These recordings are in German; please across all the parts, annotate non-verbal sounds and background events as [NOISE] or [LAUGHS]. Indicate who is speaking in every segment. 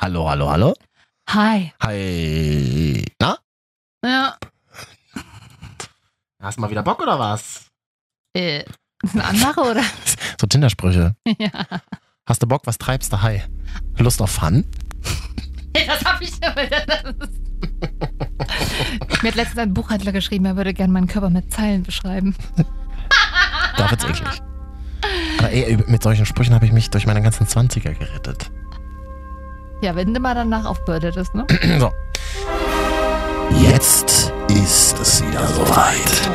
Speaker 1: Hallo, hallo, hallo.
Speaker 2: Hi.
Speaker 1: Hi. Na?
Speaker 2: Ja.
Speaker 1: Hast du mal wieder Bock oder was?
Speaker 2: Äh, ist ein anderer [LAUGHS] oder?
Speaker 1: So Tinder-Sprüche.
Speaker 2: [LAUGHS] ja.
Speaker 1: Hast du Bock, was treibst du? Hi. Lust auf Fun?
Speaker 2: Das habe ich damit. [LAUGHS] Mir hat letztens ein Buchhändler geschrieben, er würde gerne meinen Körper mit Zeilen beschreiben.
Speaker 1: Da wird's eklig. Aber ey, mit solchen Sprüchen habe ich mich durch meine ganzen 20er gerettet. [CLEARS THROAT]
Speaker 2: Ja, wenn du mal danach aufbürdetest, [CLEARS THROAT] ne?
Speaker 1: So. Jetzt ist es wieder soweit.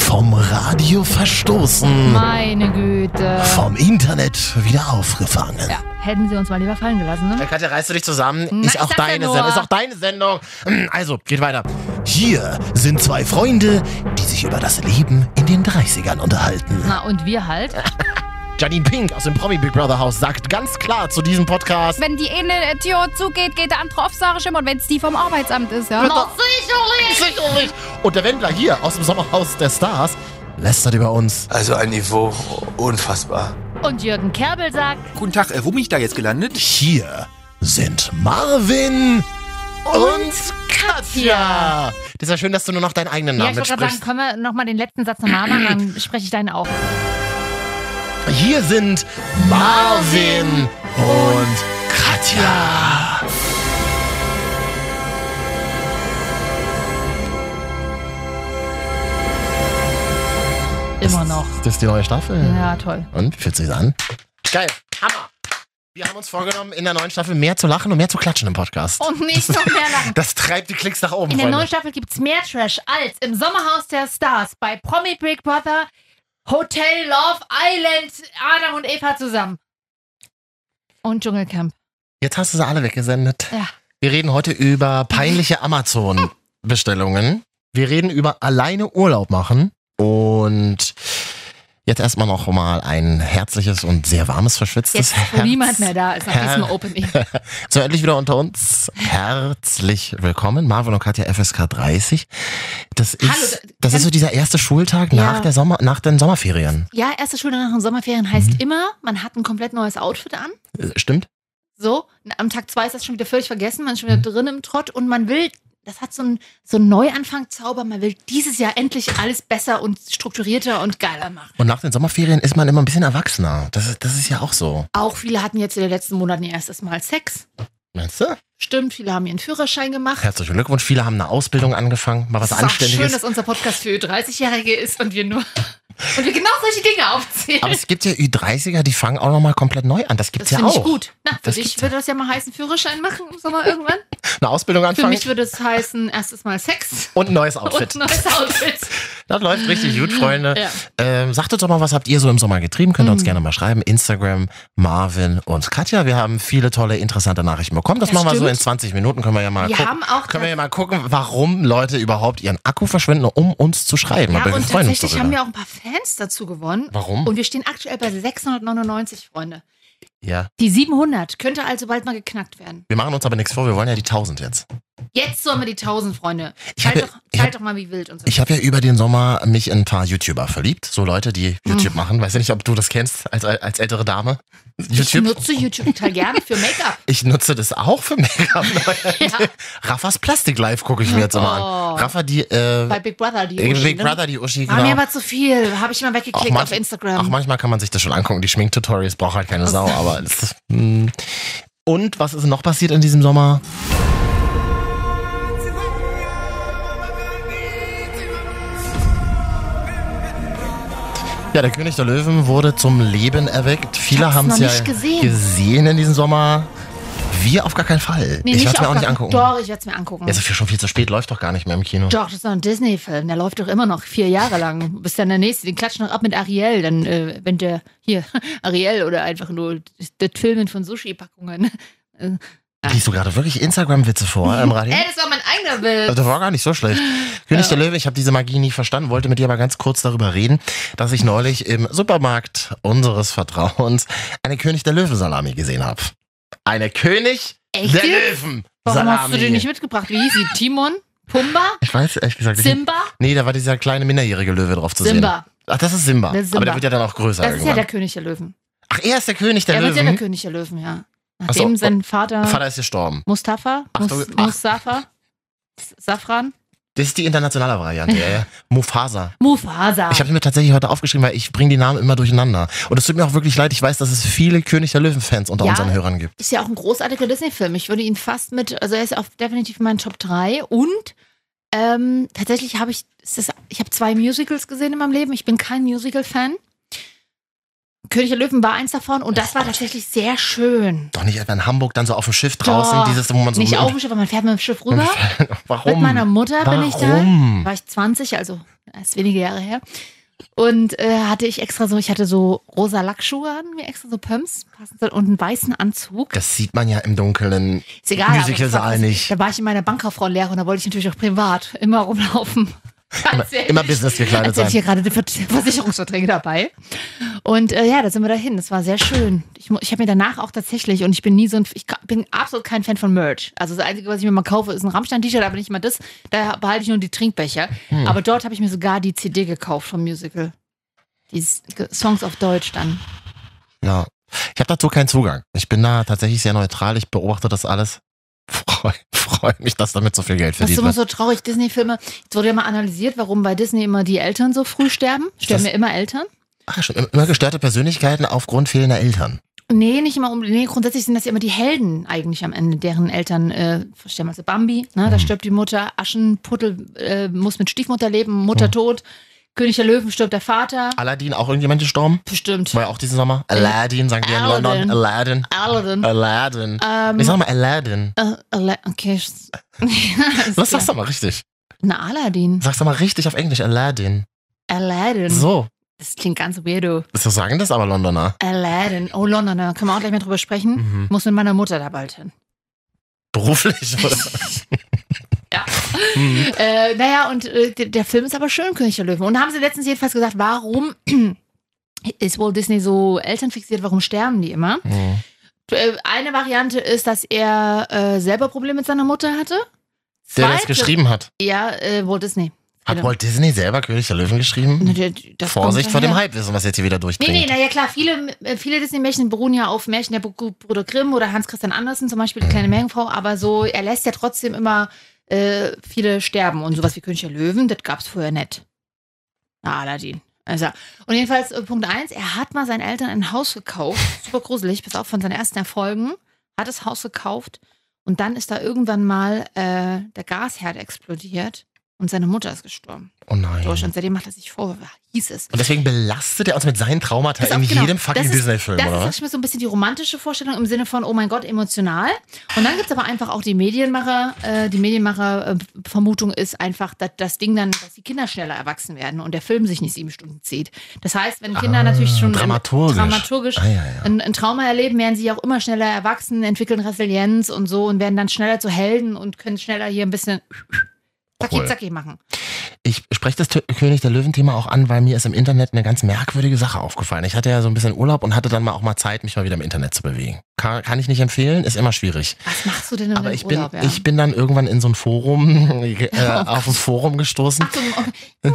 Speaker 1: [LAUGHS] Vom Radio verstoßen.
Speaker 2: Meine Güte.
Speaker 1: Vom Internet wieder aufgefangen.
Speaker 2: Ja, hätten sie uns mal lieber fallen gelassen, ne?
Speaker 1: Äh, Katja, reißt du dich zusammen.
Speaker 2: Na,
Speaker 1: ist
Speaker 2: Hm, ich
Speaker 1: auch
Speaker 2: sag's ja
Speaker 1: deine
Speaker 2: nur.
Speaker 1: Sendung. Ist auch deine Sendung. Hm, Also, geht weiter. Hier sind zwei Freunde, die sich über das Leben in den 30ern unterhalten.
Speaker 2: Na, und wir halt.
Speaker 1: Janine Pink aus dem Promi Big Brother Haus sagt ganz klar zu diesem Podcast.
Speaker 3: Wenn die eine Tür zugeht, geht der andere auf, sag ich immer. Und wenn es die vom Arbeitsamt ist, ja.
Speaker 1: Na, sicherlich! Sicherlich! Und der Wendler hier aus dem Sommerhaus der Stars lästert über uns.
Speaker 4: Also ein Niveau unfassbar.
Speaker 2: Und Jürgen Kerbel sagt,
Speaker 5: Guten Tag, äh, wo bin ich da jetzt gelandet?
Speaker 1: Hier sind Marvin und Katja. Das ist ja schön, dass du nur noch deinen eigenen
Speaker 2: ja,
Speaker 1: Namen
Speaker 2: ich wollte gerade
Speaker 1: mitsprichst.
Speaker 2: sagen, können wir nochmal den letzten Satz nochmal machen, dann spreche ich deinen auch.
Speaker 1: Hier sind Marvin und Katja.
Speaker 2: Immer noch.
Speaker 1: Das ist die neue Staffel.
Speaker 2: Ja, toll.
Speaker 1: Und wie fühlt sich an? Geil. Hammer. Wir haben uns vorgenommen, in der neuen Staffel mehr zu lachen und mehr zu klatschen im Podcast.
Speaker 2: Und nicht noch mehr lachen.
Speaker 1: Das treibt die Klicks nach oben.
Speaker 2: In der
Speaker 1: Freunde.
Speaker 2: neuen Staffel gibt's mehr Trash als im Sommerhaus der Stars, bei Promi Big Brother, Hotel Love Island, Adam und Eva zusammen. Und Dschungelcamp.
Speaker 1: Jetzt hast du sie alle weggesendet.
Speaker 2: Ja.
Speaker 1: Wir reden heute über peinliche Amazon-Bestellungen. Wir reden über alleine Urlaub machen. Und jetzt erstmal noch mal ein herzliches und sehr warmes, verschwitztes
Speaker 2: Jetzt, wo
Speaker 1: Herz.
Speaker 2: niemand mehr da ist, nach
Speaker 1: Herz.
Speaker 2: diesem Opening.
Speaker 1: So, endlich wieder unter uns. Herzlich willkommen. Marvin und Katja FSK 30. Das ist,
Speaker 2: Hallo, da-
Speaker 1: das ist so dieser erste Schultag nach,
Speaker 2: Ja.
Speaker 1: der Sommer, nach den Sommerferien.
Speaker 2: Ja, erste Schule nach den Sommerferien heißt
Speaker 1: Mhm.
Speaker 2: immer, man hat ein komplett neues Outfit an.
Speaker 1: Äh, Stimmt?
Speaker 2: So, am Tag zwei ist das schon wieder völlig vergessen, man ist schon wieder drin im Trott und man will, das hat so einen so einen Neuanfang-Zauber, man will dieses Jahr endlich alles besser und strukturierter und geiler machen.
Speaker 1: Und nach den Sommerferien ist man immer ein bisschen erwachsener. Das, ist- das ist ja auch so.
Speaker 2: Auch viele hatten jetzt in den letzten Monaten ihr erstes Mal Sex.
Speaker 1: Meinst du?
Speaker 2: Stimmt, viele haben ihren Führerschein gemacht.
Speaker 1: Herzlichen Glückwunsch. Viele haben eine Ausbildung angefangen. Mal was
Speaker 2: ist auch schön,
Speaker 1: Anständiges.
Speaker 2: dass unser Podcast für 30-Jährige ist und wir nur [LAUGHS] und wir genau solche Dinge aufzählen.
Speaker 1: Aber es gibt ja Ü30er, die fangen auch nochmal komplett neu an. Das gibt's ja
Speaker 2: das finde
Speaker 1: auch.
Speaker 2: ich gut. Na, für
Speaker 1: Das
Speaker 2: dich
Speaker 1: gibt's
Speaker 2: würde das ja mal heißen, Führerschein machen im
Speaker 1: [LAUGHS]
Speaker 2: Sommer irgendwann.
Speaker 1: Eine Ausbildung
Speaker 2: Für
Speaker 1: anfangen
Speaker 2: mich würde es heißen, erstes Mal Sex
Speaker 1: und ein
Speaker 2: [LAUGHS]
Speaker 1: neues
Speaker 2: und
Speaker 1: [LAUGHS] Outfit.
Speaker 2: ein neues Outfit.
Speaker 1: Das läuft richtig gut, Freunde.
Speaker 2: Ja.
Speaker 1: Ähm, sagt uns doch mal, was habt ihr so im Sommer getrieben? Könnt ihr uns
Speaker 2: Mhm.
Speaker 1: gerne mal schreiben. Instagram, Marvin und Katja. Wir haben viele tolle, interessante Nachrichten bekommen. Das,
Speaker 2: Das
Speaker 1: machen wir so
Speaker 2: stimmt.
Speaker 1: in 20 Minuten. Können wir ja mal
Speaker 2: Wir
Speaker 1: gucken.
Speaker 2: haben auch
Speaker 1: können wir ja mal gucken, warum Leute überhaupt ihren Akku verschwenden, um uns zu schreiben.
Speaker 2: ja,
Speaker 1: Aber wir
Speaker 2: und
Speaker 1: freuen uns
Speaker 2: tatsächlich
Speaker 1: darüber.
Speaker 2: haben wir auch ein paar Fans dazu gewonnen.
Speaker 1: Warum?
Speaker 2: Und wir stehen aktuell bei 699 Freunde.
Speaker 1: ja.
Speaker 2: Die 700 könnte also bald mal geknackt werden.
Speaker 1: Wir machen uns aber nichts vor. Wir wollen ja die 1000 jetzt.
Speaker 2: Jetzt sollen wir die 1000 Freunde.
Speaker 1: Ich
Speaker 2: Teilt
Speaker 1: habe-
Speaker 2: doch,
Speaker 1: ich
Speaker 2: teilt
Speaker 1: hab-
Speaker 2: doch mal wie wild und so.
Speaker 1: Ich habe ja über den Sommer mich in ein paar YouTuber verliebt. So Leute, die YouTube machen. Weiß ja nicht, ob du das kennst als, als ältere Dame.
Speaker 2: Mhm. Ich
Speaker 1: YouTube.
Speaker 2: nutze YouTube total gerne für Make-up.
Speaker 1: Ich nutze das auch für
Speaker 2: [LAUGHS]
Speaker 1: Make-up.
Speaker 2: Ja.
Speaker 1: Raffas Plastik Live gucke ich mir jetzt immer
Speaker 2: Oh.
Speaker 1: an. Raffa, die, äh,
Speaker 2: Bei Big Brother, die
Speaker 1: Big
Speaker 2: Uschi, ne?
Speaker 1: Brother, die Uschi,
Speaker 2: War mir
Speaker 1: genau.
Speaker 2: aber zu viel. Habe ich mal
Speaker 1: Auch
Speaker 2: weggeklickt
Speaker 1: manch-
Speaker 2: auf
Speaker 1: Auch
Speaker 2: Instagram.
Speaker 1: manchmal kann man sich das schon angucken. Die Schminktutorials braucht halt keine
Speaker 2: [LAUGHS]
Speaker 1: Sau, aber das, mh. Und was ist noch passiert in diesem Sommer? Ja, der König der Löwen wurde zum Leben erweckt. Viele
Speaker 2: hab's
Speaker 1: haben es
Speaker 2: noch
Speaker 1: ja
Speaker 2: nicht gesehen.
Speaker 1: gesehen in diesem Sommer. Wir auf gar keinen Fall.
Speaker 2: Nee,
Speaker 1: ich werde es mir auch
Speaker 2: auf
Speaker 1: nicht
Speaker 2: gar-
Speaker 1: angucken.
Speaker 2: Doch, ich werde es mir angucken.
Speaker 1: Ja, ist ja schon viel zu spät, läuft doch gar nicht mehr im Kino.
Speaker 2: doch, das ist doch ein Disney-Film. Der läuft doch immer noch vier Jahre lang. Bis dann der nächste. Den klatscht noch ab mit Ariel. Dann, äh, wenn der hier [LAUGHS] Ariel oder einfach nur das Filmen von Sushi-Packungen. Äh,
Speaker 1: Hm? Liest du gerade wirklich Instagram-Witze vor im
Speaker 2: [LAUGHS]
Speaker 1: Radio?
Speaker 2: Ey, das war mein eigener Witz.
Speaker 1: Das Also, war gar nicht so schlecht. König der Löwe, ich habe diese Magie nie verstanden, wollte mit dir aber ganz kurz darüber reden, dass ich neulich im Supermarkt unseres Vertrauens eine König der Löwen-Salami gesehen habe. Eine König
Speaker 2: Echt?
Speaker 1: der
Speaker 2: jetzt? Warum
Speaker 1: Löwen-Salami.
Speaker 2: hast du den nicht mitgebracht? Wie hieß sie? Timon? Pumba?
Speaker 1: Ich weiß ehrlich gesagt nicht.
Speaker 2: Simba?
Speaker 1: Nee, da war dieser kleine minderjährige Löwe drauf zu sehen.
Speaker 2: Simba.
Speaker 1: Ach, das ist Simba.
Speaker 2: Das ist
Speaker 1: Aber der
Speaker 2: Simba.
Speaker 1: wird ja dann auch größer
Speaker 2: Das ist ja
Speaker 1: irgendwann.
Speaker 2: der König der Löwen.
Speaker 1: Ach, er ist der König der
Speaker 2: Er wird ja
Speaker 1: Löwen.
Speaker 2: der König der Löwen, ja.
Speaker 1: Ach so, oh,
Speaker 2: Nachdem sein Vater,
Speaker 1: Vater ist gestorben.
Speaker 2: Mustafa,
Speaker 1: Ach so,
Speaker 2: Mus
Speaker 1: ach.
Speaker 2: Mustafa, Safran,
Speaker 1: Das ist die internationale
Speaker 2: [LAUGHS]
Speaker 1: Variante. Ja. ja. Mufasa.
Speaker 2: Mufasa.
Speaker 1: Ich habe mir tatsächlich heute aufgeschrieben, weil ich bringe die Namen immer durcheinander. Und es tut mir auch wirklich leid. Ich weiß, dass es viele König der Löwen-Fans unter
Speaker 2: Ja.
Speaker 1: unseren Hörern gibt.
Speaker 2: ist ja auch ein großartiger Disney-Film. Ich würde ihn fast mit, also er ist auch definitiv mein Top 3. Und ähm, tatsächlich habe ich, es ist, ich habe zwei Musicals gesehen in meinem Leben. Ich bin kein Musical-Fan. König der Löwen war eins davon und das war tatsächlich sehr schön.
Speaker 1: Doch nicht etwa in Hamburg, dann so auf dem Schiff draußen,
Speaker 2: Doch,
Speaker 1: dieses, wo man so.
Speaker 2: Nicht
Speaker 1: mit-
Speaker 2: auf dem Schiff, aber man fährt mit dem Schiff rüber.
Speaker 1: Warum?
Speaker 2: Mit meiner Mutter
Speaker 1: Warum?
Speaker 2: bin ich da. war ich 20, also das ist wenige Jahre her. Und äh, hatte ich extra so, ich hatte so rosa Lackschuhe an, mir extra so Pumps passend und einen weißen Anzug.
Speaker 1: Das sieht man ja im Dunkeln.
Speaker 2: Ist egal. aber
Speaker 1: Musicalsaal
Speaker 2: das war-
Speaker 1: nicht.
Speaker 2: Da war ich in meiner Bankkauffrau-Lehre und da wollte ich natürlich auch privat immer rumlaufen. [LAUGHS] Ganz ehrlich.
Speaker 1: Immer Business gekleidet
Speaker 2: Als hätte ich
Speaker 1: sein.
Speaker 2: hier gerade die Vers- [LAUGHS] Versicherungsverträge dabei. Und äh, ja, da sind wir dahin. Das war sehr schön. Ich, mu- ich habe mir danach auch tatsächlich, und ich bin nie so ein, ich ka- bin absolut kein Fan von Merch. Also das Einzige, was ich mir mal kaufe, ist ein Rammstein-T-Shirt, aber nicht mal das. Da behalte ich nur die Trinkbecher.
Speaker 1: Hm.
Speaker 2: Aber dort habe ich mir sogar die CD gekauft vom Musical. Die S- Ge- Songs auf Deutsch dann.
Speaker 1: Ja. Ich habe dazu keinen Zugang. Ich bin da tatsächlich sehr neutral. Ich beobachte das alles. [LAUGHS] Freue freu mich, dass damit so viel Geld
Speaker 2: Das ist
Speaker 1: verdient
Speaker 2: immer
Speaker 1: wird.
Speaker 2: so traurig. Disney-Filme. Jetzt wurde ja mal analysiert, warum bei Disney immer die Eltern so früh sterben. Sterben
Speaker 1: das-
Speaker 2: ja immer Eltern.
Speaker 1: Ach, schon, immer gestörte Persönlichkeiten aufgrund fehlender Eltern.
Speaker 2: Nee, nicht immer um. Nee, grundsätzlich sind das ja immer die Helden eigentlich am Ende, deren Eltern, äh, verstehen wir also Bambi, ne? Da
Speaker 1: Mhm.
Speaker 2: stirbt die Mutter, Aschenputtel äh, muss mit Stiefmutter leben,
Speaker 1: Mhm.
Speaker 2: Mutter tot, König der Löwen stirbt der Vater.
Speaker 1: Aladdin, auch irgendjemand gestorben?
Speaker 2: Bestimmt.
Speaker 1: War ja auch diesen Sommer. Aladdin, sagen wir in London.
Speaker 2: Aladdin.
Speaker 1: Aladdin. Aladdin.
Speaker 2: Aladdin. Hm? Ähm,
Speaker 1: Äh, Ich sag mal Aladdin.
Speaker 2: äh, Ala okay. ist- [LAUGHS] Ist
Speaker 1: Was
Speaker 2: klar.
Speaker 1: sagst du mal richtig?
Speaker 2: Na, Aladdin.
Speaker 1: Sagst du mal richtig auf Englisch, Aladdin.
Speaker 2: Aladdin.
Speaker 1: So.
Speaker 2: Das klingt ganz weirdo.
Speaker 1: So sagen das aber Londoner.
Speaker 2: Aladdin. Oh, Londoner. Können wir auch gleich mal drüber sprechen?
Speaker 1: Mhm.
Speaker 2: Muss mit meiner Mutter da bald hin.
Speaker 1: Beruflich,
Speaker 2: [LAUGHS]
Speaker 1: oder?
Speaker 2: Ja.
Speaker 1: Mhm.
Speaker 2: Äh, naja, und äh, der, der Film ist aber schön, König der Löwen. Und da haben sie letztens jedenfalls gesagt, warum [CLEARS THROAT] ist Walt Disney so elternfixiert, warum sterben die immer?
Speaker 1: Mhm.
Speaker 2: Äh, Eine Variante ist, dass er äh, selber Probleme mit seiner Mutter hatte.
Speaker 1: Der das geschrieben hat.
Speaker 2: Ja, äh, Walt Disney.
Speaker 1: Hat
Speaker 2: Genau.
Speaker 1: Walt Disney selber König der Löwen
Speaker 2: Na,
Speaker 1: geschrieben?
Speaker 2: der- das
Speaker 1: Vorsicht
Speaker 2: kommt
Speaker 1: vor dem
Speaker 2: daher.
Speaker 1: Halbwissen, was jetzt hier wieder
Speaker 2: Nee,
Speaker 1: durchbringt.
Speaker 2: nee, naja, klar, viele, äh, viele Disney-Märchen beruhen ja auf Märchen der Br- Brüder Grimm oder Hans Christian Andersen, zum Beispiel die kleine Meerjungfrau, aber so, er lässt ja trotzdem immer äh, viele sterben und sowas wie König der Löwen, das gab's vorher nicht. Na, Aladdin. Also, und jedenfalls äh, Punkt eins: er hat mal seinen Eltern ein Haus gekauft, super gruselig, bis auf von seinen ersten Erfolgen, hat das Haus gekauft und dann ist da irgendwann mal äh, der Gasherd explodiert und seine Mutter ist gestorben.
Speaker 1: Oh nein.
Speaker 2: Durch, und seitdem macht er sich Vorwürfe, hieß es.
Speaker 1: Und deswegen belastet er uns mit seinen Traumata
Speaker 2: Pass auf,
Speaker 1: in
Speaker 2: genau.
Speaker 1: jedem fucking
Speaker 2: Das ist-
Speaker 1: Disney-Film,
Speaker 2: Das
Speaker 1: oder
Speaker 2: ist
Speaker 1: was?
Speaker 2: manchmal so ein bisschen die romantische Vorstellung im Sinne von, oh mein Gott, emotional. Und dann gibt es aber einfach auch die Medienmacher, äh, die Medienmacher-Vermutung ist einfach, dass das Ding dann, dass die Kinder schneller erwachsen werden und der Film sich nicht sieben Stunden zieht. Das heißt, wenn Kinder
Speaker 1: Ah,
Speaker 2: natürlich schon
Speaker 1: dramaturgisch.
Speaker 2: dramaturgisch
Speaker 1: Ah, ja, ja.
Speaker 2: ein, ein Trauma erleben, werden sie auch immer schneller erwachsen, entwickeln Resilienz und so und werden dann schneller zu Helden und können schneller hier ein bisschen zacki
Speaker 1: Cool.
Speaker 2: zacki machen.
Speaker 1: Ich spreche das Tö- König der Löwen-Thema auch an, weil mir ist im Internet eine ganz merkwürdige Sache aufgefallen. Ich hatte ja so ein bisschen Urlaub und hatte dann mal auch mal Zeit, mich mal wieder im Internet zu bewegen. Kann, kann ich nicht empfehlen, ist immer schwierig.
Speaker 2: Was machst du denn in
Speaker 1: Aber
Speaker 2: deinem
Speaker 1: ich bin,
Speaker 2: Urlaub? ja? Oh
Speaker 1: ich bin dann irgendwann in so ein Forum, [LAUGHS] äh, auf ein Forum gestoßen.
Speaker 2: Achtung, okay.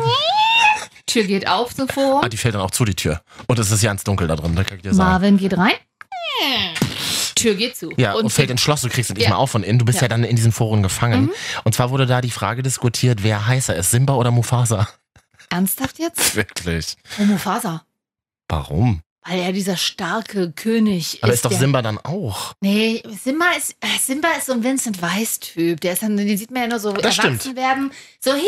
Speaker 2: [LAUGHS] Tür geht auf zum Forum.
Speaker 1: Ah, die fällt dann auch zu, die Tür. Und es ist ganz dunkel da drin, da kann ich dir sagen.
Speaker 2: Marvin geht rein. Tür geht zu.
Speaker 1: Ja, und, fällt ins Schloss, du kriegst es nicht
Speaker 2: Ja.
Speaker 1: mal auf von innen. Du bist ja,
Speaker 2: Ja. Mhm.
Speaker 1: dann in diesem Forum gefangen. Und zwar wurde da die Frage diskutiert, wer heißer ist, Simba oder Mufasa?
Speaker 2: Ernsthaft jetzt?
Speaker 1: Wirklich.
Speaker 2: Oh, Mufasa.
Speaker 1: Warum?
Speaker 2: Weil er dieser starke König
Speaker 1: Aber
Speaker 2: ist.
Speaker 1: ist doch
Speaker 2: der,
Speaker 1: Simba dann auch.
Speaker 2: Nee, Simba ist, äh, Simba ist so ein Vincent Weiss-Typ. Der ist dann, den sieht man ja nur so
Speaker 1: Das
Speaker 2: erwachsen
Speaker 1: stimmt.
Speaker 2: werden. So hi, hi,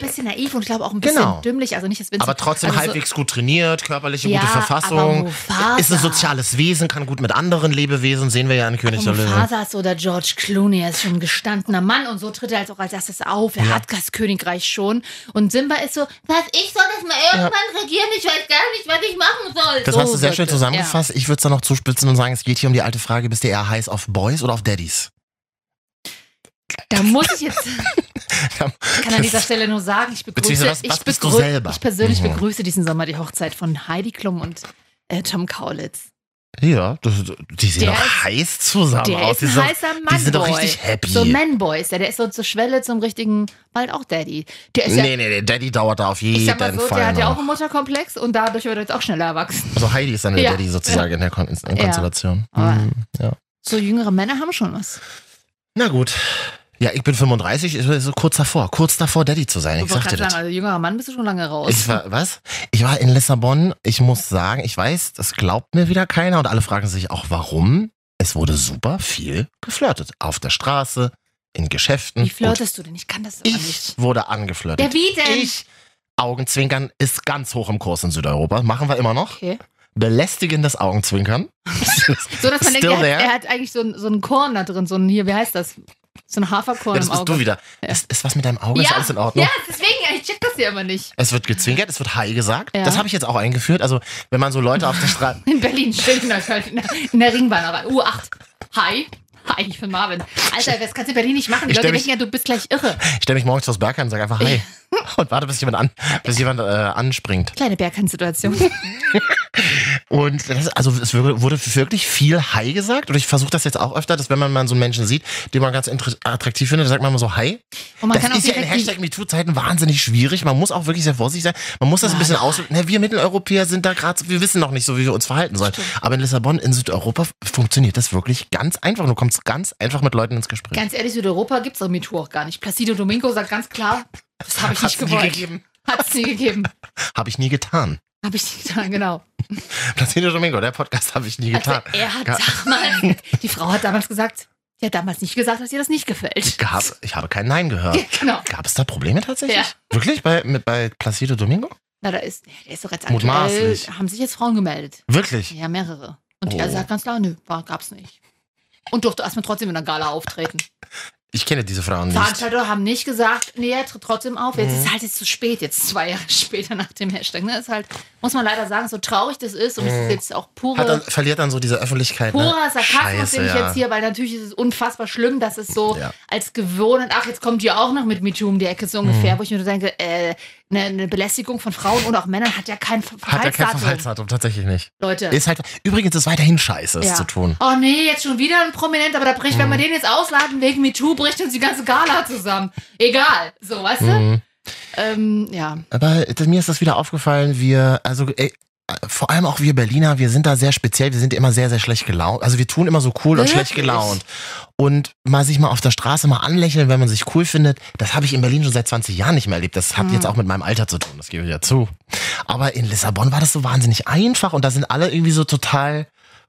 Speaker 2: hi, bisschen naiv und ich glaube auch ein bisschen
Speaker 1: Genau.
Speaker 2: dümmlich. Also nicht, dass Vincent
Speaker 1: Aber trotzdem
Speaker 2: also so-
Speaker 1: halbwegs gut trainiert, körperliche
Speaker 2: Ja,
Speaker 1: gute
Speaker 2: aber
Speaker 1: Verfassung.
Speaker 2: Mufasa-
Speaker 1: Ist ein soziales Wesen, kann gut mit anderen Lebewesen, sehen wir ja in König
Speaker 2: Oh,
Speaker 1: der Löwen.
Speaker 2: Mufasa ist so der George Clooney, er ist schon ein gestandener Mann und so tritt er jetzt auch als erstes auf. Er hat das Königreich schon. Und Simba ist so, was ich soll das mal irgendwann regieren, ich weiß gar nicht, was ich machen soll. Oh
Speaker 1: Das
Speaker 2: so
Speaker 1: hast du sehr
Speaker 2: wirkt
Speaker 1: schön
Speaker 2: es.
Speaker 1: zusammengefasst. Ich würde es dann noch zuspitzen und sagen, es geht hier um die alte Frage, bist du eher heiß auf Boys oder auf Daddies?
Speaker 2: Ja. Da muss
Speaker 1: [LAUGHS]
Speaker 2: ich jetzt,
Speaker 1: Ja,
Speaker 2: ich kann an dieser Stelle nur sagen, ich begrüße,
Speaker 1: Beziehungsweise, was- was
Speaker 2: ich,
Speaker 1: bist du
Speaker 2: begrü-
Speaker 1: selber?
Speaker 2: ich persönlich
Speaker 1: Mhm.
Speaker 2: begrüße diesen Sommer die Hochzeit von Heidi Klum und äh, Tom Kaulitz.
Speaker 1: Ja, das, die sehen
Speaker 2: Der
Speaker 1: doch
Speaker 2: ist-
Speaker 1: heiß zusammen
Speaker 2: Der
Speaker 1: aus.
Speaker 2: ist ein
Speaker 1: die, sind,
Speaker 2: heißer Mann.
Speaker 1: die sind doch richtig happy.
Speaker 2: So ein Manboy ist der, der ist so zur Schwelle zum richtigen, bald auch Daddy. Der ist ja
Speaker 1: nee, nee, nee, Daddy dauert da auf jeden
Speaker 2: Ich sag mal so,
Speaker 1: Fall.
Speaker 2: der hat ja
Speaker 1: noch.
Speaker 2: auch einen Mutterkomplex und dadurch wird er jetzt auch schneller erwachsen.
Speaker 1: also Heidi ist dann der
Speaker 2: Ja.
Speaker 1: Daddy sozusagen in der Kon in Konstellation.
Speaker 2: Aber-
Speaker 1: Mhm, ja.
Speaker 2: So jüngere Männer haben schon was.
Speaker 1: Na gut. Ja, ich bin 35, ich bin so kurz davor, kurz davor, Daddy zu sein. Ich
Speaker 2: wollte
Speaker 1: sagte
Speaker 2: gerade
Speaker 1: das.
Speaker 2: sagen, also jüngerer Mann bist du schon lange raus.
Speaker 1: Ich war, was? Ich war in Lissabon. Ich muss sagen, ich weiß, das glaubt mir wieder keiner und alle fragen sich auch, warum. Es wurde super viel geflirtet. Auf der Straße, in Geschäften.
Speaker 2: Wie flirtest du denn? Ich kann das
Speaker 1: Und
Speaker 2: aber
Speaker 1: Ich
Speaker 2: nicht.
Speaker 1: wurde
Speaker 2: Ja,
Speaker 1: angeflirtet.
Speaker 2: wie denn?
Speaker 1: Ich, Augenzwinkern ist ganz hoch im Kurs in Südeuropa. Machen wir immer noch.
Speaker 2: Okay.
Speaker 1: Belästigendes Augenzwinkern.
Speaker 2: [LAUGHS] So, dass man denkt,
Speaker 1: Still
Speaker 2: er hat,
Speaker 1: there?
Speaker 2: er hat eigentlich so ein, so ein Korn da drin, so ein, hier, wie heißt das? So ein Haferkorn
Speaker 1: Ja, das
Speaker 2: im
Speaker 1: bist
Speaker 2: Auge.
Speaker 1: du wieder. Ist, ist was mit deinem Auge? Ist alles in Ordnung?
Speaker 2: ja, deswegen, ich check das ja immer nicht.
Speaker 1: Es wird gezwinkert, es wird Hi gesagt.
Speaker 2: Ja.
Speaker 1: Das habe ich jetzt auch eingeführt. Also, wenn man so Leute auf der Straße.
Speaker 2: In Berlin, stimmt, in der, in der Ringbahn. Aber U8. Hi. Hi, ich bin Marvin. Alter, das kannst du in Berlin nicht machen. Die
Speaker 1: Ich
Speaker 2: Leute
Speaker 1: stell mich-
Speaker 2: denken ja, du bist gleich irre.
Speaker 1: Ich stelle mich morgens vors Bergheim und sage einfach Hi. [LAUGHS] Und warte, bis jemand, an, bis jemand äh, anspringt.
Speaker 2: Kleine Berghahn-Situation.
Speaker 1: Und das, also es wurde wurde wirklich viel Hi gesagt. Und ich versuche das jetzt auch öfter, dass wenn man mal so einen Menschen sieht, den man ganz inter- attraktiv findet, dann sagt man mal so Hi.
Speaker 2: Und man
Speaker 1: das
Speaker 2: kann auch
Speaker 1: ist ja in
Speaker 2: direkt die-
Speaker 1: Hashtag MeToo-Zeiten wahnsinnig schwierig. Man muss auch wirklich sehr vorsichtig sein. Man muss das ein bisschen aus... Na, wir Mitteleuropäer sind da gerade... so- Wir wissen noch nicht so, wie wir uns verhalten sollen. Aber in Lissabon, in Südeuropa, f- funktioniert das wirklich ganz einfach. Du kommst ganz einfach mit Leuten ins Gespräch.
Speaker 2: Ganz ehrlich, Südeuropa gibt es auch MeToo auch gar nicht. Placido Domingo sagt ganz klar, das habe ich
Speaker 1: Hat's
Speaker 2: nicht
Speaker 1: nie
Speaker 2: gewollt.
Speaker 1: gegeben.
Speaker 2: Hat es nie gegeben.
Speaker 1: Habe ich nie getan.
Speaker 2: Habe ich nicht getan, genau.
Speaker 1: Placido Domingo, der Podcast habe ich nie
Speaker 2: Also
Speaker 1: getan.
Speaker 2: er hat
Speaker 1: Ja.
Speaker 2: damals, die Frau hat damals gesagt, die hat damals nicht gesagt, dass ihr das nicht gefällt.
Speaker 1: Gab, ich habe kein Nein gehört.
Speaker 2: Ja, [LAUGHS] genau.
Speaker 1: Gab es da Probleme tatsächlich?
Speaker 2: Ja.
Speaker 1: Wirklich? Bei, mit, bei Placido Domingo?
Speaker 2: Na, da ist, der ist doch jetzt aktuell,
Speaker 1: Mutmaßlich.
Speaker 2: haben sich jetzt Frauen gemeldet.
Speaker 1: Wirklich?
Speaker 2: Ja, mehrere. Und
Speaker 1: Oh.
Speaker 2: er sagt ganz klar, nö, war, gab's nicht. Und durfte erstmal trotzdem in der Gala auftreten.
Speaker 1: Ich kenne diese Frauen nicht. Mhm.
Speaker 2: Veranstalter haben nicht gesagt, nee, er tritt trotzdem auf. Jetzt ist halt jetzt zu spät, jetzt zwei Jahre [LAUGHS] später nach dem Hashtag. Ne? Ist halt, muss man leider sagen, so traurig das ist. Und es ist jetzt auch pure.
Speaker 1: Mhm. Hat dann, verliert dann so diese Öffentlichkeit.
Speaker 2: purer
Speaker 1: ne?
Speaker 2: Sarkasmus,
Speaker 1: Scheiße,
Speaker 2: den ich
Speaker 1: ja.
Speaker 2: jetzt hier, weil natürlich ist es unfassbar schlimm, dass es so
Speaker 1: Ja.
Speaker 2: als gewohnt, ach, jetzt kommt ihr auch noch mit MeToo um die Ecke, so ungefähr,
Speaker 1: Mhm.
Speaker 2: wo ich mir so denke, äh, eine, eine Belästigung von Frauen und auch Männern hat ja kein Ver-
Speaker 1: Hat er kein
Speaker 2: Verhaltsdatum.
Speaker 1: Verhaltsdatum, tatsächlich nicht.
Speaker 2: Leute.
Speaker 1: Ist halt, übrigens ist weiterhin scheiße, es
Speaker 2: Ja.
Speaker 1: zu tun. Mhm.
Speaker 2: Oh nee, jetzt schon wieder ein Prominent, aber da bricht, wenn wir den jetzt ausladen wegen MeToo, bricht uns die ganze Gala zusammen. Egal, so, weißt
Speaker 1: Mhm.
Speaker 2: du? Ähm, ja.
Speaker 1: Aber äh, mir ist das wieder aufgefallen, wir, also ey, äh, vor allem auch wir Berliner, wir sind da sehr speziell, wir sind immer sehr, sehr schlecht gelaunt. Also wir tun immer so cool und schlecht
Speaker 2: Wirklich?
Speaker 1: gelaunt. Und mal sich mal auf der Straße mal anlächeln, wenn man sich cool findet, das habe ich in Berlin schon seit 20 Jahren nicht mehr erlebt. Das hat
Speaker 2: Mhm.
Speaker 1: jetzt auch mit meinem Alter zu tun, das gebe ich ja zu. Aber in Lissabon war das so wahnsinnig einfach und da sind alle irgendwie so total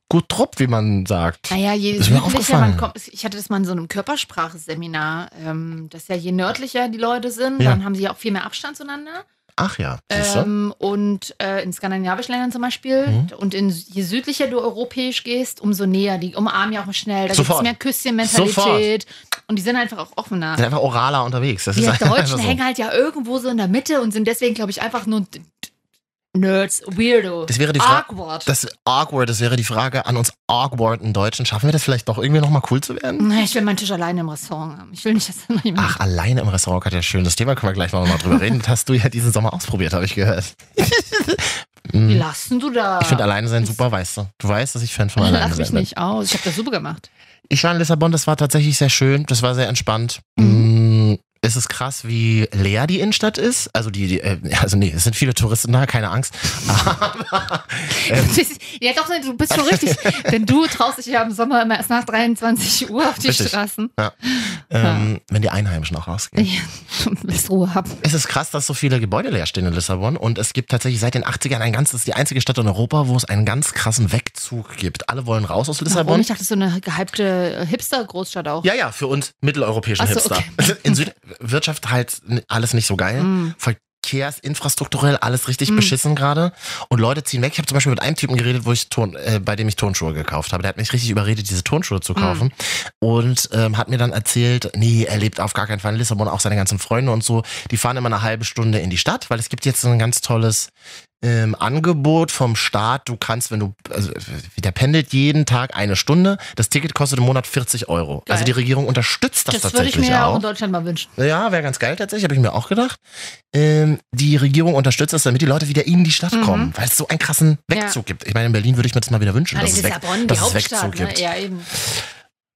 Speaker 1: gut drupp, wie man sagt.
Speaker 2: Naja, je
Speaker 1: Ist mir
Speaker 2: südlicher man
Speaker 1: aufgefallen.
Speaker 2: kommt, ich hatte das mal in so einem Körpersprache-Seminar, ähm, dass ja je nördlicher die Leute sind,
Speaker 1: Ja.
Speaker 2: dann haben sie ja auch viel mehr Abstand zueinander.
Speaker 1: Ach ja, siehst du? Mhm.
Speaker 2: Ähm, und äh, in skandinavischen Ländern zum Beispiel und in, je südlicher du europäisch gehst, umso näher. Die umarmen ja auch schnell, da gibt es
Speaker 1: Sofort.
Speaker 2: mehr Küsschen-Mentalität und die sind einfach auch offener.
Speaker 1: sind einfach oraler unterwegs. Das
Speaker 2: Wir
Speaker 1: ist Also [LAUGHS] einfach
Speaker 2: Deutschen
Speaker 1: so.
Speaker 2: hängen halt ja irgendwo so in der Mitte und sind deswegen, glaube ich, einfach nur d- d- Nerds, Weirdo.
Speaker 1: Das wäre die Fra-
Speaker 2: Awkward.
Speaker 1: Das awkward, das wäre die Frage an uns awkwarden Deutschen. Schaffen wir das vielleicht doch irgendwie nochmal cool zu werden?
Speaker 2: Na, ich will meinen Tisch alleine im Restaurant haben. Ich will nicht, dass da noch jemand.
Speaker 1: Ach, alleine im Restaurant hat ja schön. Das Thema können wir gleich nochmal
Speaker 2: [LAUGHS]
Speaker 1: drüber reden. Das hast du ja diesen Sommer ausprobiert, habe ich gehört.
Speaker 2: Wie lassen du da?
Speaker 1: Ich finde alleine sein super, weißt du. Du weißt, dass ich Fan von alleine
Speaker 2: Lach mich
Speaker 1: sein ne? bin.
Speaker 2: nicht aus. Ich habe das super
Speaker 1: [LAUGHS]
Speaker 2: gemacht.
Speaker 1: Ich war in Lissabon, das war tatsächlich sehr schön. Das war sehr entspannt.
Speaker 2: Mhm.
Speaker 1: Mm, Es ist krass, wie leer die Innenstadt ist. Also die, die äh, also nee, es sind viele Touristen da, keine Angst. Aber Ähm.
Speaker 2: ja, doch, du bist schon richtig.
Speaker 1: [LAUGHS]
Speaker 2: Denn du traust dich ja im Sommer immer erst nach 23 Uhr auf die
Speaker 1: Richtig.
Speaker 2: Straßen.
Speaker 1: ähm, wenn die Einheimischen auch rausgehen.
Speaker 2: Ja, [LAUGHS] du willst Ruhe haben.
Speaker 1: Es ist krass, dass so viele Gebäude leer stehen in Lissabon und es gibt tatsächlich seit den 80ern ein ganz, das ist die einzige Stadt in Europa, wo es einen ganz krassen Wegzug gibt. Alle wollen raus aus
Speaker 2: Warum?
Speaker 1: Lissabon.
Speaker 2: Ich dachte, so eine gehypte Hipster-Großstadt auch.
Speaker 1: Ja, ja, für uns mitteleuropäischen
Speaker 2: Ach so,
Speaker 1: Hipster. [LAUGHS] In Süd Wirtschaft halt n- alles nicht so geil.
Speaker 2: Mhm.
Speaker 1: Verkehrsinfrastrukturell alles richtig beschissen gerade. Und Leute ziehen weg. Ich habe zum Beispiel mit einem Typen geredet, wo ich Ton, äh, bei dem ich Tonschuhe gekauft habe. Der hat mich richtig überredet, diese Tonschuhe
Speaker 2: Mhm.
Speaker 1: zu kaufen. Und ähm, hat mir dann erzählt, nee, er lebt auf gar keinen Fall in Lissabon, auch seine ganzen Freunde und so. Die fahren immer eine halbe Stunde in die Stadt, weil es gibt jetzt so ein ganz tolles ähm, Angebot vom Staat, du kannst, wenn du, also äh, der pendelt jeden Tag eine Stunde, das Ticket kostet im Monat 40 Euro.
Speaker 2: Geil.
Speaker 1: Also die Regierung unterstützt das,
Speaker 2: das würde ich
Speaker 1: tatsächlich
Speaker 2: mir ja auch
Speaker 1: auch.
Speaker 2: in Deutschland mal wünschen.
Speaker 1: Ja, wäre ganz geil tatsächlich, habe ich mir auch gedacht. Ähm, die Regierung unterstützt das, damit die Leute wieder in die Stadt
Speaker 2: Mhm.
Speaker 1: kommen, weil es so einen krassen Wegzug gibt. Ich meine, in Berlin würde ich mir das mal wieder wünschen, dass
Speaker 2: Also
Speaker 1: es, weg,
Speaker 2: Lissabon, die
Speaker 1: dass es
Speaker 2: Hauptstadt.
Speaker 1: Wegzug
Speaker 2: Ne?
Speaker 1: gibt.
Speaker 2: Ja, eben.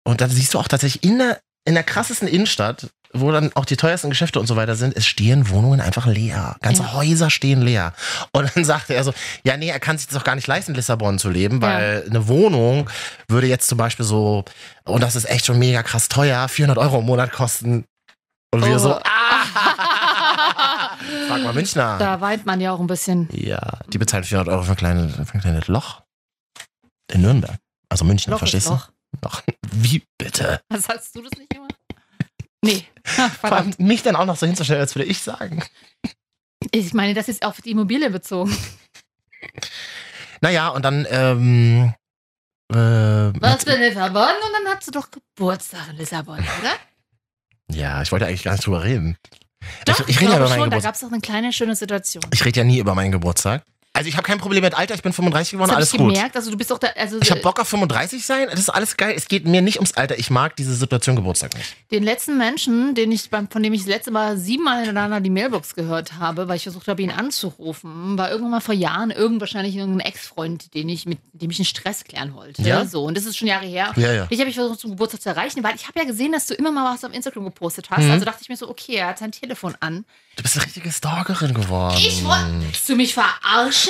Speaker 1: Und dann siehst du auch tatsächlich in der, in der krassesten Innenstadt wo dann auch die teuersten Geschäfte und so weiter sind, es stehen Wohnungen einfach leer. Ganze
Speaker 2: Ja.
Speaker 1: Häuser stehen leer. Und dann sagte er so, ja, nee, er kann sich das doch gar nicht leisten, in Lissabon zu leben, weil eine Wohnung würde jetzt zum Beispiel so, und das ist echt schon mega krass teuer, 400 Euro im Monat kosten. Und wir
Speaker 2: Oh.
Speaker 1: so,
Speaker 2: [LAUGHS]
Speaker 1: ah, frag mal Münchner.
Speaker 2: Da weint man ja auch ein bisschen.
Speaker 1: Ja, die bezahlen 400 Euro für ein kleines, für ein kleines Loch in Nürnberg. Also München,
Speaker 2: Loch
Speaker 1: verstehst
Speaker 2: ist
Speaker 1: du?
Speaker 2: Loch.
Speaker 1: Loch. Wie bitte?
Speaker 2: Was hast du das nicht gemacht? Nee.
Speaker 1: Vor allem
Speaker 2: [LAUGHS] Verdammt.
Speaker 1: mich dann auch noch so hinzustellen, als würde ich sagen.
Speaker 2: Ich meine, das ist auf die Immobilie bezogen.
Speaker 1: Naja, und dann, ähm, ähm,
Speaker 2: Was für Lissabon? Und dann hast du doch Geburtstag in Lissabon, oder?
Speaker 1: ja, ich wollte eigentlich gar nicht drüber reden. Also
Speaker 2: Doch,
Speaker 1: ich, ich rede ja
Speaker 2: glaube
Speaker 1: über meinen
Speaker 2: schon. Da
Speaker 1: Geburtstag.
Speaker 2: gab es auch eine kleine schöne Situation.
Speaker 1: Ich rede ja nie über meinen Geburtstag. Also ich habe kein Problem mit Alter, ich bin 35 geworden,
Speaker 2: das habe
Speaker 1: alles
Speaker 2: ich
Speaker 1: gut.
Speaker 2: gemerkt. Also du bist doch da, also
Speaker 1: Ich habe Bock auf 35 sein, das ist alles geil. Es geht mir nicht ums Alter, ich mag diese Situation Geburtstag nicht.
Speaker 2: den letzten Menschen, den ich beim, von dem ich das letzte Mal siebenmal hintereinander die Mailbox gehört habe, weil ich versucht habe, ihn anzurufen, war irgendwann mal vor Jahren irgend wahrscheinlich irgendein Ex-Freund, den ich mit dem ich einen Stress klären wollte.
Speaker 1: Ja?
Speaker 2: So und das ist schon Jahre her.
Speaker 1: Ja, ja.
Speaker 2: Dich habe ich versucht zum Geburtstag zu erreichen, weil ich habe ja gesehen, dass du immer mal was auf Instagram gepostet hast.
Speaker 1: Mhm.
Speaker 2: Also dachte ich mir so, okay, er hat sein Telefon an.
Speaker 1: Du bist eine richtige Stalkerin geworden.
Speaker 2: Ich
Speaker 1: Mhm.
Speaker 2: wollte. Willst du mich verarschen?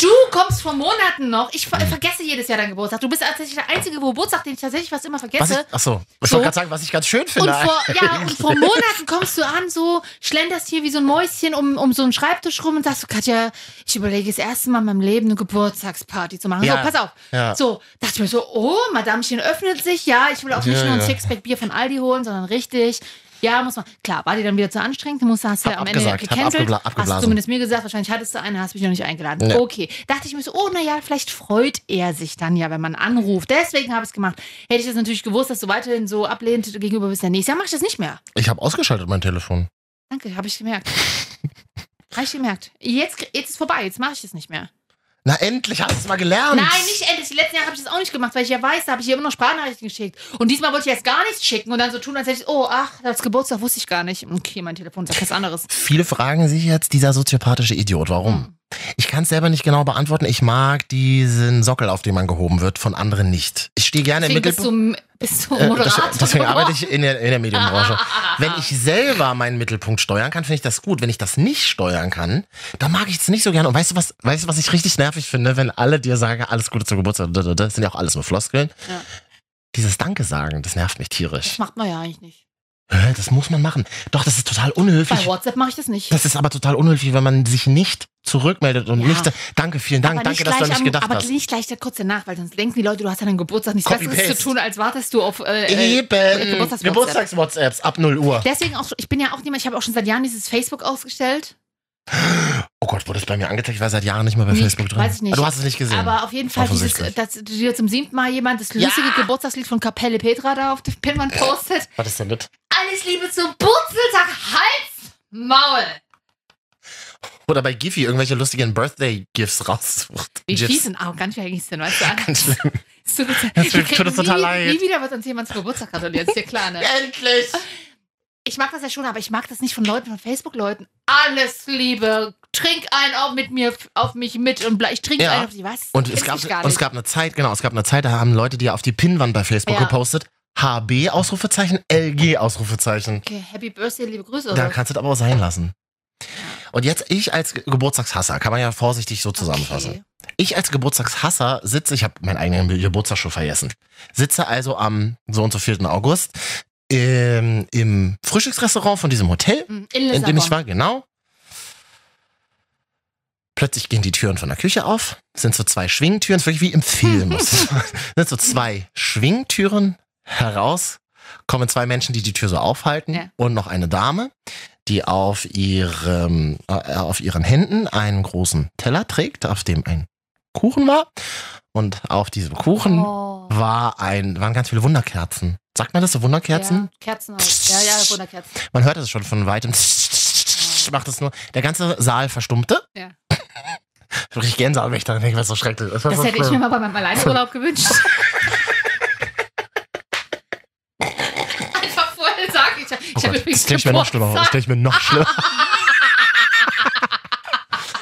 Speaker 2: Du kommst vor Monaten noch. Ich ver vergesse jedes Jahr deinen Geburtstag. Du bist tatsächlich der einzige Geburtstag, den ich tatsächlich fast immer
Speaker 1: Was ich,
Speaker 2: vergesse.
Speaker 1: achso, ich
Speaker 2: So.
Speaker 1: wollte gerade sagen, was ich ganz schön
Speaker 2: Und
Speaker 1: finde.
Speaker 2: vor, ja, und
Speaker 1: [LAUGHS]
Speaker 2: vor Monaten kommst du an, so schlenderst hier wie so ein Mäuschen um, um so einen Schreibtisch rum und sagst so, Katja, ich überlege das erste Mal in meinem Leben eine Geburtstagsparty zu machen.
Speaker 1: Ja.
Speaker 2: So, pass auf.
Speaker 1: Ja.
Speaker 2: So, dachte ich mir so, oh, Madamchen öffnet sich. Ja, ich will auch nicht
Speaker 1: Ja,
Speaker 2: nur ein
Speaker 1: ja.
Speaker 2: Sixpack Bier von Aldi holen, sondern richtig. Ja, muss man. Klar, war dir dann wieder zu anstrengend, musst du hast ja
Speaker 1: Hab
Speaker 2: Äh, am
Speaker 1: abgesagt,
Speaker 2: Ende
Speaker 1: hab
Speaker 2: gecancelt.
Speaker 1: abgebla-
Speaker 2: hast
Speaker 1: abgeblasen.
Speaker 2: zumindest mir gesagt, wahrscheinlich hattest du einen, hast mich noch nicht eingeladen.
Speaker 1: Ja.
Speaker 2: Okay. Dachte ich mir so, oh, naja, vielleicht freut er sich dann ja, wenn man anruft. Deswegen habe ich es gemacht. Hätte ich das natürlich gewusst, dass du weiterhin so ablehnend gegenüber bist, dann nächstes Jahr mache ich das nicht mehr.
Speaker 1: Ich habe ausgeschaltet mein Telefon.
Speaker 2: Danke, habe ich
Speaker 1: [LAUGHS]
Speaker 2: gemerkt. habe ich gemerkt. Jetzt, jetzt ist vorbei, jetzt mache ich das nicht mehr.
Speaker 1: Na endlich, hast du es mal gelernt.
Speaker 2: Nein, nicht endlich. Die letzten Jahre habe ich das auch nicht gemacht, weil ich ja weiß, da habe ich ihr immer noch Sprachnachrichten geschickt. Und diesmal wollte ich erst gar nichts schicken und dann so tun, als hätte ich, oh, ach, das Geburtstag wusste ich gar nicht. Okay, mein Telefon sagt was anderes.
Speaker 1: Viele fragen sich jetzt, dieser soziopathische Idiot,
Speaker 2: Hm.
Speaker 1: warum? Ich kann es selber nicht genau beantworten. Ich mag diesen Sockel, auf den man gehoben wird, von anderen nicht. Ich stehe gerne im
Speaker 2: Deswegen bist
Speaker 1: Mittelpunkt.
Speaker 2: du, bist du
Speaker 1: Äh,
Speaker 2: Moderator.
Speaker 1: das- Deswegen arbeite ich in der, in
Speaker 2: [LAUGHS]
Speaker 1: der Medienbranche. Wenn ich selber meinen Mittelpunkt steuern kann, finde ich das gut. Wenn ich das nicht steuern kann, dann mag ich es nicht so gerne. Und weißt du was, weißt du, was ich richtig nervig finde, wenn alle dir sagen, alles Gute zum Geburtstag, da, da, da, das sind ja auch alles nur Floskeln.
Speaker 2: Ja.
Speaker 1: Dieses Danke sagen, das nervt mich tierisch.
Speaker 2: Das macht man ja eigentlich nicht.
Speaker 1: Hä, Das muss man machen. Doch, das ist total
Speaker 2: Bei
Speaker 1: unhöflich.
Speaker 2: WhatsApp mache ich das nicht.
Speaker 1: Das ist aber total unhöflich, wenn man sich nicht zurückmeldet und
Speaker 2: Ja.
Speaker 1: nicht, danke, vielen Dank,
Speaker 2: Aber
Speaker 1: danke,
Speaker 2: nicht
Speaker 1: dass du an
Speaker 2: gleich
Speaker 1: mich
Speaker 2: am-
Speaker 1: gedacht
Speaker 2: aber
Speaker 1: hast.
Speaker 2: nicht gleich der kurze nach, weil sonst denken die Leute, du hast an deinem Geburtstag nichts
Speaker 1: Copy
Speaker 2: Besseres zu
Speaker 1: paste.
Speaker 2: tun, als wartest du auf äh, äh,
Speaker 1: Eben,
Speaker 2: Geburtstags-WhatsApp.
Speaker 1: Geburtstags-WhatsApps ab 0 Uhr.
Speaker 2: Deswegen auch, ich bin ja auch niemand, ich habe auch schon seit Jahren dieses Facebook ausgestellt.
Speaker 1: Oh Gott, wurde es bei mir angezeigt? Ich war seit Jahren nicht mehr bei
Speaker 2: Nee,
Speaker 1: Facebook drin.
Speaker 2: weiß ich nicht.
Speaker 1: Du hast es nicht gesehen.
Speaker 2: Aber auf jeden Fall, dieses,
Speaker 1: Offensichtlich.
Speaker 2: dass du dir zum siebten Mal jemand das lustige Geburtstagslied von Kapelle Petra da auf der Pinwand
Speaker 1: Äh.
Speaker 2: postet.
Speaker 1: Was ist denn das?
Speaker 2: Alles Liebe zum Purzeltag, Hals, Maul.
Speaker 1: Oder bei Giphy irgendwelche lustigen Birthday-Gifs raussucht.
Speaker 2: Wie
Speaker 1: Gifs.
Speaker 2: fies und arrogant wir eigentlich
Speaker 1: [LAUGHS]
Speaker 2: sind, weißt du?
Speaker 1: Ganz schlimm.
Speaker 2: Es tut uns-
Speaker 1: Das
Speaker 2: wir
Speaker 1: tut
Speaker 2: kriegen
Speaker 1: uns total
Speaker 2: nie,
Speaker 1: leid.
Speaker 2: Nie wieder wird uns jemand zum Geburtstag gratuliert, ist dir klar, ne?
Speaker 1: Endlich!
Speaker 2: Ich mag das ja schon, aber ich mag das nicht von Leuten, von Facebook-Leuten. Alles Liebe, trink einen auf mit mir, auf mich mit und bleib- ich trinke
Speaker 1: Ja.
Speaker 2: einen auf dich, was?
Speaker 1: [LAUGHS] Und es,
Speaker 2: Gibt's
Speaker 1: gab,
Speaker 2: nicht gar
Speaker 1: und es
Speaker 2: nicht.
Speaker 1: gab eine Zeit, genau, es gab eine Zeit, da haben Leute, die auf die Pinnwand bei Facebook
Speaker 2: Ja.
Speaker 1: gepostet, HB Ausrufezeichen, LG Ausrufezeichen.
Speaker 2: Okay, Happy Birthday, liebe Grüße.
Speaker 1: Da
Speaker 2: oder?
Speaker 1: kannst du es aber auch sein lassen. Und jetzt ich als Ge- Geburtstagshasser, kann man ja vorsichtig so zusammenfassen.
Speaker 2: Okay.
Speaker 1: Ich als Geburtstagshasser sitze, ich habe meinen eigenen Geburtstag schon vergessen, sitze also am so und so 4. August ähm, im Frühstücksrestaurant von diesem Hotel
Speaker 2: Mm, In Lissabon.
Speaker 1: in dem ich war, genau. Plötzlich gehen die Türen von der Küche auf, sind so zwei Schwingtüren, ist wirklich wie im
Speaker 2: [LAUGHS]
Speaker 1: Film. muss ich sagen. sind so zwei Schwingtüren heraus, kommen zwei Menschen, die die Tür so aufhalten
Speaker 2: Ja.
Speaker 1: und noch eine Dame, die auf ihrem, äh, auf ihren Händen einen großen Teller trägt, auf dem ein Kuchen war. Und auf diesem Kuchen
Speaker 2: Oh.
Speaker 1: war ein, waren ganz viele Wunderkerzen. Sagt man das so, Wunderkerzen?
Speaker 2: Ja, Kerzen halt. Ja, ja, Wunderkerzen.
Speaker 1: Man hört es schon von weitem. [LAUGHS] Macht es nur. Der ganze Saal verstummte.
Speaker 2: Ja.
Speaker 1: Ich hab richtig Gänsehaut, wenn ich daran denke, was so schrecklich ist.
Speaker 2: Das hätte ich mir mal bei meinem Alleinurlaub
Speaker 1: [LAUGHS]
Speaker 2: gewünscht. Einfach vorher sagen, ich, ich
Speaker 1: oh
Speaker 2: habe
Speaker 1: Gott,
Speaker 2: übrigens
Speaker 1: das stelle ich mir noch schlimmer vor. Das
Speaker 2: Geburtstag.
Speaker 1: stelle ich mir noch
Speaker 2: [LAUGHS]
Speaker 1: schlimmer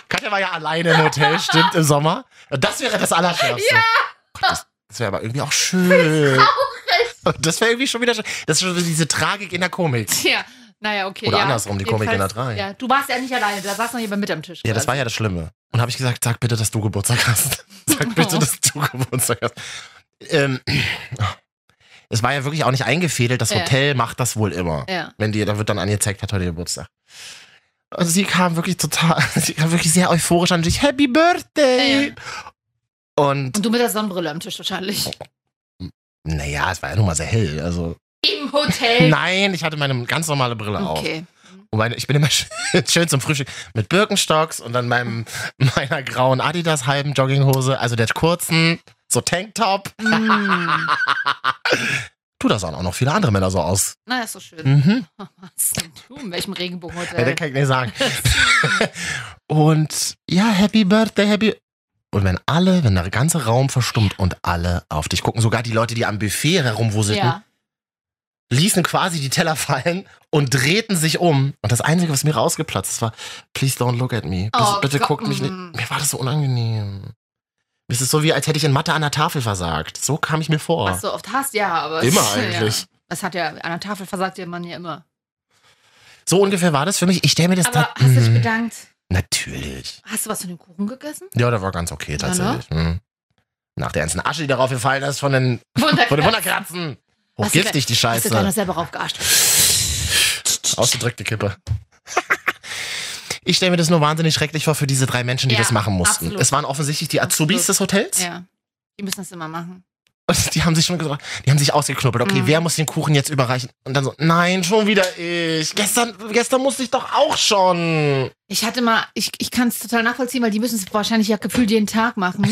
Speaker 1: Katja war ja alleine im Hotel, stimmt, im Oh Sommer. Das wäre das Allerschärfste. Ja. Gott, das das wäre aber irgendwie auch schön.
Speaker 2: Auch recht.
Speaker 1: Das wäre irgendwie schon wieder. sch- Das ist schon wieder diese Tragik in der Komik.
Speaker 2: [LAUGHS] Tja, naja, okay.
Speaker 1: Oder
Speaker 2: ja.
Speaker 1: andersrum, die Komik in der drei.
Speaker 2: Jedenfalls, Ja, du warst ja nicht alleine, da saß noch jemand mit am Tisch. also,
Speaker 1: Ja, das war ja das Schlimme. Und habe ich gesagt, sag bitte, dass du Geburtstag hast. [LAUGHS] Sag bitte,
Speaker 2: Oh.
Speaker 1: dass du Geburtstag hast. Ähm, es war ja wirklich auch nicht eingefädelt. Das
Speaker 2: Ja.
Speaker 1: Hotel macht das wohl immer.
Speaker 2: Ja.
Speaker 1: Wenn die, da wird dann angezeigt, hat heute Geburtstag. Und sie kam wirklich total, [LAUGHS] sie kam wirklich sehr euphorisch an sich. Happy Birthday! Und
Speaker 2: Und du mit der Sonnenbrille am Tisch wahrscheinlich.
Speaker 1: Oh. naja, es war ja nun mal sehr hell. Also
Speaker 2: Im
Speaker 1: [LAUGHS]
Speaker 2: Hotel.
Speaker 1: nein, ich hatte meine ganz normale Brille auf.
Speaker 2: Okay.
Speaker 1: Und meine, ich bin immer [LAUGHS] schön, schön zum Frühstück mit Birkenstocks und dann meinem, meiner grauen Adidas halben Jogginghose, also der kurzen, so Tanktop.
Speaker 2: Mm.
Speaker 1: Du, da sahen auch noch viele andere Männer so aus.
Speaker 2: Na, ist so schön. Oh,
Speaker 1: Mhm.
Speaker 2: Was denn du? In welchem
Speaker 1: Ja, das
Speaker 2: Regenbogenhotel?
Speaker 1: kann ich nicht sagen. und ja, Happy Birthday, Happy. Und wenn alle, wenn der ganze Raum verstummt und alle auf dich gucken, sogar die Leute, die am Buffet herumwuselten,
Speaker 2: Ja.
Speaker 1: ließen quasi die Teller [LAUGHS] fallen und drehten sich um. Und das Einzige, was mir rausgeplatzt ist, war, please don't look at me. Bitte,
Speaker 2: Oh
Speaker 1: bitte
Speaker 2: Gott,
Speaker 1: guckt mich nicht.
Speaker 2: mm.
Speaker 1: Mir war das so unangenehm. Es ist so, wie als hätte ich in Mathe an der Tafel versagt. So kam ich mir vor.
Speaker 2: Was du oft hast, ja, aber.
Speaker 1: Immer eigentlich.
Speaker 2: Ja. Das hat ja, an der Tafel versagt der Mann ja immer.
Speaker 1: So ungefähr war das für mich. Ich stelle mir das
Speaker 2: Aber
Speaker 1: dann-
Speaker 2: hast du dich
Speaker 1: Mhm.
Speaker 2: bedankt?
Speaker 1: Natürlich.
Speaker 2: Hast du was von dem Kuchen gegessen? [LAUGHS]
Speaker 1: Ja, der war ganz okay
Speaker 2: Na, ne?
Speaker 1: tatsächlich. Mhm. Nach der ganzen Asche, die darauf gefallen ist von den, von
Speaker 2: [LAUGHS]
Speaker 1: den
Speaker 2: Wunderkratzen.
Speaker 1: Wunderkratzen.
Speaker 2: Hast du
Speaker 1: Hochgiftig, die
Speaker 2: Hast du da noch
Speaker 1: Scheiße.
Speaker 2: selber raufgearscht?
Speaker 1: Ausgedrückte Kippe. Ich stelle mir das nur wahnsinnig schrecklich vor für diese drei Menschen, die
Speaker 2: Ja,
Speaker 1: das machen mussten.
Speaker 2: absolut.
Speaker 1: Es waren offensichtlich die Azubis
Speaker 2: Absolut.
Speaker 1: des Hotels.
Speaker 2: Ja. Die müssen das immer machen.
Speaker 1: Und die haben sich schon gesagt, die haben sich ausgeknuppert. Okay,
Speaker 2: Mhm.
Speaker 1: wer muss den Kuchen jetzt überreichen? Und dann so, nein, schon wieder ich. Gestern, gestern musste ich doch auch schon.
Speaker 2: Ich hatte mal, ich, ich kann es total nachvollziehen, weil die müssen es wahrscheinlich ja gefühlt jeden Tag machen.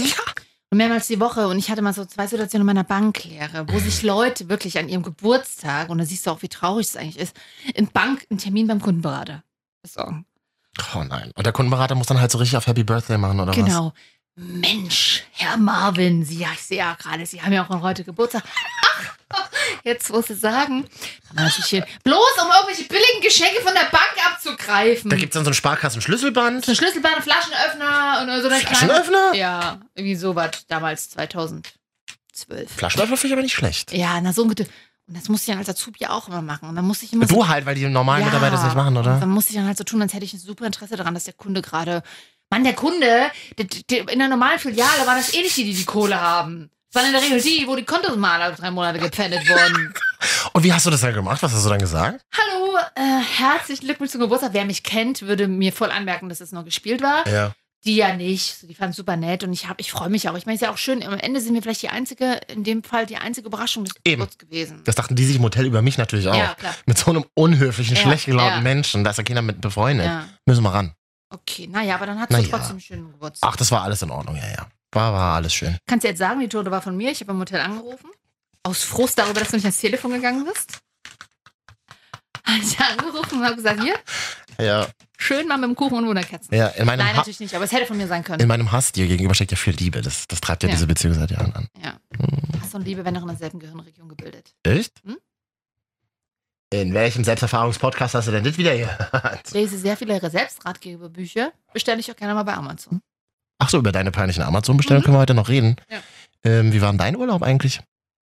Speaker 2: Und mehrmals die Woche. Und ich hatte mal so zwei Situationen in meiner Banklehre, wo sich Leute wirklich an ihrem Geburtstag, und da siehst du auch, wie traurig es eigentlich ist, in Bank einen Termin beim Kundenberater besorgen.
Speaker 1: Oh nein. Und der Kundenberater muss dann halt so richtig auf Happy Birthday machen, oder was?
Speaker 2: Genau. Mensch, Herr Marvin, Sie, ja, ich sehe ja gerade, Sie haben ja auch heute Geburtstag. Ach, jetzt muss ich sagen, haben wir natürlich hier- bloß um irgendwelche billigen Geschenke von der Bank abzugreifen.
Speaker 1: Da gibt's dann so einen Sparkassen-Schlüsselband.
Speaker 2: Ein Schlüsselband, einen Flaschenöffner und so eine kleine.
Speaker 1: Flaschenöffner?
Speaker 2: Ja, irgendwie sowas damals 2012.
Speaker 1: Flaschenöffner finde ich aber nicht schlecht.
Speaker 2: Ja, na so ungefähr. Und das musste ich dann als Azubi auch immer machen. Und dann musste ich immer so,
Speaker 1: Du halt, weil die normalen Mitarbeiter das nicht machen,
Speaker 2: Und
Speaker 1: oder?
Speaker 2: Dann musste ich dann halt so tun, als hätte ich ein super Interesse daran, dass der Kunde gerade. Mann, der Kunde, der, der, in der normalen Filiale waren das eh nicht die, die die Kohle haben. Das waren in der Regel die, wo die Kontos mal alle drei Monate
Speaker 1: [LAUGHS]
Speaker 2: gepfändet wurden.
Speaker 1: Und wie hast du das dann gemacht? Was hast du dann gesagt?
Speaker 2: Hallo, äh, herzlichen Glückwunsch zum Geburtstag. Wer mich kennt, würde mir voll anmerken, dass das noch gespielt war.
Speaker 1: Ja.
Speaker 2: Die ja nicht. So, Die fanden super nett und ich, hab- ich freue mich auch. Ich meine, es ist ja auch schön. Am Ende sind wir vielleicht die einzige, in dem Fall die einzige Überraschung des
Speaker 1: Eben.
Speaker 2: Geburts gewesen.
Speaker 1: Das dachten die sich im Hotel über mich natürlich auch.
Speaker 2: Ja, klar.
Speaker 1: Mit so einem unhöflichen,
Speaker 2: Ja,
Speaker 1: schlecht gelaunten
Speaker 2: ja.
Speaker 1: Menschen, da ist ja keiner mit befreundet.
Speaker 2: Ja.
Speaker 1: Müssen wir ran.
Speaker 2: Okay, naja, aber dann hattest
Speaker 1: Na
Speaker 2: du
Speaker 1: ja.
Speaker 2: trotzdem einen schönen Geburtstag.
Speaker 1: Ach, das war alles in Ordnung, ja, ja. War, war alles schön.
Speaker 2: Kannst du jetzt sagen, die Tote war von mir. Ich habe im Hotel angerufen. Aus Frust darüber, dass du nicht ans Telefon gegangen bist. Habe ich angerufen und habe gesagt, hier,
Speaker 1: Ja,
Speaker 2: schön mal mit dem Kuchen und Wunderkerzen.
Speaker 1: ja in, meinem
Speaker 2: Nein,
Speaker 1: ha
Speaker 2: natürlich nicht, aber es hätte von mir sein können.
Speaker 1: in meinem Hass dir gegenüber steckt ja viel Liebe. Das, das treibt ja,
Speaker 2: Ja.
Speaker 1: diese Beziehung seit Jahren an.
Speaker 2: Ja. Hass und Liebe werden doch in derselben Gehirnregion gebildet.
Speaker 1: Echt?
Speaker 2: Hm?
Speaker 1: In welchem Selbsterfahrungspodcast hast du denn das wieder gehört? [LAUGHS]
Speaker 2: Ich lese sehr viele Selbstratgeberbücher. Bestelle ich auch gerne mal bei Amazon.
Speaker 1: Ach so, über deine peinlichen Amazon-Bestellungen können wir heute noch reden.
Speaker 2: Mhm. Ja.
Speaker 1: Ähm, wie war denn dein Urlaub eigentlich? [LAUGHS]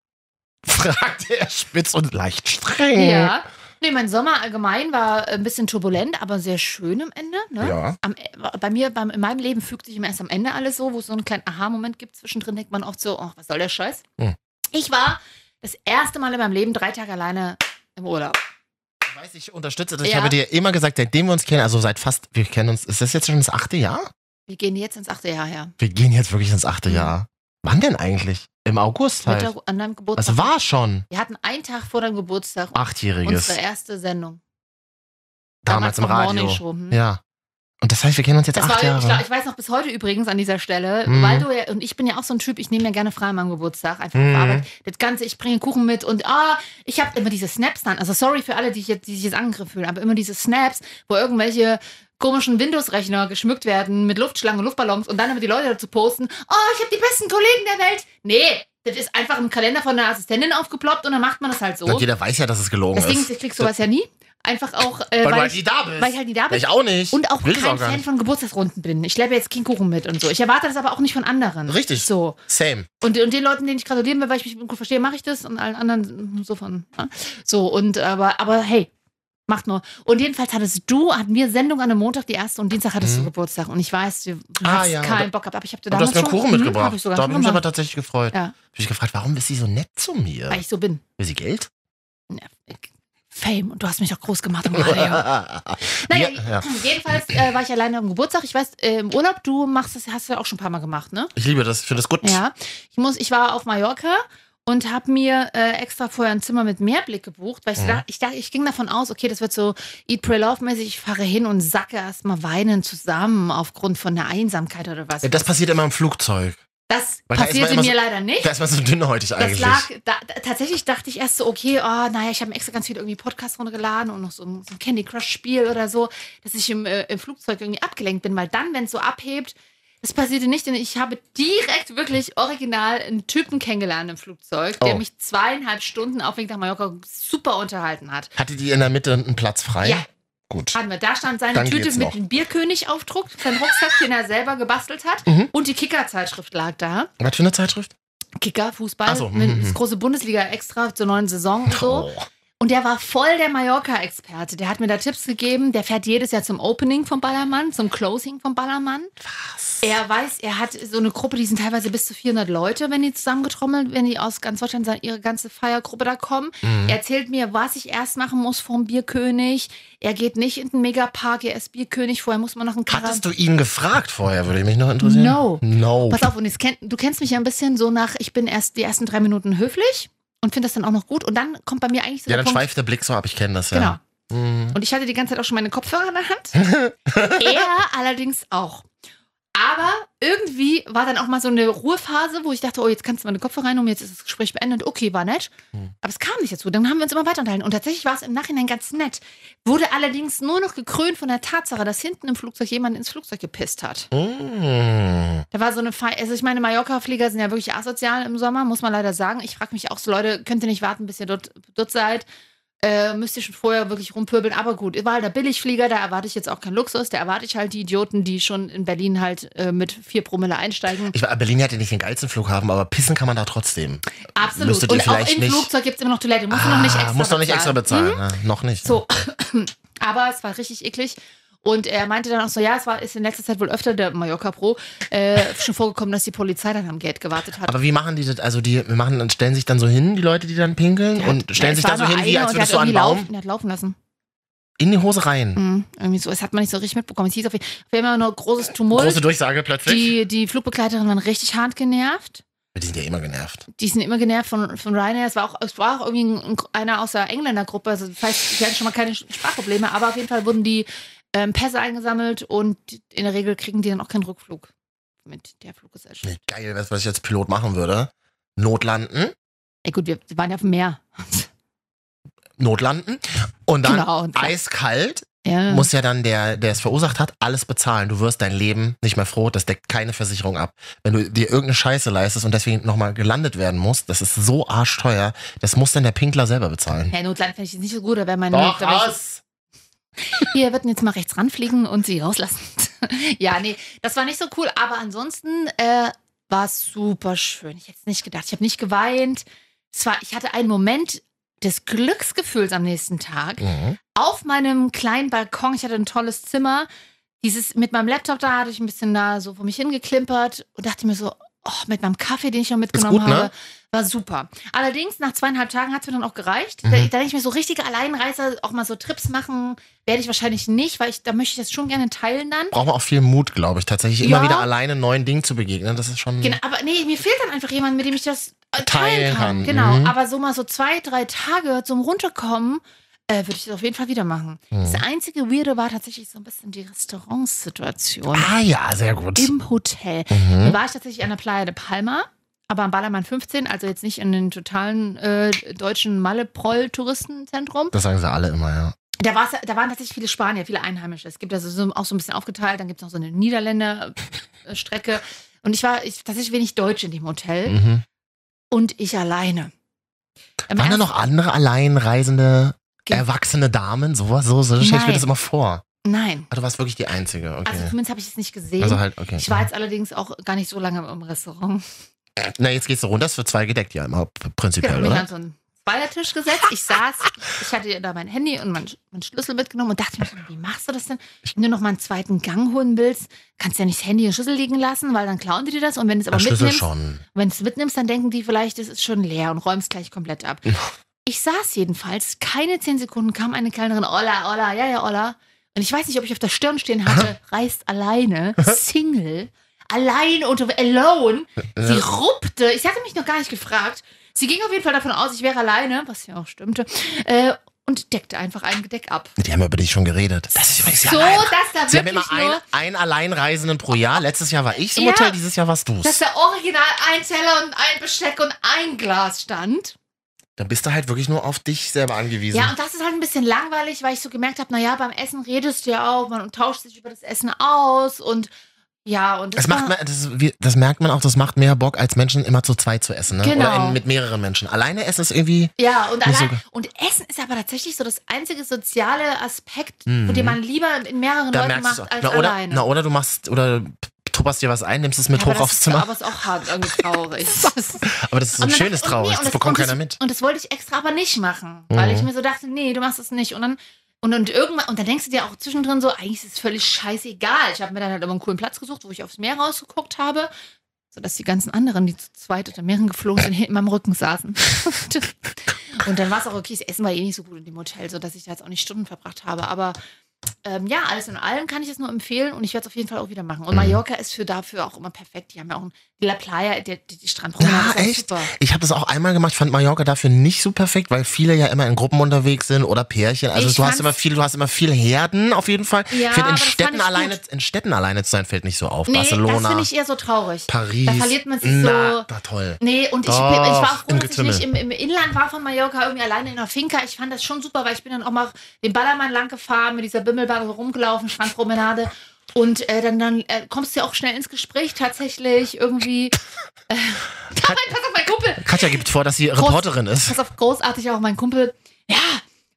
Speaker 1: Fragte er spitz und leicht streng.
Speaker 2: Ja. Nee, mein Sommer allgemein war ein bisschen turbulent, aber sehr schön am Ende. Ne?
Speaker 1: Ja.
Speaker 2: Am, äh, bei mir, beim, in meinem Leben fügt sich immer erst am Ende alles so, wo es so einen kleinen Aha-Moment gibt. Zwischendrin denkt man oft so, ach, was soll der Scheiß?
Speaker 1: Hm.
Speaker 2: Ich war das erste Mal in meinem Leben drei Tage alleine im Urlaub.
Speaker 1: Ich weiß, ich unterstütze das. Ich
Speaker 2: Ja.
Speaker 1: habe dir immer gesagt, seitdem wir uns kennen, also seit fast, wir kennen uns, ist das jetzt schon das achte Jahr?
Speaker 2: Wir gehen jetzt ins achte Jahr her.
Speaker 1: Wir gehen jetzt wirklich ins achte
Speaker 2: Mhm.
Speaker 1: Jahr. Wann denn eigentlich? Im August halt.
Speaker 2: Mit der, an deinem Geburtstag.
Speaker 1: Es war schon
Speaker 2: Wir hatten einen Tag vor deinem Geburtstag
Speaker 1: achtjähriges.
Speaker 2: unsere erste Sendung.
Speaker 1: Damals im
Speaker 2: noch
Speaker 1: Radio.
Speaker 2: Morningshow, hm?
Speaker 1: Ja. Und das heißt, wir kennen uns jetzt
Speaker 2: Das
Speaker 1: acht
Speaker 2: war, ich,
Speaker 1: Jahre.
Speaker 2: glaub, ich weiß noch bis heute übrigens an dieser Stelle,
Speaker 1: Mhm.
Speaker 2: weil du ja, und ich bin ja auch so ein Typ, ich nehme ja gerne frei an meinem Geburtstag, einfach
Speaker 1: Mhm.
Speaker 2: auf Arbeit. Das Ganze, ich bringe Kuchen mit und ah, ich habe immer diese Snaps dann, also sorry für alle, die, ich jetzt, die sich jetzt angegriffen fühlen, aber immer diese Snaps, wo irgendwelche komischen Windows-Rechner geschmückt werden mit Luftschlangen und Luftballons und dann immer die Leute dazu posten, oh, ich habe die besten Kollegen der Welt. Nee, das ist einfach im Kalender von einer Assistentin aufgeploppt und dann macht man das halt so.
Speaker 1: Und jeder weiß ja, dass es gelogen
Speaker 2: Deswegen,
Speaker 1: ist.
Speaker 2: ich krieg sowas ja nie. Einfach auch,
Speaker 1: weil, du
Speaker 2: äh, weil,
Speaker 1: halt
Speaker 2: ich,
Speaker 1: nicht da bist.
Speaker 2: weil ich halt nie da bin.
Speaker 1: ich auch nicht.
Speaker 2: Und auch
Speaker 1: Will ich
Speaker 2: kein
Speaker 1: gar
Speaker 2: Fan
Speaker 1: nicht.
Speaker 2: von Geburtstagsrunden bin. Ich schleppe jetzt keinen Kuchen mit und so. Ich erwarte das aber auch nicht von anderen.
Speaker 1: Richtig.
Speaker 2: So.
Speaker 1: Same.
Speaker 2: Und, und den Leuten, denen ich gratulieren will, weil ich mich gut verstehe, mache ich das. Und allen anderen mm, so von. ja. So, und aber, aber hey, macht nur. Und jedenfalls hattest du, hatten wir Sendung an einem Montag, die erste, und Dienstag hattest
Speaker 1: Mhm.
Speaker 2: du Geburtstag. Und ich weiß, du
Speaker 1: Ah,
Speaker 2: hast
Speaker 1: ja,
Speaker 2: keinen
Speaker 1: und-
Speaker 2: Bock gehabt. Aber ich habe dir
Speaker 1: Und du
Speaker 2: damals
Speaker 1: hast mir einen
Speaker 2: schon,
Speaker 1: Kuchen
Speaker 2: Mhm,
Speaker 1: mitgebracht.
Speaker 2: hab ich sogar
Speaker 1: da
Speaker 2: schon
Speaker 1: habe ich mich aber
Speaker 2: gemacht,
Speaker 1: tatsächlich gefreut.
Speaker 2: Ja.
Speaker 1: Habe ich gefragt, warum ist sie so nett zu mir?
Speaker 2: weil ich so bin.
Speaker 1: Will sie Geld?
Speaker 2: Ja, Fame. Und du hast mich doch
Speaker 1: [LAUGHS]
Speaker 2: groß gemacht. Mario. Naja,
Speaker 1: Ja, ja.
Speaker 2: jedenfalls äh, war ich alleine am Geburtstag. Ich weiß, äh, im Urlaub, du machst das, hast du ja auch schon ein paar Mal gemacht, ne?
Speaker 1: [LAUGHS] Ich liebe das. Ich finde das gut.
Speaker 2: Ja, ich muss, ich war auf Mallorca und habe mir äh, extra vorher ein Zimmer mit Meerblick gebucht, weil ich,
Speaker 1: Mhm.
Speaker 2: dachte, ich dachte, ich ging davon aus, okay, das wird so Eat, Pray, Love mäßig, ich fahre hin und sacke erstmal weinend zusammen aufgrund von der Einsamkeit oder was.
Speaker 1: Ja, Das passiert immer im Flugzeug. Weil
Speaker 2: das
Speaker 1: da ist man
Speaker 2: passierte
Speaker 1: immer
Speaker 2: mir
Speaker 1: so-
Speaker 2: leider nicht.
Speaker 1: Da ist man so dünnhäutig
Speaker 2: Das
Speaker 1: eigentlich.
Speaker 2: lag, da, da, tatsächlich dachte ich erst so, okay, oh, naja, ich habe mir extra ganz viel irgendwie Podcast runtergeladen und noch so ein, so ein Candy Crush Spiel oder so, dass ich im, äh, im Flugzeug irgendwie abgelenkt bin, weil dann, wenn es so abhebt, das passierte nicht, denn ich habe direkt wirklich original einen Typen kennengelernt im Flugzeug, der
Speaker 1: Oh.
Speaker 2: mich zweieinhalb Stunden auf Weg nach Mallorca super unterhalten hat.
Speaker 1: Hatte die in der Mitte einen Platz frei?
Speaker 2: Ja.
Speaker 1: Gut.
Speaker 2: Hatten wir. Da stand seine
Speaker 1: Dann
Speaker 2: Tüte
Speaker 1: geht's
Speaker 2: mit
Speaker 1: noch.
Speaker 2: einem Bierkönig-Aufdruck, sein Rucksack, den er selber gebastelt hat
Speaker 1: Mhm.
Speaker 2: und die Kicker-Zeitschrift lag da.
Speaker 1: Was für eine Zeitschrift?
Speaker 2: Kicker, Fußball,
Speaker 1: Ach so,
Speaker 2: mit-
Speaker 1: mhm.
Speaker 2: das große Bundesliga extra zur neuen Saison und so.
Speaker 1: Oh.
Speaker 2: Und der war voll der Mallorca-Experte. Der hat mir da Tipps gegeben. Der fährt jedes Jahr zum Opening vom Ballermann, zum Closing vom Ballermann. Was? Er weiß, er hat so eine Gruppe, die sind teilweise bis zu 400 Leute, wenn die zusammengetrommelt, wenn die aus ganz Deutschland se- ihre ganze Feiergruppe da kommen.
Speaker 1: Mhm.
Speaker 2: Er erzählt mir, was ich erst machen muss vom Bierkönig. Er geht nicht in den Megapark, er ist Bierkönig. Vorher muss man noch einen Karan-
Speaker 1: Hattest du ihn gefragt vorher, würde mich noch interessieren?
Speaker 2: No.
Speaker 1: No.
Speaker 2: Pass auf, und jetzt kenn, du kennst mich ja ein bisschen so nach, ich bin erst die ersten drei Minuten höflich und finde das dann auch noch gut. Und dann kommt bei mir eigentlich so
Speaker 1: ja,
Speaker 2: der
Speaker 1: dann
Speaker 2: Punkt,
Speaker 1: schweift der Blick so ab, ich kenne das ja.
Speaker 2: Genau.
Speaker 1: Mhm.
Speaker 2: Und ich hatte die ganze Zeit auch schon meine Kopfhörer in der Hand.
Speaker 1: [LAUGHS]
Speaker 2: er allerdings auch. Aber irgendwie war dann auch mal so eine Ruhephase, wo ich dachte, oh, jetzt kannst du meine Kopfhörer reinnehmen, jetzt ist das Gespräch beendet. Okay, war nett.
Speaker 1: Mhm.
Speaker 2: Aber es kam nicht dazu. Dann haben wir uns immer weiter unterhalten. Und tatsächlich war es im Nachhinein ganz nett. Wurde allerdings nur noch gekrönt von der Tatsache, dass hinten im Flugzeug jemand ins Flugzeug gepisst hat.
Speaker 1: Mhm.
Speaker 2: Da war so eine Feier. Also ich meine, Mallorca-Flieger sind ja wirklich asozial im Sommer, muss man leider sagen. Ich frage mich auch so, Leute, könnt ihr nicht warten, bis ihr dort, dort seid? Äh, müsst ihr schon vorher wirklich rumpöbeln. Aber gut, war halt der Billigflieger, da erwarte ich jetzt auch keinen Luxus. Da erwarte ich halt die Idioten, die schon in Berlin halt äh, mit vier Promille einsteigen.
Speaker 1: Ich, war- Berlin hat ja nicht den geilsten Flughafen, aber pissen kann man da trotzdem.
Speaker 2: Absolut.
Speaker 1: müsstet ihr
Speaker 2: Und auch
Speaker 1: vielleicht
Speaker 2: im
Speaker 1: nicht-
Speaker 2: Flugzeug gibt es immer noch Toilette. Muss man noch nicht extra
Speaker 1: Muss noch nicht extra
Speaker 2: bezahlen. Mhm.
Speaker 1: bezahlen. ne? noch nicht.
Speaker 2: So, [CLEARS THROAT] aber es war richtig eklig. Und er meinte dann auch so, ja, es war, ist in letzter Zeit wohl öfter der Mallorca Pro äh, schon vorgekommen, dass die Polizei dann am Gate gewartet hat.
Speaker 1: Aber wie machen die das? Also die machen, stellen sich dann so hin, die Leute, die dann pinkeln
Speaker 2: Der
Speaker 1: und
Speaker 2: hat-
Speaker 1: stellen
Speaker 2: es
Speaker 1: sich da
Speaker 2: war
Speaker 1: so
Speaker 2: nur
Speaker 1: hin, wie
Speaker 2: einer
Speaker 1: als
Speaker 2: und der
Speaker 1: würdest du
Speaker 2: hat
Speaker 1: an einen
Speaker 2: irgendwie
Speaker 1: Baum
Speaker 2: laufen- Der hat laufen lassen.
Speaker 1: in die Hose rein.
Speaker 2: Mhm. Irgendwie so. Das hat man nicht so richtig mitbekommen. Es hieß auf jeden Fall wir haben ja nur großes Tumult.
Speaker 1: Große Durchsage plötzlich.
Speaker 2: die, die Flugbegleiterinnen waren richtig hart genervt.
Speaker 1: die sind ja immer genervt.
Speaker 2: Die sind immer genervt von, von Ryanair. Es war auch, es war auch irgendwie ein, einer aus der Engländergruppe. Also das heißt, die hatten schon mal keine Sprachprobleme. Aber auf jeden Fall wurden die ähm, Pässe eingesammelt und in der Regel kriegen die dann auch keinen Rückflug mit der Fluggesellschaft.
Speaker 1: Nee, geil, weißt du, was ich als Pilot machen würde? Notlanden,
Speaker 2: Ey, gut, wir waren ja auf dem Meer.
Speaker 1: notlanden und dann
Speaker 2: [LAUGHS] genau. Mhm. Und
Speaker 1: eiskalt
Speaker 2: ja.
Speaker 1: muss ja dann der, der es verursacht hat, alles bezahlen. Du wirst dein Leben nicht mehr froh, das deckt keine Versicherung ab. Wenn du dir irgendeine Scheiße leistest und deswegen nochmal gelandet werden musst, das ist so arschteuer, das muss dann der Pinkler selber bezahlen.
Speaker 2: ja, Notland fände ich jetzt nicht so gut, da wäre mein
Speaker 1: Doch,
Speaker 2: da wär ich-
Speaker 1: aus!
Speaker 2: Wir würden jetzt mal rechts ranfliegen und sie rauslassen. [LAUGHS] ja, nee, das war nicht so cool, aber ansonsten äh, war es super schön. Ich hätte es nicht gedacht. Ich habe nicht geweint. Es war, ich hatte einen Moment des Glücksgefühls am nächsten Tag.
Speaker 1: Mhm.
Speaker 2: Auf meinem kleinen Balkon, ich hatte ein tolles Zimmer. Dieses mit meinem Laptop da hatte ich ein bisschen da so vor mich hingeklimpert und dachte mir so, oh, mit meinem Kaffee, den ich noch mitgenommen
Speaker 1: gut, ne?
Speaker 2: habe, war super. Allerdings, nach zweieinhalb Tagen hat es mir dann auch gereicht.
Speaker 1: Mhm.
Speaker 2: Da, da denke ich mir so richtige Alleinreiser, auch mal so Trips machen, werde ich wahrscheinlich nicht, weil ich, da möchte ich das schon gerne teilen dann.
Speaker 1: Braucht man auch viel Mut, glaube ich, tatsächlich immer
Speaker 2: Ja.
Speaker 1: wieder alleine neuen Dingen zu begegnen. Das ist schon.
Speaker 2: Genau, aber nee, mir fehlt dann einfach jemand, mit dem ich das äh,
Speaker 1: Mhm. Teilen kann,
Speaker 2: teilen kann. Genau,
Speaker 1: mhm.
Speaker 2: aber so mal so zwei, drei Tage zum Runterkommen äh, würde ich das auf jeden Fall wieder machen.
Speaker 1: Mhm.
Speaker 2: Das einzige Weirde war tatsächlich so ein bisschen die Restaurantsituation
Speaker 1: Ah ja, sehr gut.
Speaker 2: im Hotel. Da
Speaker 1: Mhm.
Speaker 2: war ich tatsächlich an der Playa de Palma, aber am Ballermann 15, also jetzt nicht in den totalen äh, deutschen Malle-Proll-Touristenzentrum.
Speaker 1: Das sagen sie alle immer, ja.
Speaker 2: Da, war's, da waren tatsächlich viele Spanier, viele Einheimische. Es gibt also so, auch so ein bisschen aufgeteilt, dann gibt es noch so eine Niederländer-Strecke.
Speaker 1: [LAUGHS]
Speaker 2: Und ich war ich, tatsächlich wenig Deutsch in dem Hotel
Speaker 1: Mhm.
Speaker 2: und ich alleine.
Speaker 1: Waren
Speaker 2: Am
Speaker 1: da
Speaker 2: ersten-
Speaker 1: noch andere alleinreisende
Speaker 2: ging.
Speaker 1: Erwachsene Damen, sowas, so, so stelle ich mir
Speaker 2: Nein.
Speaker 1: das immer vor.
Speaker 2: Nein.
Speaker 1: Ah, du warst wirklich die Einzige,
Speaker 2: Also
Speaker 1: okay.
Speaker 2: zumindest habe ich es nicht gesehen.
Speaker 1: Also halt, okay.
Speaker 2: Ich war jetzt allerdings auch gar nicht so lange im Restaurant.
Speaker 1: Mhm. Na, jetzt gehst du runter, es wird zwei gedeckt, ja, immer p- prinzipiell,
Speaker 2: Genau, mich
Speaker 1: oder?
Speaker 2: an so einen Zweiertisch gesetzt. Ich saß, ich hatte da mein Handy und mein, mein Schlüssel mitgenommen und dachte mir, schon, wie machst du das denn? Wenn du noch mal einen zweiten Gang holen willst, kannst du ja nicht das Handy und Schlüssel liegen lassen, weil dann klauen die dir das. Und wenn du es aber
Speaker 1: Am Schlüssel
Speaker 2: mitnimmst,
Speaker 1: schon.
Speaker 2: wenn du es mitnimmst, dann denken die vielleicht, es ist schon leer und räumst gleich komplett ab. Ich saß jedenfalls, keine zehn Sekunden kam eine Kellnerin, Olla, Olla, ja, ja, Olla. Und ich weiß nicht, ob ich auf der Stirn stehen hatte,
Speaker 1: [LAUGHS]
Speaker 2: reist alleine, Single, allein und alone. Sie ruppte, ich hatte mich noch gar nicht gefragt. Sie ging auf jeden Fall davon aus, ich wäre alleine, was ja auch stimmte, äh, und deckte einfach ein Gedeck ab.
Speaker 1: Die haben über dich schon geredet. Das ist übrigens
Speaker 2: So,
Speaker 1: allein.
Speaker 2: dass da
Speaker 1: Sie haben
Speaker 2: wirklich
Speaker 1: immer einen,
Speaker 2: nur,
Speaker 1: einen Alleinreisenden pro Jahr. Letztes Jahr war ich im
Speaker 2: Ja.
Speaker 1: Hotel, dieses Jahr warst
Speaker 2: dass
Speaker 1: du's.
Speaker 2: da original ein Teller und ein Besteck und ein Glas stand.
Speaker 1: Dann bist du halt wirklich nur auf dich selber angewiesen.
Speaker 2: Ja, und das ist halt ein bisschen langweilig, weil ich so gemerkt habe, naja, beim Essen redest du ja auch, man tauscht sich über das Essen aus und ja, und das
Speaker 1: Das, macht
Speaker 2: war,
Speaker 1: man, das, wir- das merkt man auch, das macht mehr Bock, als Menschen immer zu zweit zu essen. Ne?
Speaker 2: Genau.
Speaker 1: Oder in, mit mehreren Menschen. Alleine essen ist irgendwie.
Speaker 2: ja, und,
Speaker 1: Nicht
Speaker 2: allein, und Essen ist aber tatsächlich so das einzige soziale Aspekt,
Speaker 1: Mhm.
Speaker 2: mit dem man lieber in mehreren
Speaker 1: Da
Speaker 2: Leuten
Speaker 1: merkst du
Speaker 2: macht
Speaker 1: auch.
Speaker 2: als
Speaker 1: Na, oder,
Speaker 2: alleine.
Speaker 1: na, oder du machst, oder tupperst dir was ein, nimmst es mit
Speaker 2: Ja, aber
Speaker 1: hoch
Speaker 2: das
Speaker 1: aufs
Speaker 2: ist-
Speaker 1: Zimmer.
Speaker 2: Aber
Speaker 1: Aber,
Speaker 2: ist auch hart irgendwie traurig.
Speaker 1: [LAUGHS]
Speaker 2: [LAUGHS]
Speaker 1: das ist so ein
Speaker 2: Und dann-
Speaker 1: schönes
Speaker 2: und
Speaker 1: Traurig.
Speaker 2: nee, und
Speaker 1: das bekommt
Speaker 2: und
Speaker 1: keiner mit.
Speaker 2: Und das wollte ich extra aber nicht machen,
Speaker 1: Mhm.
Speaker 2: weil ich mir so dachte, nee, du machst das nicht. Und dann, und, und irgendwann, und dann denkst du dir auch zwischendrin so, eigentlich ist es völlig scheißegal. Ich habe mir dann halt immer einen coolen Platz gesucht, wo ich aufs Meer rausgeguckt habe, sodass die ganzen anderen, die zu zweit unter Meeren geflogen sind, hinten am Rücken saßen. [LAUGHS] und dann war es auch okay, das Essen war eh nicht so gut in dem Hotel, sodass ich da jetzt auch nicht Stunden verbracht habe. Aber ähm, ja, alles in allem kann ich es nur empfehlen und ich werde es auf jeden Fall auch wieder
Speaker 1: Mhm.
Speaker 2: machen. Und Mallorca ist für dafür auch immer perfekt. Die haben ja auch ein, die La Playa, die, die, die Strandpromenade
Speaker 1: Ja,
Speaker 2: ist auch
Speaker 1: echt?
Speaker 2: super.
Speaker 1: Ich habe das auch einmal gemacht, fand Mallorca dafür nicht so perfekt, weil viele ja immer in Gruppen unterwegs sind oder Pärchen. Also
Speaker 2: Ich
Speaker 1: du hast
Speaker 2: fand's-
Speaker 1: immer viel, du hast immer viel Herden auf jeden Fall.
Speaker 2: Ja,
Speaker 1: ich finde, in
Speaker 2: aber das fand
Speaker 1: Städten
Speaker 2: ich
Speaker 1: alleine,
Speaker 2: gut.
Speaker 1: in Städten alleine zu sein, fällt nicht so auf.
Speaker 2: Nee, das
Speaker 1: Barcelona,
Speaker 2: finde ich eher so traurig.
Speaker 1: Paris.
Speaker 2: Da verliert man sich
Speaker 1: Na,
Speaker 2: so.
Speaker 1: da toll.
Speaker 2: Nee, und ich, ich
Speaker 1: Doch,
Speaker 2: war froh,
Speaker 1: Ah, im
Speaker 2: dass ich
Speaker 1: Getümmel.
Speaker 2: nicht im, im Inland war von Mallorca, irgendwie alleine in einer Finca. Ich fand das schon super, weil ich bin dann auch mal den Ballermann lang gefahren, mit dieser Bimmelbahn so rumgelaufen, Strandpromenade. Und äh, dann, dann äh, kommst du ja auch schnell ins Gespräch tatsächlich irgendwie. Äh, [LAUGHS] pass auf, mein Kumpel!
Speaker 1: Katja gibt vor, dass sie Reporterin ist.
Speaker 2: Pass auf, großartig auch mein Kumpel. Ja,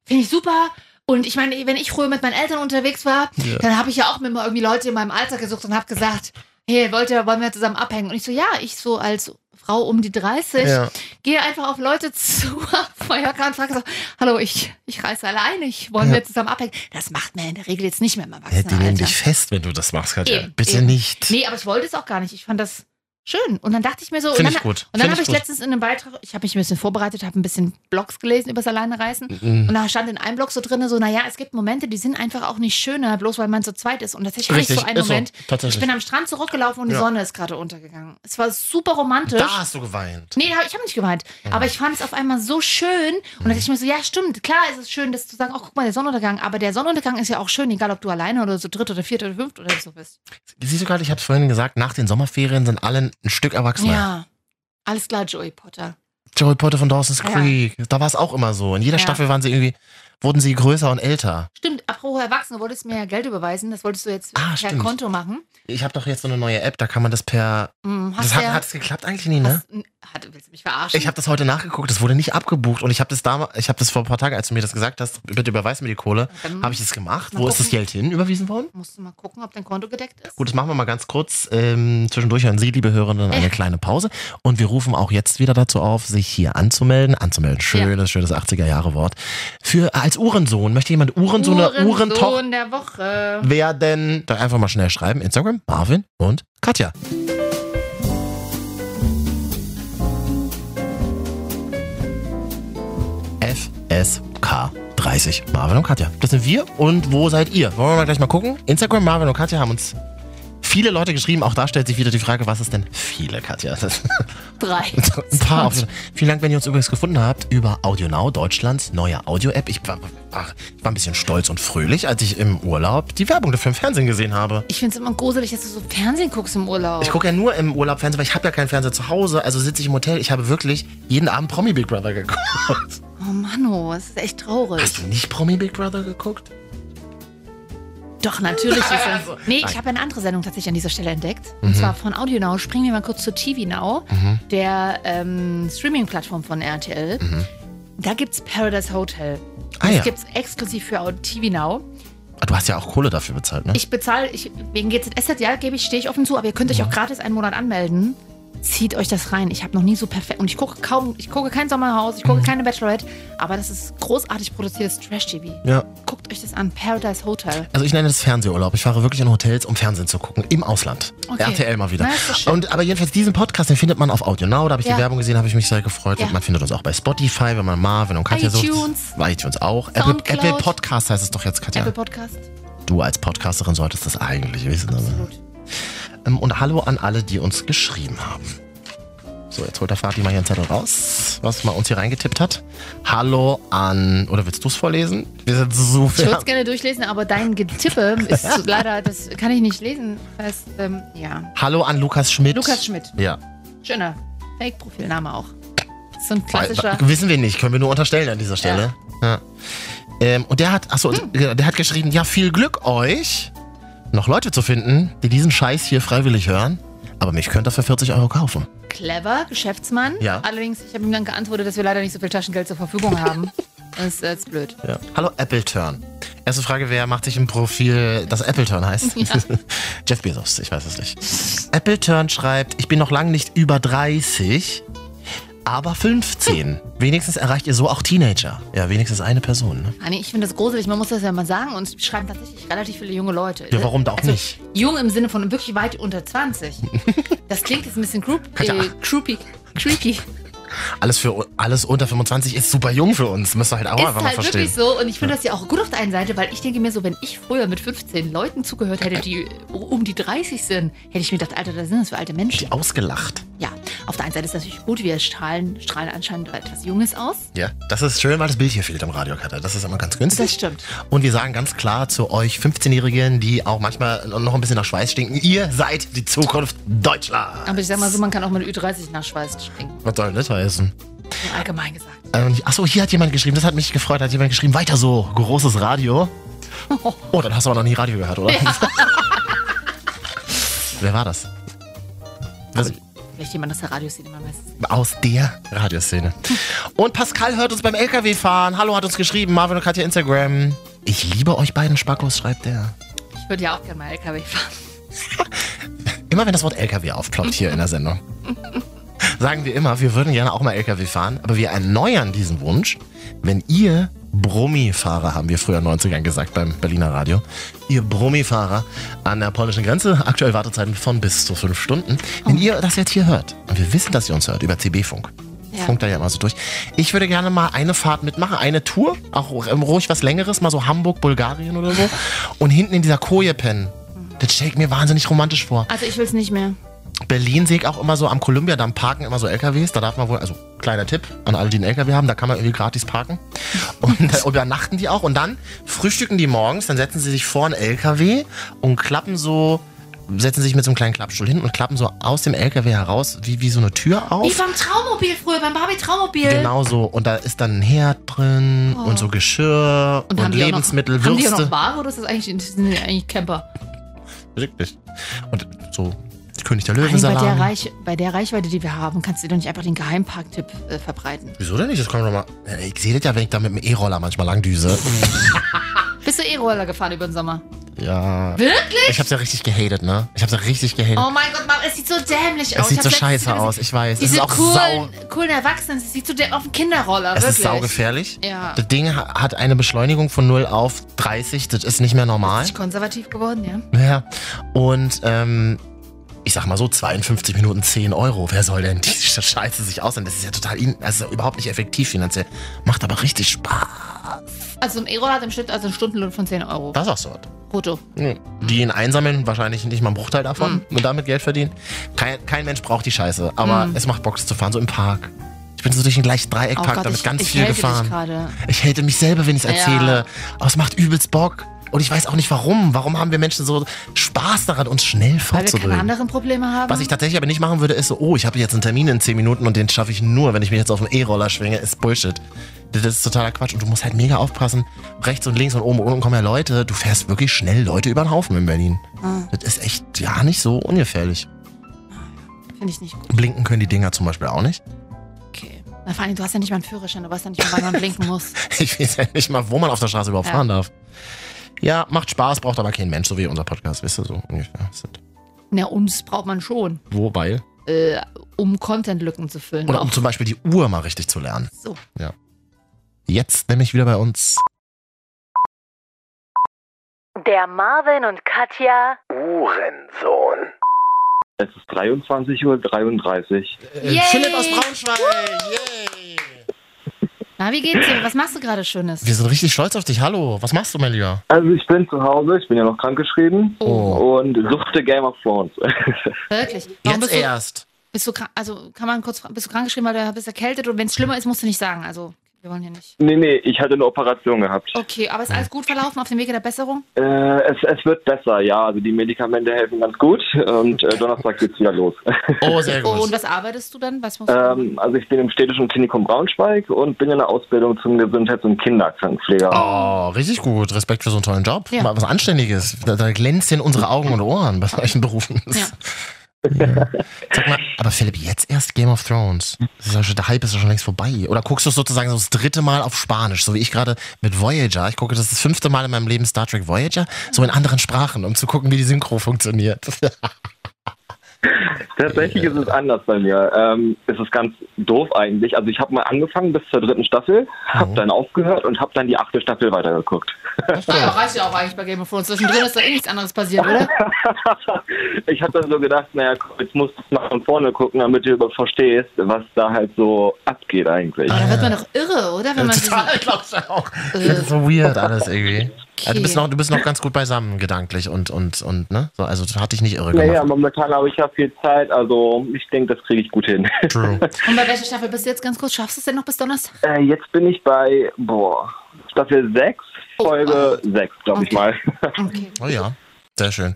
Speaker 2: finde ich super. Und ich meine, wenn ich früher mit meinen Eltern unterwegs war, dann habe ich ja auch mir mal irgendwie Leute in meinem Alter gesucht und habe gesagt, hey, wollt ihr, wollen wir zusammen abhängen? Und ich so, ja, ich so als Frau um die 30
Speaker 1: Ja.
Speaker 2: gehe einfach auf Leute [LAUGHS] zu auf Mallorca und frage so, hallo, ich, ich reise alleine, ich wollen wir zusammen abhängen? Das macht man in der Regel jetzt nicht mehr im
Speaker 1: Ja, die nehmen
Speaker 2: Erwachsenenalter.
Speaker 1: dich fest, wenn du das machst, Katja.
Speaker 2: Eben,
Speaker 1: Bitte
Speaker 2: eben.
Speaker 1: nicht.
Speaker 2: Nee, aber ich wollte es auch gar nicht. Ich fand das schön. Und dann dachte ich mir so, und
Speaker 1: Finde
Speaker 2: dann,
Speaker 1: ich gut.
Speaker 2: und dann
Speaker 1: Finde
Speaker 2: habe
Speaker 1: ich
Speaker 2: ich
Speaker 1: gut.
Speaker 2: letztens in einem Beitrag, ich habe mich ein bisschen vorbereitet, habe ein bisschen Blogs gelesen über das Alleinereisen.
Speaker 1: Hm. Mhm.
Speaker 2: Und da stand in einem Blog so drin, so, naja, es gibt Momente, die sind einfach auch nicht schöner, bloß weil man zu zweit ist. Und tatsächlich hatte ich so
Speaker 1: Richtig,
Speaker 2: einen
Speaker 1: ist so.
Speaker 2: Moment.
Speaker 1: Tatsächlich.
Speaker 2: Ich bin am Strand zurückgelaufen und die
Speaker 1: Ja.
Speaker 2: Sonne ist gerade untergegangen. Es war super romantisch.
Speaker 1: Da hast du geweint.
Speaker 2: Nee, hab- ich habe nicht geweint. Aber ich fand es auf einmal so schön. Und dann dachte ich mir so, ja, stimmt, klar ist es schön, das zu sagen, oh, guck mal, der Sonnenuntergang. Aber der Sonnenuntergang ist ja auch schön, egal ob du alleine oder so dritt oder viert oder fünft oder so bist.
Speaker 1: Siehst du gerade, ich habe es vorhin gesagt, nach den Sommerferien sind alle ein Stück erwachsener.
Speaker 2: Ja. Alles klar, Joey Potter.
Speaker 1: Gerald Potter von Dawson's
Speaker 2: Ja.
Speaker 1: Creek. Da war es auch immer so. In jeder
Speaker 2: Ja.
Speaker 1: Staffel waren sie irgendwie, wurden sie größer und älter.
Speaker 2: Stimmt, apropos Erwachsene, wolltest du mir ja Geld überweisen. Das wolltest du jetzt
Speaker 1: Ah,
Speaker 2: per
Speaker 1: stimmt.
Speaker 2: Konto machen.
Speaker 1: Ich habe doch jetzt so eine neue App, da kann man das per.
Speaker 2: Hm,
Speaker 1: das
Speaker 2: hast
Speaker 1: hat,
Speaker 2: ja,
Speaker 1: hat's geklappt eigentlich nie, ne?
Speaker 2: hast, n- hat, willst du mich verarschen?
Speaker 1: Ich habe das heute nachgeguckt, das wurde nicht abgebucht und ich habe das damals, ich habe das vor ein paar Tagen, als du mir das gesagt hast, bitte überweis mir die Kohle,
Speaker 2: Dann
Speaker 1: habe ich das gemacht.
Speaker 2: Mal
Speaker 1: Wo ist das
Speaker 2: gucken.
Speaker 1: Geld hin überwiesen worden?
Speaker 2: musst du mal gucken, ob dein Konto gedeckt ist.
Speaker 1: Gut, das machen wir mal ganz kurz. Ähm, zwischendurch hören Sie, liebe Hörenden, eine kleine Pause. Und wir rufen auch jetzt wieder dazu auf, sich hier anzumelden. Anzumelden, schönes, schönes 80er-Jahre-Wort. Für, als Uhrensohn, möchte jemand Uhrensohn oder Uhrentochter?
Speaker 2: Uhrensohn der Woche.
Speaker 1: Wer denn? Dann einfach mal schnell schreiben. Instagram, Marvin und Katja. FSK 30. Marvin und Katja. Das sind wir. Und wo seid ihr? Wollen wir mal gleich mal gucken? Instagram, Marvin und Katja haben uns viele Leute geschrieben. Auch da stellt sich wieder die Frage, was ist denn viele, Katja? Das
Speaker 2: Drei.
Speaker 1: ein paar Optionen. Vielen Dank, wenn ihr uns übrigens gefunden habt über AudioNow, Deutschlands neue Audio-App. Ich war, ach, ich war ein bisschen stolz und fröhlich, als ich im Urlaub die Werbung dafür im Fernsehen gesehen habe.
Speaker 2: Ich finde es immer gruselig, dass du so Fernsehen guckst im Urlaub.
Speaker 1: Ich gucke ja nur im Urlaub Fernsehen, weil ich habe ja keinen Fernseher zu Hause, also sitze ich im Hotel. Ich habe wirklich jeden Abend Promi Big Brother geguckt.
Speaker 2: oh Mann, oh, es ist echt traurig.
Speaker 1: Hast du nicht Promi Big Brother geguckt?
Speaker 2: Doch,
Speaker 1: [LAUGHS]
Speaker 2: natürlich ist es.
Speaker 1: Also,
Speaker 2: Nee,
Speaker 1: nein. Mhm.
Speaker 2: ich habe eine andere Sendung tatsächlich an dieser Stelle entdeckt. Und zwar von Audio Now. Springen wir mal kurz zu TV Now, der ähm, Streaming-Plattform von RTL. Da gibt's Paradise Hotel.
Speaker 1: Ah
Speaker 2: das
Speaker 1: Mhm. ja, Ah,
Speaker 2: gibt's exklusiv für TV Now.
Speaker 1: du hast ja auch Kohle dafür bezahlt, ne?
Speaker 2: Ich bezahle, ich, wegen GZSZ, ja, gebe ich, stehe ich offen zu, aber ihr könnt euch auch gratis einen Monat anmelden. Zieht euch das rein. Ich habe noch nie so perfekt. Und ich gucke kaum, ich gucke kein Sommerhaus, ich gucke
Speaker 1: Mhm.
Speaker 2: keine Bachelorette, aber das ist großartig produziertes Trash-TV.
Speaker 1: ja.
Speaker 2: Guckt euch das an. Paradise Hotel.
Speaker 1: Also ich nenne das Fernsehurlaub. Ich fahre wirklich in Hotels, um Fernsehen zu gucken. Im Ausland.
Speaker 2: Okay.
Speaker 1: RTL mal wieder.
Speaker 2: Na, ist doch schön.
Speaker 1: und, aber jedenfalls diesen Podcast, den findet man auf Audio Now. Da habe ich
Speaker 2: Ja.
Speaker 1: die Werbung gesehen, habe ich mich sehr gefreut.
Speaker 2: Ja.
Speaker 1: Und man findet uns auch bei Spotify, wenn man Marvin und Katja
Speaker 2: iTunes.
Speaker 1: sucht. Bei iTunes auch. Apple,
Speaker 2: Soundcloud.
Speaker 1: Apple Podcast heißt es doch jetzt, Katja.
Speaker 2: Apple Podcast.
Speaker 1: Du als Podcasterin solltest das eigentlich wissen. Aber.
Speaker 2: Absolut.
Speaker 1: Ähm, Und hallo an alle, die uns geschrieben haben. So, jetzt holt der Fatih mal hier einen Zettel raus, was man uns hier reingetippt hat. Hallo an, oder willst du es vorlesen? Wir sind so
Speaker 2: Ich würde
Speaker 1: fair.
Speaker 2: es gerne durchlesen, aber dein
Speaker 1: [LAUGHS]
Speaker 2: Getippe ist leider, das kann ich nicht lesen. Das heißt, ähm, ja.
Speaker 1: Hallo an Lukas Schmidt.
Speaker 2: Lukas Schmidt.
Speaker 1: Ja.
Speaker 2: Schöner Fake-Profilname auch. So ein klassischer.
Speaker 1: Weil- Äh, Wissen wir nicht, können wir nur unterstellen an dieser Stelle. Ja. Ähm, und der hat, achso, der hat geschrieben, ja, viel Glück euch, noch Leute zu finden, die diesen Scheiß hier freiwillig hören. Aber mich könnt ihr für 40 Euro kaufen.
Speaker 2: clever, Geschäftsmann.
Speaker 1: Ja.
Speaker 2: Allerdings, ich habe ihm dann geantwortet, dass wir leider nicht so viel Taschengeld zur Verfügung
Speaker 1: [LAUGHS]
Speaker 2: haben. Das ist jetzt blöd.
Speaker 1: Ja. Hallo Appleturn. Erste Frage, wer macht sich ein Profil, das Appleturn heißt? [LAUGHS] Jeff Bezos, ich weiß es nicht. Appleturn schreibt, ich bin noch lange nicht über 30, aber [LAUGHS] 15. Wenigstens erreicht ihr so auch Teenager. Ja, wenigstens eine Person. Ne?
Speaker 2: Ah, nee, ich finde das gruselig. Man muss das ja mal sagen. Und schreiben tatsächlich relativ viele junge Leute.
Speaker 1: Ja, warum da auch
Speaker 2: also,
Speaker 1: nicht?
Speaker 2: Jung im Sinne von wirklich weit
Speaker 1: [LAUGHS]
Speaker 2: unter 20. Das klingt jetzt ein bisschen group,
Speaker 1: Katja.
Speaker 2: äh, groupy, creaky.
Speaker 1: Alles, für, alles unter 25 ist super jung für uns. Müsst ihr halt auch
Speaker 2: ist
Speaker 1: einfach mal
Speaker 2: halt
Speaker 1: verstehen.
Speaker 2: wirklich so. Und ich finde das ja auch gut auf der einen Seite, weil ich denke mir so, wenn ich früher mit 15 Leuten zugehört hätte, die um die 30 sind, hätte ich mir gedacht, Alter, das sind das für alte Menschen.
Speaker 1: Die ausgelacht.
Speaker 2: Ja, auf der einen Seite ist das natürlich gut, wir strahlen, strahlen anscheinend etwas Junges aus.
Speaker 1: Ja, das ist schön, weil das Bild hier fehlt am Radiokater. Das ist immer ganz günstig.
Speaker 2: Das stimmt.
Speaker 1: Und wir sagen ganz klar zu euch 15-Jährigen, die auch manchmal noch ein bisschen nach Schweiß stinken, ihr seid die Zukunft Deutschlands.
Speaker 2: Aber ich sag mal so, man kann auch mit Ü30 nach Schweiß springen.
Speaker 1: Was soll denn das heißen?
Speaker 2: So allgemein gesagt.
Speaker 1: Ähm, achso, hier hat jemand geschrieben, das hat mich gefreut, hat jemand geschrieben, weiter so, großes
Speaker 2: [LAUGHS]
Speaker 1: Radio. Oh, dann hast du aber noch nie Radio gehört, oder? [LAUGHS] Wer war das? Was,
Speaker 2: Vielleicht jemand aus der Radioszene mal weiß.
Speaker 1: aus der Radioszene. Und Pascal hört uns beim LKW-Fahren. Hallo, hat uns geschrieben. Marvin und Katja Instagram. Ich liebe euch beiden Spackos, schreibt er.
Speaker 2: Ich würde ja auch gerne mal LKW fahren.
Speaker 1: Immer wenn das Wort LKW aufploppt hier in der Sendung, sagen wir immer, wir würden gerne auch mal LKW fahren, aber wir erneuern diesen Wunsch, wenn ihr Brummifahrer, haben wir früher in den 90ern gesagt beim Berliner Radio, ihr Brummifahrer an der polnischen Grenze, aktuell Wartezeiten von bis zu fünf Stunden, wenn ihr das jetzt hier hört, und wir wissen, dass ihr uns hört, über CB-Funk,
Speaker 2: Ja.
Speaker 1: funkt da ja immer so durch, ich würde gerne mal eine Fahrt mitmachen, eine Tour, auch ähm, ruhig was Längeres, mal so Hamburg, Bulgarien oder so, und hinten in dieser Koje pennen. Das stellt mir wahnsinnig romantisch vor.
Speaker 2: Also ich will es nicht mehr.
Speaker 1: Berlin sehe ich auch immer so am Kolumbiadamm parken immer so LKWs. Da darf man wohl, also kleiner Tipp an alle, die einen LKW haben, da kann man irgendwie gratis parken. Und
Speaker 2: [LAUGHS]
Speaker 1: da übernachten die auch und dann frühstücken die morgens, dann setzen sie sich vor einen LKW und klappen so, setzen sich mit so einem kleinen Klappstuhl hin und klappen so aus dem LKW heraus, wie, wie so eine Tür auf.
Speaker 2: Wie beim Traummobil früher, beim Barbie Traummobil.
Speaker 1: Genau so. Und da ist dann ein Herd drin und so Geschirr und,
Speaker 2: Oh. die auch
Speaker 1: Lebensmittel,
Speaker 2: noch, Haben die auch
Speaker 1: Würste.
Speaker 2: noch Ware oder ist das eigentlich, das sind ja eigentlich Camper?
Speaker 1: Wirklich. Und so König der
Speaker 2: Vor allem Bei der,
Speaker 1: Löwensalat.
Speaker 2: Reich, bei der Reichweite, die wir haben, kannst du doch nicht einfach den Geheimparktipp äh, verbreiten.
Speaker 1: Wieso denn nicht? Das kann man doch mal. Ich sehe das ja, wenn ich da mit dem E-Roller manchmal langdüse.
Speaker 2: Bist du E-Roller gefahren über den Sommer?
Speaker 1: Ja.
Speaker 2: Wirklich?
Speaker 1: Ich hab's ja richtig gehatet, ne? Ich hab's ja richtig gehatet.
Speaker 2: Oh mein Gott, Mann, es sieht so dämlich
Speaker 1: es
Speaker 2: aus.
Speaker 1: sieht
Speaker 2: Ich
Speaker 1: so
Speaker 2: hab's letztens
Speaker 1: scheiße
Speaker 2: gesehen.
Speaker 1: aus, ich weiß. Es
Speaker 2: Diese
Speaker 1: ist auch sau.
Speaker 2: coolen, coolen Erwachsenen, es sieht so dämlich auf dem Kinderroller,
Speaker 1: Es
Speaker 2: wirklich.
Speaker 1: ist saugefährlich.
Speaker 2: Ja.
Speaker 1: Das Ding ha- hat eine Beschleunigung von 0 auf 30. Das ist nicht mehr normal.
Speaker 2: Ist konservativ geworden, ja.
Speaker 1: Ja. Und ähm, ich sag mal so, 52 Minuten 10 Euro. Wer soll denn diese [LAUGHS] Scheiße sich aussehen? Das ist ja total, in- also überhaupt nicht effektiv finanziell. Macht aber richtig Spaß.
Speaker 2: Also ein E-Roller hat im Schnitt also einen Stundenlohn von 10 Euro.
Speaker 1: Das ist auch so.
Speaker 2: Brutto.
Speaker 1: Die ihn einsammeln, wahrscheinlich nicht mal einen Bruchteil davon
Speaker 2: Mhm.
Speaker 1: und damit Geld verdienen. Kein, kein Mensch braucht die Scheiße, aber es macht Bock das zu fahren, so im Park. Ich bin so durch den gleichen
Speaker 2: Oh
Speaker 1: Dreieckpark
Speaker 2: Gott,
Speaker 1: damit
Speaker 2: ich-
Speaker 1: ganz
Speaker 2: ich
Speaker 1: viel
Speaker 2: hate dich
Speaker 1: gefahren.
Speaker 2: gerade.
Speaker 1: Ich hätte mich selber, wenn ich es erzähle.
Speaker 2: Ja.
Speaker 1: Aber es macht übelst Bock. Und ich weiß auch nicht warum. Warum haben wir Menschen so Spaß daran, uns schnell
Speaker 2: Weil wir keine
Speaker 1: fortzubringen?
Speaker 2: anderen Probleme haben.
Speaker 1: Was ich tatsächlich aber nicht machen würde, ist so, oh, ich habe jetzt einen Termin in 10 Minuten und den schaffe ich nur, wenn ich mich jetzt auf den E-Roller schwinge, ist Bullshit. Das ist totaler Quatsch und du musst halt mega aufpassen. Rechts und links und oben und unten kommen ja Leute. Du fährst wirklich schnell Leute über den Haufen in Berlin. Das ist echt ja nicht so ungefährlich.
Speaker 2: Finde ich nicht gut.
Speaker 1: Blinken können die Dinger zum Beispiel auch nicht. [LAUGHS]
Speaker 2: Okay. Na, vor allem, du hast ja nicht mal einen Führerschein, du weißt ja nicht mal, wann man
Speaker 1: [LAUGHS]
Speaker 2: blinken muss.
Speaker 1: Ich weiß ja nicht mal, wo man auf der Straße überhaupt
Speaker 2: Ja.
Speaker 1: fahren darf. Ja, macht Spaß, braucht aber kein Mensch, so wie unser Podcast, wisst ihr so ungefähr. Ist das-
Speaker 2: Na, uns braucht man schon,
Speaker 1: Wobei.
Speaker 2: äh, um Content-Lücken zu füllen.
Speaker 1: Oder um
Speaker 2: auch.
Speaker 1: zum Beispiel die Uhr mal richtig zu lernen.
Speaker 2: So.
Speaker 1: Jetzt nämlich wieder bei uns.
Speaker 6: Der Marvin und Katja
Speaker 7: Uhrensohn.
Speaker 8: Es ist 23.33 Uhr.
Speaker 1: Äh,
Speaker 2: Yay!
Speaker 1: Philipp aus Braunschweig. Yay.
Speaker 2: Na, wie geht's dir? Was machst du gerade Schönes?
Speaker 1: Wir sind richtig stolz auf dich. Hallo, was machst du, mein Lieber?
Speaker 8: Also ich bin zu Hause, ich bin ja noch krankgeschrieben
Speaker 1: Oh,
Speaker 8: und suchte Game of Thrones. [LAUGHS]
Speaker 2: Wirklich?
Speaker 1: jetzt
Speaker 2: Warum bist du,
Speaker 1: erst.
Speaker 2: bist du krank, also kann man kurz, fra- bist du krankgeschrieben, weil du bist erkältet und wenn es schlimmer ist, musst du nicht sagen. Also, wir wollen hier nicht.
Speaker 8: nee, nee, ich hatte eine Operation gehabt.
Speaker 2: Okay, aber ist alles gut verlaufen auf dem Wege der Besserung?
Speaker 8: Äh, es, es wird besser, ja. Also die Medikamente helfen ganz gut und äh, Donnerstag geht's wieder los. [LAUGHS]
Speaker 1: Oh, sehr
Speaker 2: Und
Speaker 1: gut.
Speaker 2: was arbeitest du dann? Was musst du
Speaker 8: ähm, also ich bin im städtischen Klinikum Braunschweig und bin in der Ausbildung zum Gesundheits- und Kinderkrankenpfleger.
Speaker 1: Oh, richtig gut. Respekt für so einen tollen Job.
Speaker 2: Ja.
Speaker 1: Mal was Anständiges. Da, da glänzen unsere Augen und Ohren bei solchen Berufen.
Speaker 2: Ja.
Speaker 1: Ja. [LAUGHS] Sag mal, aber Philipp, jetzt erst Game of Thrones. Das ist ja schon, der Hype ist ja schon längst vorbei. Oder guckst du es sozusagen so das dritte Mal auf Spanisch, so wie ich gerade mit Voyager. Ich gucke das, das fünfte Mal in meinem Leben Star Trek Voyager, so in anderen Sprachen, um zu gucken, wie die Synchro funktioniert. [LAUGHS]
Speaker 8: Tatsächlich ist es anders bei mir. Ähm, es ist ganz doof eigentlich. Also ich habe mal angefangen bis zur dritten Staffel, habe
Speaker 1: Oh.
Speaker 8: dann aufgehört und habe dann die achte Staffel weitergeguckt.
Speaker 2: Ah, ja, reicht ja auch eigentlich bei Game of Thrones. Zwischendrin ist da eh nichts anderes passiert, oder?
Speaker 8: [LAUGHS] ich habe dann so gedacht, naja, komm, jetzt musst du mal von vorne gucken, damit du über- verstehst, was da halt so abgeht eigentlich.
Speaker 2: Aber Ah, da wird man doch irre, oder? Wenn man
Speaker 1: Äh, Total,
Speaker 2: diesen,
Speaker 1: glaubst du auch.
Speaker 2: Äh.
Speaker 1: Das ist so weird alles irgendwie.
Speaker 2: Okay.
Speaker 1: Also du, bist noch, du bist noch ganz gut beisammen, gedanklich und, und, und ne? So, also das hat dich nicht irre gemacht.
Speaker 8: Naja, momentan habe ich ja viel Zeit, also ich denke, das kriege ich gut hin. [LAUGHS]
Speaker 1: True.
Speaker 2: und bei welcher Staffel bist du jetzt ganz kurz? Schaffst du es denn noch bis Donnerstag?
Speaker 8: Äh, jetzt bin ich bei, boah, Staffel 6, Folge 6, glaube ich mal. [LAUGHS]
Speaker 2: Okay.
Speaker 1: Oh ja, sehr schön.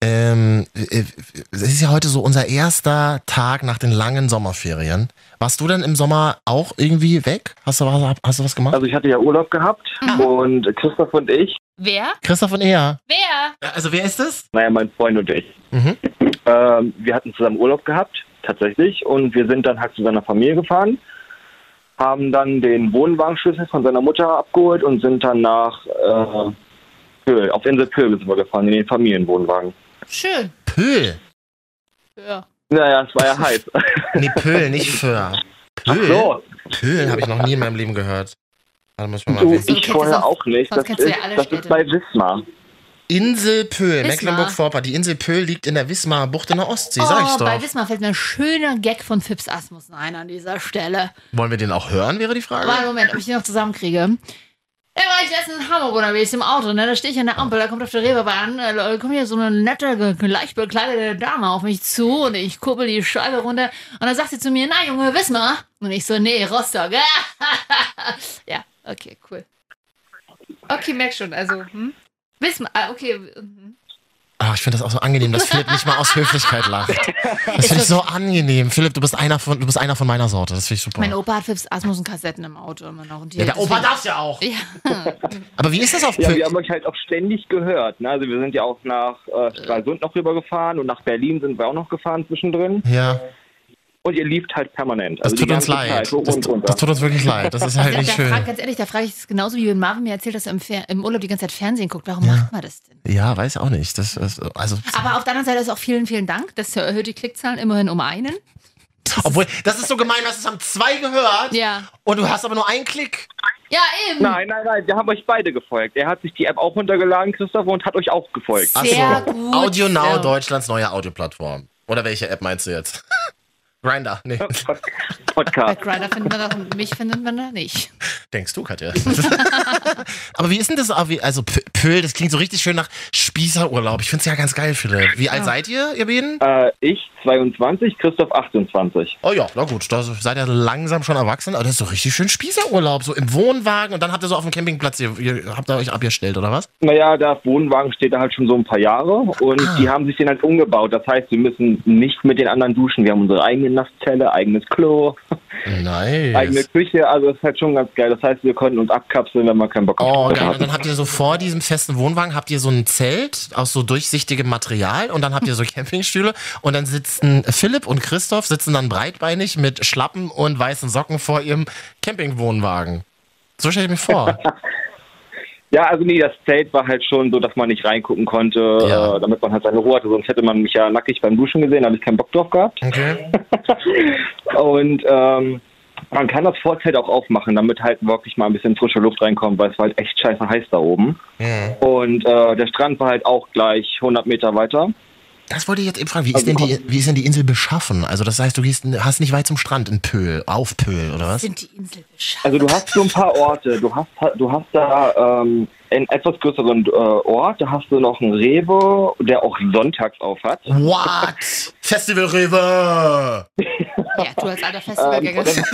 Speaker 1: Ähm, äh, es ist ja heute so unser erster Tag nach den langen Sommerferien. Warst du denn im Sommer auch irgendwie weg? Hast du was, hast du was gemacht?
Speaker 8: Also ich hatte ja Urlaub gehabt und Christoph und ich,
Speaker 2: Wer?
Speaker 1: Christoph und Ea.
Speaker 2: Wer?
Speaker 1: Also wer ist das?
Speaker 8: naja, mein Freund und ich,
Speaker 1: Mhm.
Speaker 8: ähm, wir hatten zusammen Urlaub gehabt, tatsächlich, und wir sind dann halt zu seiner Familie gefahren, haben dann den Wohnwagenschlüssel von seiner Mutter abgeholt und sind dann nach äh, Pöhl, auf Insel Pöhl sind wir gefahren, in den Familienwohnwagen.
Speaker 2: Schön.
Speaker 1: Pöhl.
Speaker 2: Ja.
Speaker 8: Naja, es war [LAUGHS] ja heiß.
Speaker 1: Nee, Pöhl, nicht Föhr.
Speaker 8: Ach
Speaker 1: Pöhl?
Speaker 8: so,
Speaker 1: Pöhl habe ich noch nie in meinem Leben gehört. Warte, muss ich mal
Speaker 8: du,
Speaker 1: wissen.
Speaker 8: ich vorher auch nicht.
Speaker 2: sonst
Speaker 8: Das
Speaker 2: kennst du
Speaker 8: ist,
Speaker 2: ja alle
Speaker 8: das
Speaker 2: Städte.
Speaker 8: ist bei Wismar.
Speaker 1: Insel Pöhl,
Speaker 2: Wismar.
Speaker 1: Mecklenburg-Vorpommern. Die Insel Pöhl liegt in der Wismarer Bucht in der Ostsee, sag
Speaker 2: oh,
Speaker 1: ich
Speaker 2: bei
Speaker 1: doch.
Speaker 2: Wismar fällt mir ein schöner Gag von Fips Asmus ein an dieser Stelle.
Speaker 1: Wollen wir den auch hören, wäre die
Speaker 2: Warte,
Speaker 1: Frage?
Speaker 2: Moment, ob ich den noch zusammenkriege. Da war ich letztens in Hamburg unterwegs im Auto, ne? Da stehe ich an der Ampel, da kommt auf der Reeperbahn, äh, kommt hier so eine nette, ge- leicht bekleidete Dame auf mich zu und ich kurbel die Scheibe runter und dann sagt sie zu mir, na Junge, Wismar. Und ich so, nee, Rostock. [LAUGHS] ja, okay, cool. Okay, merk schon, also, hm? Wismar, ah, okay. mhm.
Speaker 1: Ach, Ah, ich finde das auch so angenehm, dass Philipp nicht mal aus Höflichkeit lacht. Das finde ich so angenehm. Philipp, du bist einer von, du bist einer von meiner Sorte. Das finde ich super.
Speaker 2: Mein Opa hat Fips Asmus und Kassetten im Auto immer noch. Und die
Speaker 1: ja, der Opa
Speaker 2: deswegen-
Speaker 1: darf ja auch.
Speaker 2: Ja.
Speaker 1: Aber wie ist das auf
Speaker 8: Ja,
Speaker 1: Pöhl?
Speaker 8: wir haben euch halt auch ständig gehört. Ne? Also wir sind ja auch nach äh, Stralsund noch rübergefahren und nach Berlin sind wir auch noch gefahren zwischendrin.
Speaker 1: Ja,
Speaker 8: Und ihr liebt halt permanent.
Speaker 1: das
Speaker 8: also
Speaker 1: tut
Speaker 8: die
Speaker 1: uns
Speaker 8: ganze
Speaker 1: leid.
Speaker 8: Zeit, hoch
Speaker 1: Das,
Speaker 8: und runter.
Speaker 1: das tut uns wirklich leid. Das ist halt
Speaker 2: Da,
Speaker 1: nicht
Speaker 2: da frag,
Speaker 1: schön.
Speaker 2: ganz ehrlich, da frage ich es genauso wie wenn Marvin mir erzählt, dass er im, Fer im Urlaub die ganze Zeit Fernsehen guckt. Warum
Speaker 1: Ja.
Speaker 2: macht man das denn?
Speaker 1: Ja, weiß auch nicht. Das, ist- also,
Speaker 2: Aber auf der anderen Seite ist auch vielen, vielen Dank. Das erhöht die Klickzahlen immerhin um einen.
Speaker 1: obwohl, das ist so gemein, dass es haben zwei gehört
Speaker 2: Ja.
Speaker 1: und du hast aber nur einen Klick.
Speaker 2: Ja, eben.
Speaker 8: Nein, nein, nein, wir haben euch beide gefolgt. Er hat sich die App auch runtergeladen, Christoph, und hat euch auch gefolgt.
Speaker 1: Ach
Speaker 2: Sehr
Speaker 1: so.
Speaker 2: gut.
Speaker 1: Audio Now,
Speaker 2: Ja.
Speaker 1: Deutschlands neue Audioplattform. Oder welche App meinst du jetzt? [LAUGHS] Grinder, nee.
Speaker 8: Pod-
Speaker 2: Bei
Speaker 8: Podcast.
Speaker 2: Grindr findet man das und mich findet man da nicht.
Speaker 1: Denkst du, Katja? [LAUGHS] Aber wie ist denn das? ah, wie- Also, P- Pöhl, das klingt so richtig schön nach Spießerurlaub. Ich find's ja ganz geil, Philipp. Wie alt seid ihr, ihr beiden?
Speaker 8: Äh, ich 22, Christoph 28.
Speaker 1: Oh ja, na gut, da seid ihr langsam schon erwachsen. Aber das ist so richtig schön Spießerurlaub. So im Wohnwagen und dann habt ihr so auf dem Campingplatz, ihr, ihr habt ihr euch abgestellt, oder was?
Speaker 8: Naja, der Wohnwagen steht da halt schon so
Speaker 1: Ah.
Speaker 8: ein paar Jahre und die haben sich den halt umgebaut. Das heißt, wir müssen nicht mit den anderen duschen. Wir haben unsere eigene eigene Nasszelle, eigenes Klo, [LAUGHS] eigene
Speaker 1: Nice.
Speaker 8: Küche. Also das ist halt schon ganz geil. Das heißt, wir konnten uns abkapseln, wenn wir keinen Bock
Speaker 1: Oh,
Speaker 8: auf
Speaker 1: geil. Und
Speaker 8: hatten.
Speaker 1: dann habt ihr so vor diesem festen Wohnwagen habt ihr so ein Zelt aus so durchsichtigem Material und dann habt ihr so [LAUGHS] Campingstühle und dann sitzen Philipp und Christoph sitzen dann breitbeinig mit Schlappen und weißen Socken vor ihrem Campingwohnwagen. So stelle ich mir vor.
Speaker 8: Ja, also nee, das Zelt war halt schon so, dass man nicht reingucken konnte,
Speaker 1: Ja.
Speaker 8: äh, damit man halt seine Ruhe hatte. Sonst hätte man mich ja nackig beim Duschen gesehen, da habe ich keinen Bock drauf gehabt.
Speaker 1: Okay.
Speaker 8: Und ähm, man kann das Vorzelt auch aufmachen, damit halt wirklich mal ein bisschen frische Luft reinkommt, weil es war halt echt scheiße heiß da oben. Und äh, der Strand war halt auch gleich 100 Meter weiter.
Speaker 1: Das wollte ich jetzt eben fragen. Wie ist, denn die, wie ist denn die Insel beschaffen? Also, das heißt, du gehst, hast nicht weit zum Strand in Pöhl, auf Pöhl, oder was?
Speaker 2: Sind die Insel beschafft?
Speaker 8: Also du hast so ein paar Orte. Du hast du hast da ähm, einen etwas größeren äh, Ort. Da hast du noch einen Rewe, der auch sonntags auf hat.
Speaker 1: What? Festival Rewe!
Speaker 2: Ja, du als alter
Speaker 8: Ähm,
Speaker 2: Festivalgänger.
Speaker 8: und dann,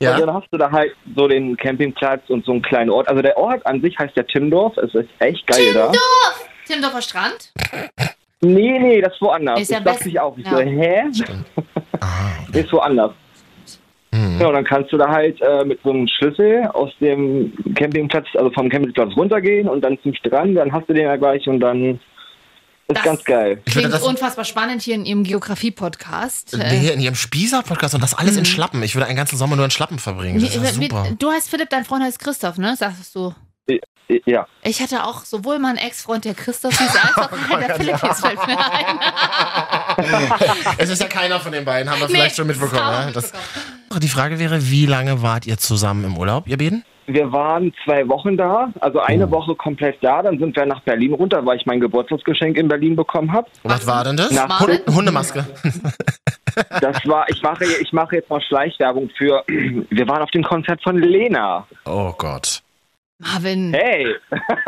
Speaker 1: Ja.
Speaker 8: und dann hast du da halt so den Campingplatz und so einen kleinen Ort. Also der Ort an sich heißt ja Timdorf. Es ist echt geil da.
Speaker 2: Timdorfer Strand?
Speaker 8: Nee, nee, das ist woanders.
Speaker 2: Ist ja
Speaker 8: das
Speaker 2: am
Speaker 8: dachte ich
Speaker 2: besten.
Speaker 8: auch. Ich
Speaker 2: Ja.
Speaker 8: so, hä?
Speaker 1: Ah, Mhm.
Speaker 8: Ist woanders. Ja, und dann kannst du da halt äh, mit so einem Schlüssel aus dem Campingplatz, also vom Campingplatz runtergehen und dann zum Strand, dann hast du den ja gleich und dann ist
Speaker 2: Das-
Speaker 8: ganz geil.
Speaker 1: Ich würde
Speaker 2: Klingt
Speaker 1: das Äh,
Speaker 2: unfassbar spannend hier in ihrem Äh, Geografie-Podcast.
Speaker 1: der hier in ihrem Spießer-Podcast und das alles
Speaker 2: Mhm.
Speaker 1: in Schlappen. Ich würde einen ganzen Sommer nur in Schlappen verbringen. Das ist ja
Speaker 2: Wie-
Speaker 1: super.
Speaker 2: wie- Du heißt Philipp, dein Freund heißt Christoph, ne? Sagst du.
Speaker 8: Ja.
Speaker 2: Ich hatte auch sowohl mal einen Ex-Freund, der Christoph hieß, als auch einen, der Philipp hieß, fällt mir ein.
Speaker 1: es ist ja keiner von den beiden, haben wir
Speaker 2: Nee,
Speaker 1: vielleicht schon
Speaker 2: das haben
Speaker 1: mitbekommen.
Speaker 2: wir
Speaker 1: Ne? Das, die Frage wäre, wie lange wart ihr zusammen im Urlaub, ihr beiden?
Speaker 8: Wir waren zwei Wochen da, also
Speaker 1: Oh.
Speaker 8: eine Woche komplett da, dann sind wir nach Berlin runter, weil ich mein Geburtstagsgeschenk in Berlin bekommen habe.
Speaker 1: Was war denn das?
Speaker 8: Na,
Speaker 1: Hun- Hundemaske.
Speaker 8: Das war, ich mache, ich mache jetzt mal Schleichwerbung für, wir waren auf dem Konzert von Lena.
Speaker 1: Oh Gott.
Speaker 2: Marvin,
Speaker 8: Hey,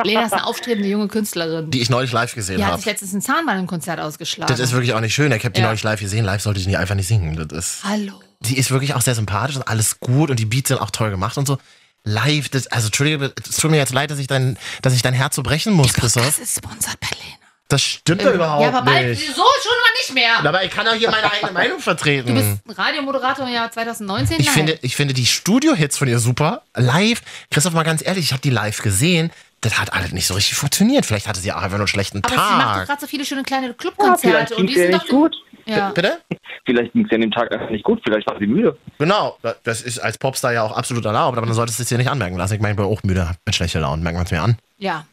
Speaker 2: Lena ist eine aufstrebende junge Künstlerin.
Speaker 1: Die ich neulich live gesehen
Speaker 2: Die hat
Speaker 1: habe.
Speaker 2: sich letztens ein Zahnball im Konzert ausgeschlagen.
Speaker 1: Das ist wirklich auch nicht schön. Ich habe die
Speaker 2: Ja.
Speaker 1: neulich live gesehen. Live sollte ich die einfach nicht singen. Das ist.
Speaker 2: Hallo.
Speaker 1: die ist wirklich auch sehr sympathisch und alles gut und die Beats sind auch toll gemacht und so. Live, das, also Entschuldige, es tut mir jetzt leid, dass ich dein, dass ich dein Herz so brechen muss,
Speaker 2: Das
Speaker 1: Christoph.
Speaker 2: ist sponsert bei Lena.
Speaker 1: Das stimmt doch überhaupt
Speaker 2: Ähm, ja, aber bald, so
Speaker 1: nicht.
Speaker 2: schon mal nicht mehr.
Speaker 1: Aber ich kann auch hier meine eigene Meinung vertreten.
Speaker 2: Du bist Radiomoderator im Jahr 2019?
Speaker 1: hm. ich
Speaker 2: Nein.
Speaker 1: finde, ich finde die Studio-Hits von ihr super. Live, Christoph, mal ganz ehrlich, ich habe die live gesehen. Das hat alles nicht so richtig funktioniert. Vielleicht hatte sie auch einfach nur einen schlechten
Speaker 2: aber sie macht doch
Speaker 1: Tag.
Speaker 2: gerade so viele schöne kleine
Speaker 8: ja, vielleicht
Speaker 2: Clubkonzerte und
Speaker 8: ging's
Speaker 2: die
Speaker 8: ihr
Speaker 2: sind
Speaker 8: nicht
Speaker 2: doch.
Speaker 8: gut.
Speaker 2: Ja.
Speaker 1: Bitte?
Speaker 8: Vielleicht ging es ihr an dem Tag einfach nicht gut, vielleicht war sie müde.
Speaker 1: Genau, das ist als Popstar ja auch absolut erlaubt, aber dann solltest du es dir nicht anmerken lassen. Ich meine, ich bin auch müde, mit schlechter Laune, merken wir es mir an.
Speaker 2: ja.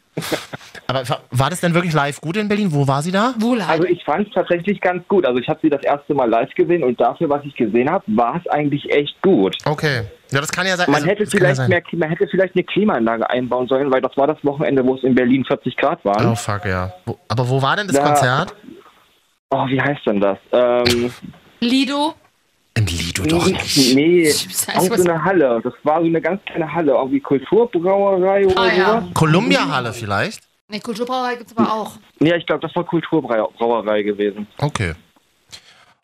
Speaker 1: Aber fa- war das denn wirklich live gut in Berlin? Wo war sie da?
Speaker 2: Wohl halt.
Speaker 8: Also ich fand es tatsächlich ganz gut. Also ich habe sie das erste Mal live gesehen und dafür, was ich gesehen habe, war es eigentlich echt gut.
Speaker 1: Okay. Ja, das kann ja sein.
Speaker 8: Man
Speaker 1: also,
Speaker 8: hätte
Speaker 1: das kann ja
Speaker 8: vielleicht
Speaker 1: sein.
Speaker 8: mehr, man hätte vielleicht eine Klimaanlage einbauen sollen, weil das war das Wochenende, wo es in Berlin 40 Grad waren.
Speaker 1: Oh fuck, ja. Wo, aber wo war denn das
Speaker 8: Da-
Speaker 1: Konzert?
Speaker 8: Oh, wie heißt denn das? Ähm,
Speaker 2: Lido.
Speaker 1: Im Lido doch nicht.
Speaker 8: nee,
Speaker 2: Ich weiß,
Speaker 8: auch so
Speaker 2: was-
Speaker 8: eine Halle. Das war so eine ganz kleine Halle, irgendwie Kulturbrauerei oder
Speaker 2: Ah, ja.
Speaker 8: sowas.
Speaker 1: Columbia Halle vielleicht?
Speaker 2: Ne, Kulturbrauerei gibt es aber auch.
Speaker 8: Ja, ich glaube, das war Kulturbrauerei gewesen.
Speaker 1: Okay.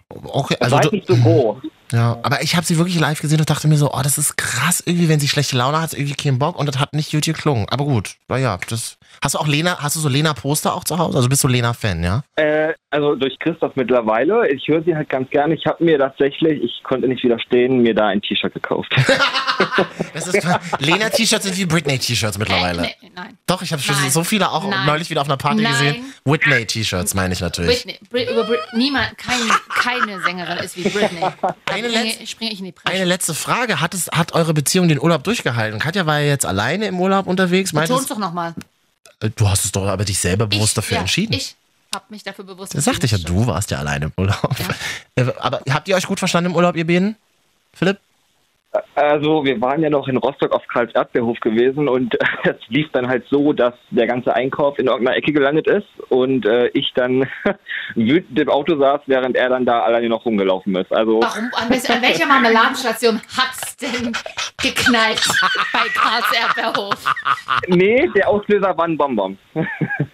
Speaker 1: Okay,
Speaker 8: Das
Speaker 1: also
Speaker 8: war jetzt
Speaker 1: du,
Speaker 8: nicht so groß.
Speaker 1: ja, aber ich habe sie wirklich live gesehen und dachte mir so, oh, das ist krass irgendwie, wenn sie schlechte Laune hat, irgendwie keinen Bock und das hat nicht gut geklungen. Aber gut, naja, das. Hast du auch Lena, hast du so Lena Poster auch zu Hause? Also bist du Lena Fan, ja?
Speaker 8: Äh, also durch Christoph mittlerweile. Ich höre sie halt ganz gerne. Ich habe mir tatsächlich, ich konnte nicht widerstehen, mir da ein
Speaker 1: [LAUGHS]
Speaker 8: T-Shirt gekauft.
Speaker 1: Das ist [LAUGHS] Lena T-Shirts sind wie Britney T-Shirts mittlerweile.
Speaker 2: Äh, nee, nein.
Speaker 1: Doch, ich habe schon
Speaker 2: Nein.
Speaker 1: so viele auch
Speaker 2: Nein.
Speaker 1: neulich wieder auf einer Party
Speaker 2: Nein.
Speaker 1: gesehen. Whitney T-Shirts meine ich natürlich.
Speaker 2: Britney, Brit, über Brit, niemand, kein, keine Sängerin ist wie
Speaker 8: [LAUGHS]
Speaker 2: Britney.
Speaker 1: Eine
Speaker 2: springe, springe ich in die
Speaker 1: Eine
Speaker 2: Presse.
Speaker 1: letzte Frage. Hat, es, hat eure Beziehung den Urlaub durchgehalten? Katja war ja jetzt alleine im Urlaub unterwegs.
Speaker 2: Beton's
Speaker 1: Meintest,
Speaker 2: doch nochmal.
Speaker 1: Äh, du hast es doch aber dich selber bewusst dafür
Speaker 2: ja,
Speaker 1: entschieden.
Speaker 2: Ich habe mich dafür bewusst
Speaker 1: das sagte ich ja, du warst ja alleine im Urlaub. [LAUGHS] Äh, Aber habt ihr euch gut verstanden im Urlaub, ihr beiden? Philipp?
Speaker 8: Also wir waren ja noch in Rostock auf Karls Erdbeerhof gewesen und [LAUGHS] das lief dann halt so, dass der ganze Einkauf in irgendeiner Ecke gelandet ist und äh, ich dann [LAUGHS] wütend im Auto saß, während er dann da alleine noch rumgelaufen ist. Also
Speaker 2: Warum? An, wes- an welcher Marmeladenstation hat's denn geknallt bei Karls Erdbeerhof?
Speaker 8: nee, der Auslöser war ein Bonbon.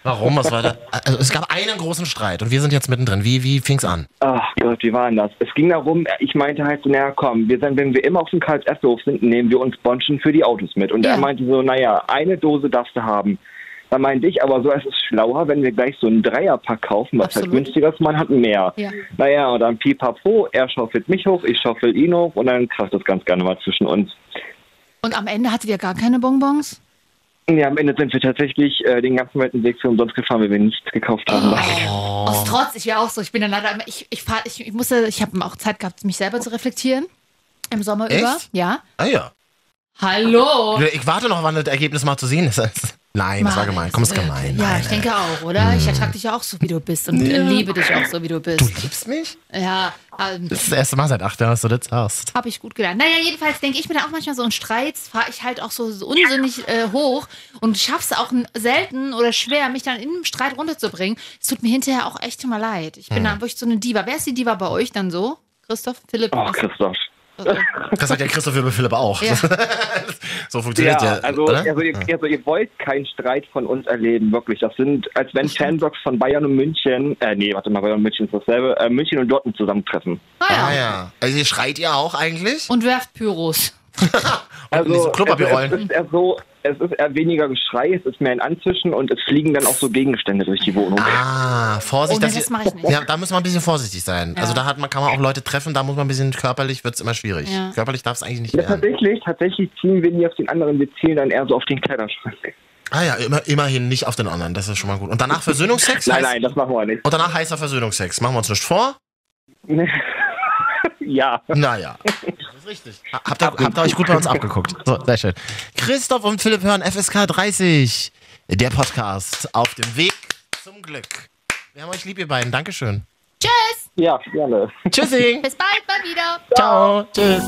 Speaker 1: Warum? Was war da? Also, es gab einen großen Streit und wir sind jetzt mittendrin. Wie, wie fing's an?
Speaker 8: Ach Gott, wie war denn das? Es ging darum, ich meinte halt so, naja komm, wir sind, wenn wir immer auf dem Karls Erdbeerhof sind, nehmen wir uns Bonschen für die Autos mit. Und
Speaker 2: Ja.
Speaker 8: er meinte so, naja, eine Dose darfst du haben. Da meinte ich, aber so ist es schlauer, wenn wir gleich so einen Dreierpack kaufen, was halt
Speaker 2: Absolut.
Speaker 8: günstiger ist, man hat mehr.
Speaker 2: Ja.
Speaker 8: Naja, und dann pipapo, er schaufelt mich hoch, ich schaufel ihn hoch und dann kracht das ganz gerne mal zwischen uns.
Speaker 2: Und am Ende hattet ihr gar keine Bonbons?
Speaker 8: Ja, am Ende sind wir tatsächlich äh, den ganzen weiten Weg für umsonst gefahren, weil wir nichts gekauft
Speaker 1: Oh.
Speaker 8: haben.
Speaker 2: Oh. Aus Trotz, ich wäre auch so. Ich bin dann leider, immer- ich, ich, fahr, ich, ich musste, ich habe auch Zeit gehabt, mich selber zu reflektieren. Im Sommer
Speaker 1: Echt?
Speaker 2: über. Ja.
Speaker 1: Ah ja.
Speaker 2: Hallo.
Speaker 1: Ich warte noch, wann das Ergebnis mal zu sehen ist. Nein, das war gemein. Komm, ist gemein.
Speaker 2: Ja,
Speaker 1: Nein,
Speaker 2: ich
Speaker 1: nein.
Speaker 2: denke auch, oder? Ich ertrag dich ja auch so, wie du bist und äh, liebe dich auch so, wie du
Speaker 1: Du
Speaker 2: bist.
Speaker 1: liebst mich?
Speaker 2: Ja, ähm,
Speaker 1: Das ist das erste Mal seit acht Jahren, dass du das sagst.
Speaker 2: habe ich gut gelernt. Naja, jedenfalls denke ich mir dann auch manchmal so, in Streits fahre ich halt auch so, so unsinnig äh, hoch und schaff's auch n- selten oder schwer, mich dann in einem Streit runterzubringen. Es tut mir hinterher auch echt immer leid. Ich bin dann wirklich so eine Diva. Wer ist die Diva bei euch dann so? Christoph, Philipp?
Speaker 8: Ach,
Speaker 2: Ach,
Speaker 8: Oh, Christoph.
Speaker 1: Das sagt ja Christoph über Philipp auch.
Speaker 2: Ja.
Speaker 1: [LAUGHS] so funktioniert ja.
Speaker 8: also,
Speaker 1: oder?
Speaker 8: also, ihr, also ihr wollt keinen Streit von uns erleben, wirklich. Das sind, als wenn Fanblocks von Bayern und München, äh, nee, warte mal, Bayern und München ist dasselbe, äh, München und Dortmund zusammentreffen.
Speaker 2: ah, ja.
Speaker 1: Ah ja. Also ihr schreit ihr auch eigentlich?
Speaker 2: Und werft Pyros.
Speaker 1: in diese
Speaker 8: Also es,
Speaker 1: Klopapierrollen.
Speaker 8: es ist eher so, es ist eher weniger Geschrei, es ist mehr ein Anzischen und es fliegen dann auch so Gegenstände durch die Wohnung.
Speaker 1: Ah, Vorsicht.
Speaker 2: Oh, nee,
Speaker 1: dass
Speaker 2: das
Speaker 1: ihr-
Speaker 2: mach ich nicht.
Speaker 1: Ja, da muss man ein bisschen vorsichtig sein. Also da hat man, kann man auch Leute treffen, da muss man ein bisschen körperlich, wird es immer schwierig.
Speaker 2: Ja.
Speaker 1: Körperlich darf es eigentlich nicht
Speaker 8: Ja,
Speaker 1: werden.
Speaker 8: tatsächlich, tatsächlich ziehen wir nie auf den anderen, wir zielen dann eher so auf den Kleiderschrank.
Speaker 1: Ah ja, immer, immerhin nicht auf den anderen, das ist schon mal gut. Und
Speaker 8: [LAUGHS]
Speaker 1: danach Versöhnungsex?
Speaker 8: Nein,
Speaker 1: heißt-
Speaker 8: nein, das machen wir nicht. [LAUGHS]
Speaker 1: Und danach heißer Versöhnungsex. Machen wir uns nicht vor?
Speaker 8: ja. [LAUGHS]
Speaker 1: Naja. Das ist richtig. Ha- Habt ihr, habt ihr euch gut bei uns abgeguckt. So, sehr schön. Christoph und Philipp hören FSK 30, der Podcast auf dem Weg zum Glück. Wir haben euch lieb, ihr beiden. Dankeschön.
Speaker 8: Ja, gerne.
Speaker 1: Tschüssi.
Speaker 2: Bis bald mal wieder.
Speaker 1: Ciao. Tschüss.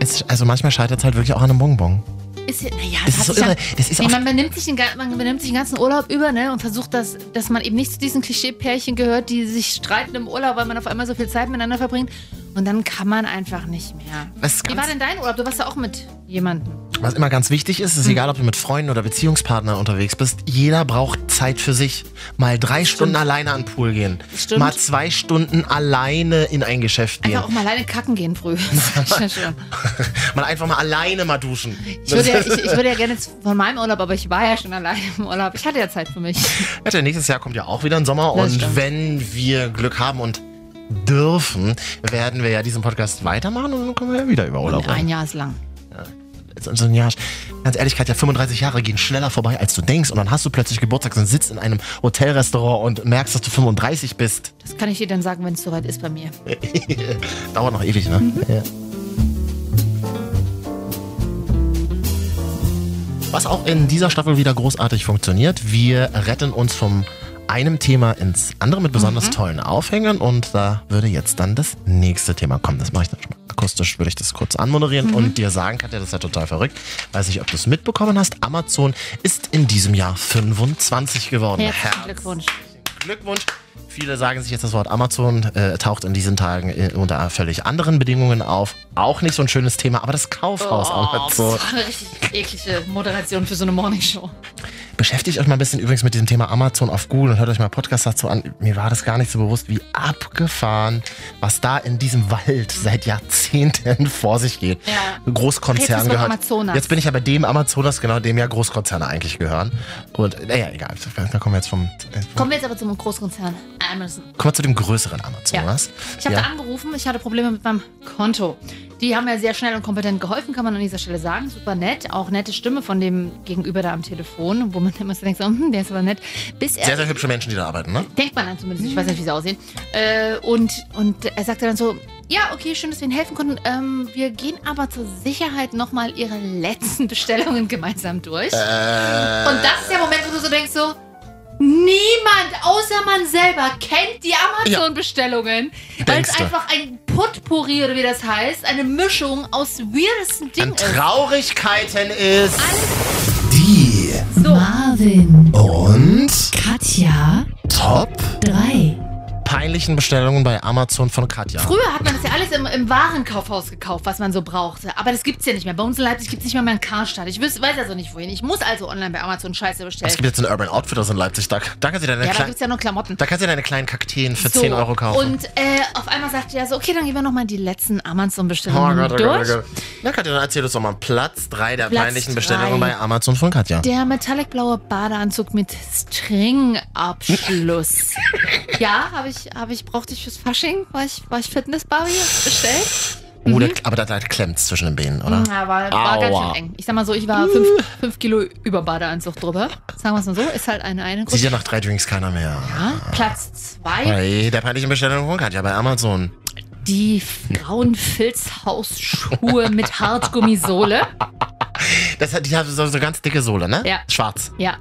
Speaker 1: Es, also manchmal scheitert es halt wirklich auch an einem Bonbon.
Speaker 2: Ist, ja- naja,
Speaker 1: Das ist so
Speaker 2: hab ich ja-
Speaker 1: irre. Das ist
Speaker 2: Nee,
Speaker 1: auch
Speaker 2: man, benimmt sich den, ga- man benimmt sich den ganzen Urlaub über ne, und versucht, dass, dass man eben nicht zu diesen Klischee-Pärchen gehört, die sich streiten im Urlaub, weil man auf einmal so viel Zeit miteinander verbringt. Und dann kann man einfach nicht mehr.
Speaker 1: was,
Speaker 2: Wie war
Speaker 1: ganz,
Speaker 2: denn dein Urlaub? Du warst ja auch mit jemandem.
Speaker 1: was immer ganz wichtig ist, ist
Speaker 2: Mhm.
Speaker 1: egal, ob du mit Freunden oder Beziehungspartnern unterwegs bist, jeder braucht Zeit für sich. Mal drei Stunden alleine an den Pool gehen.
Speaker 2: Stimmt.
Speaker 1: Mal zwei Stunden alleine in ein Geschäft gehen.
Speaker 2: Einfach auch mal alleine kacken gehen früh. Das ist ja schön.
Speaker 1: [LAUGHS] mal einfach mal alleine mal duschen.
Speaker 2: ich, würde ja, ich, ich würde ja gerne jetzt von meinem Urlaub, aber ich war ja schon alleine im Urlaub. Ich hatte ja Zeit für mich.
Speaker 1: Wette, nächstes Jahr kommt ja auch wieder ein Sommer
Speaker 2: Das
Speaker 1: und
Speaker 2: stimmt.
Speaker 1: wenn wir Glück haben und dürfen, werden wir ja diesen Podcast weitermachen und dann kommen wir ja wieder über Urlaub
Speaker 2: Ein
Speaker 1: rein.
Speaker 2: Jahr ist lang.
Speaker 1: So so ein Jahr, ganz ehrlich, Katja, 35 Jahre gehen schneller vorbei, als du denkst und dann hast du plötzlich Geburtstag und sitzt in einem Hotelrestaurant und merkst, dass du 35 bist.
Speaker 2: Das kann ich dir dann sagen, wenn es soweit ist bei mir.
Speaker 1: Äh, Dauert noch ewig, ne?
Speaker 2: Mhm.
Speaker 1: Ja. Was auch in dieser Staffel wieder großartig funktioniert, wir retten uns vom einem Thema ins andere mit besonders
Speaker 2: Mhm.
Speaker 1: tollen Aufhängern und da würde jetzt dann das nächste Thema kommen. Das mache ich dann schon mal. Akustisch würde ich das kurz anmoderieren
Speaker 2: Mhm.
Speaker 1: und dir sagen, Katja, das ist ja total verrückt. Weiß nicht, ob du es mitbekommen hast. Amazon ist in diesem Jahr 25 geworden.
Speaker 2: Herzlichen Glückwunsch.
Speaker 1: Glückwunsch. Viele sagen sich jetzt, das Wort Amazon äh, taucht in diesen Tagen äh, unter völlig anderen Bedingungen auf. Auch nicht so ein schönes Thema, aber das
Speaker 2: Oh.
Speaker 1: Kaufhaus Amazon.
Speaker 2: das war eine richtig eklige Moderation für so eine Morningshow.
Speaker 1: Beschäftigt euch mal ein bisschen übrigens mit diesem Thema Amazon auf Google und hört euch mal Podcasts dazu an. Mir war das gar nicht so bewusst, wie abgefahren, was da in diesem Wald seit Jahrzehnten [LAUGHS] vor sich geht.
Speaker 2: Ja. Jetzt
Speaker 1: Großkonzern
Speaker 2: ist man
Speaker 1: gehört.
Speaker 2: Amazonas.
Speaker 1: Jetzt bin ich ja bei dem Amazonas, genau dem ja Großkonzerne eigentlich gehören. Und naja, egal. Da kommen wir jetzt vom. Äh, vom
Speaker 2: Kommen wir jetzt aber zum Großkonzern Amazon.
Speaker 1: kommen wir zu dem größeren Amazonas.
Speaker 2: Ich habe da angerufen, ich hatte Probleme mit meinem Konto. Die haben mir sehr schnell und kompetent geholfen, kann man an dieser Stelle sagen. Super nett, auch nette Stimme von dem Gegenüber da am Telefon, wo man [LAUGHS] immer so denkt, so, hm, der ist aber nett. Bis er
Speaker 1: Sehr, sehr hübsche Menschen, die da arbeiten, ne?
Speaker 2: denkt man dann zumindest, ich weiß nicht, wie sie aussehen. Äh, und, und er sagte dann so, ja, okay, schön, dass wir Ihnen helfen konnten. Ähm, wir gehen aber zur Sicherheit nochmal Ihre letzten [LAUGHS] Bestellungen gemeinsam durch.
Speaker 1: Äh.
Speaker 2: Und das ist der Moment, wo du so denkst so, niemand außer man selber kennt die Amazon-Bestellungen. weil
Speaker 1: Denkst
Speaker 2: es
Speaker 1: du.
Speaker 2: einfach ein Potpourri oder wie das heißt, eine Mischung aus weirdesten Dingen
Speaker 1: An
Speaker 2: ist.
Speaker 1: Traurigkeiten ist die
Speaker 2: So.
Speaker 9: Marvin,
Speaker 1: und
Speaker 9: Katja,
Speaker 1: Top
Speaker 9: 3.
Speaker 1: peinlichen Bestellungen bei Amazon von Katja.
Speaker 2: Früher hat man das ja alles im, im Warenkaufhaus gekauft, was man so brauchte. Aber das gibt's ja nicht mehr. Bei uns in Leipzig gibt's nicht mehr mal einen Karstadt. Ich wüs- weiß also nicht wohin. Ich muss also online bei Amazon Scheiße bestellen.
Speaker 1: Es gibt jetzt einen Urban Outfitters in Leipzig. Da, da kannst du deine
Speaker 2: Ja, aber da
Speaker 1: kleinen-
Speaker 2: gibt's ja nur Klamotten.
Speaker 1: da kannst du deine kleinen Kakteen für
Speaker 2: So.
Speaker 1: 10 Euro kaufen.
Speaker 2: Und äh, auf einmal sagte er so, okay, dann gehen wir nochmal die letzten
Speaker 1: Oh
Speaker 2: Amazon-Bestellungen
Speaker 1: Gott, oh
Speaker 2: durch.
Speaker 1: Gott, oh Gott. Na, Katja, dann erzähl uns doch mal Platz 3 der
Speaker 2: Platz
Speaker 1: peinlichen
Speaker 2: drei.
Speaker 1: Bestellungen bei Amazon von Katja.
Speaker 2: Der metallicblaue Badeanzug mit
Speaker 1: [LAUGHS]
Speaker 2: Stringabschluss. ja, habe ich, hab ich, brauchte ich fürs Fasching, war ich, war ich Fitnessbarbie bestellt.
Speaker 1: Oh, der, aber da, da klemmt's zwischen den Beinen, oder?
Speaker 2: Ja, Hm, war, war ganz
Speaker 1: Aua.
Speaker 2: schön eng. Ich sag mal so, ich war fünf, fünf Kilo über Badeanzug drüber. Sagen wir es mal so, ist halt eine eine
Speaker 1: Sieht
Speaker 2: Gruppe.
Speaker 1: ja nach drei Drinks keiner mehr.
Speaker 2: Ja, Platz zwei,
Speaker 1: Bei der peinlichen Bestellung von Katja bei Amazon.
Speaker 2: die grauen
Speaker 1: [LAUGHS]
Speaker 2: Filzhausschuhe mit Hartgummisohle.
Speaker 1: Das hat, die hat so, so ganz dicke Sohle, ne?
Speaker 2: Ja.
Speaker 1: Schwarz.
Speaker 2: Ja,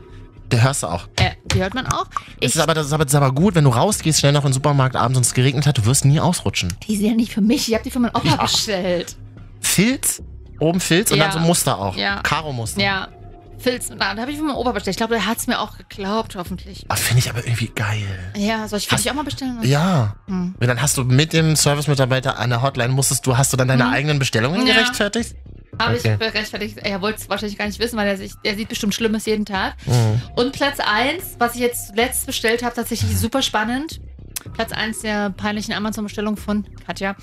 Speaker 1: Der hörst du auch.
Speaker 2: äh, die hört man auch.
Speaker 1: Das
Speaker 2: Ich,
Speaker 1: ist, aber, das, ist aber, das ist aber gut, wenn du rausgehst, schnell noch in den Supermarkt abends und es geregnet hat, du wirst nie ausrutschen.
Speaker 2: die sind ja nicht für mich, ich habe die für meinen Opa bestellt.
Speaker 1: Filz, oben Filz und
Speaker 2: Ja.
Speaker 1: dann so Muster auch.
Speaker 2: Ja.
Speaker 1: Karo-Muster.
Speaker 2: Ja, Filz. Na, da habe ich von meinem Opa bestellt. Ich glaube, der hat's mir auch geglaubt, hoffentlich.
Speaker 1: Ah, Finde ich aber irgendwie geil.
Speaker 2: Ja, soll ich für dich auch mal bestellen?
Speaker 1: Ja.
Speaker 2: Hm.
Speaker 1: Und dann hast du mit dem Service-Mitarbeiter an der Hotline, musstest du, hast du dann deine
Speaker 2: Mhm.
Speaker 1: eigenen Bestellungen
Speaker 2: Ja.
Speaker 1: gerechtfertigt?
Speaker 2: Habe ich
Speaker 1: Okay.
Speaker 2: gerechtfertigt. Er wollte es wahrscheinlich gar nicht wissen, weil er, sich, er sieht bestimmt Schlimmes jeden Tag.
Speaker 1: Mhm.
Speaker 2: Und Platz 1, was ich jetzt letzt bestellt habe, tatsächlich super spannend. Platz 1 der peinlichen Amazon-Bestellung von Katja.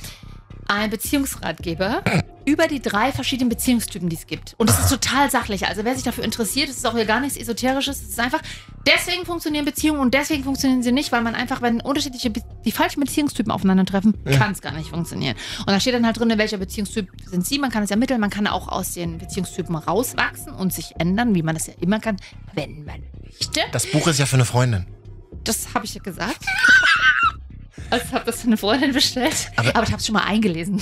Speaker 2: Ein Beziehungsratgeber über die drei verschiedenen Beziehungstypen, die es gibt. Und es ist total sachlich. Also wer sich dafür interessiert, es ist auch hier gar nichts Esoterisches. Es ist einfach, deswegen funktionieren Beziehungen und deswegen funktionieren sie nicht, weil man einfach, wenn unterschiedliche, Be die falschen Beziehungstypen aufeinandertreffen, kann es gar nicht funktionieren. Und da steht dann halt drin, welcher Beziehungstyp sind sie. Man kann es ermitteln, man kann auch aus den Beziehungstypen rauswachsen und sich ändern, wie man das ja immer kann, wenn man möchte.
Speaker 1: Das Buch ist ja für eine Freundin.
Speaker 2: Das habe ich ja gesagt. [LAUGHS] Also habe das für eine Freundin bestellt. Aber,
Speaker 1: Aber-
Speaker 2: ich habe es schon mal eingelesen.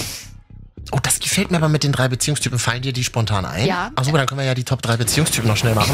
Speaker 1: Oh, das gefällt mir aber mit den drei Beziehungstypen. Fallen dir die spontan ein?
Speaker 2: Ja.
Speaker 1: Achso, dann können wir ja die Top 3 Beziehungstypen noch schnell machen.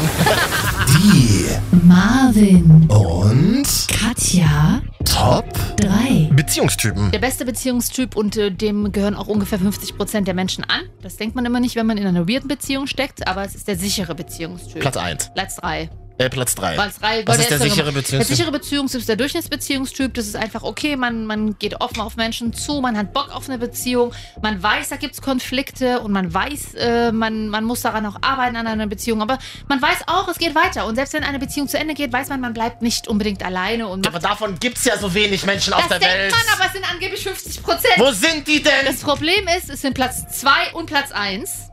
Speaker 9: Marvin,
Speaker 1: Und
Speaker 9: Katja,
Speaker 1: Top
Speaker 9: 3.
Speaker 1: Beziehungstypen.
Speaker 2: Der beste Beziehungstyp und äh, dem gehören auch ungefähr 50 Prozent der Menschen an. Das denkt man immer nicht, wenn man in einer weirden Beziehung steckt, aber es ist der sichere Beziehungstyp.
Speaker 1: Platz 1.
Speaker 2: Platz 3.
Speaker 1: Äh, Platz 3.
Speaker 2: Platz 3.
Speaker 1: Was ist der sichere
Speaker 2: Der
Speaker 1: Beziehungstyp?
Speaker 2: sichere Beziehungstyp ist der Durchschnittsbeziehungstyp. Das ist einfach okay, man, man geht offen auf Menschen zu, man hat Bock auf eine Beziehung, man weiß, da gibt es Konflikte und man weiß, äh, man, man muss daran auch arbeiten an einer Beziehung. Aber man weiß auch, es geht weiter. Und selbst wenn eine Beziehung zu Ende geht, weiß man, man bleibt nicht unbedingt alleine und
Speaker 1: Aber
Speaker 2: macht
Speaker 1: davon gibt's ja so wenig Menschen auf der
Speaker 2: das denkt
Speaker 1: Welt.
Speaker 2: man, aber es sind angeblich 50 Prozent.
Speaker 1: Wo sind die denn?
Speaker 2: Das Problem ist, es sind Platz 2 und Platz 1.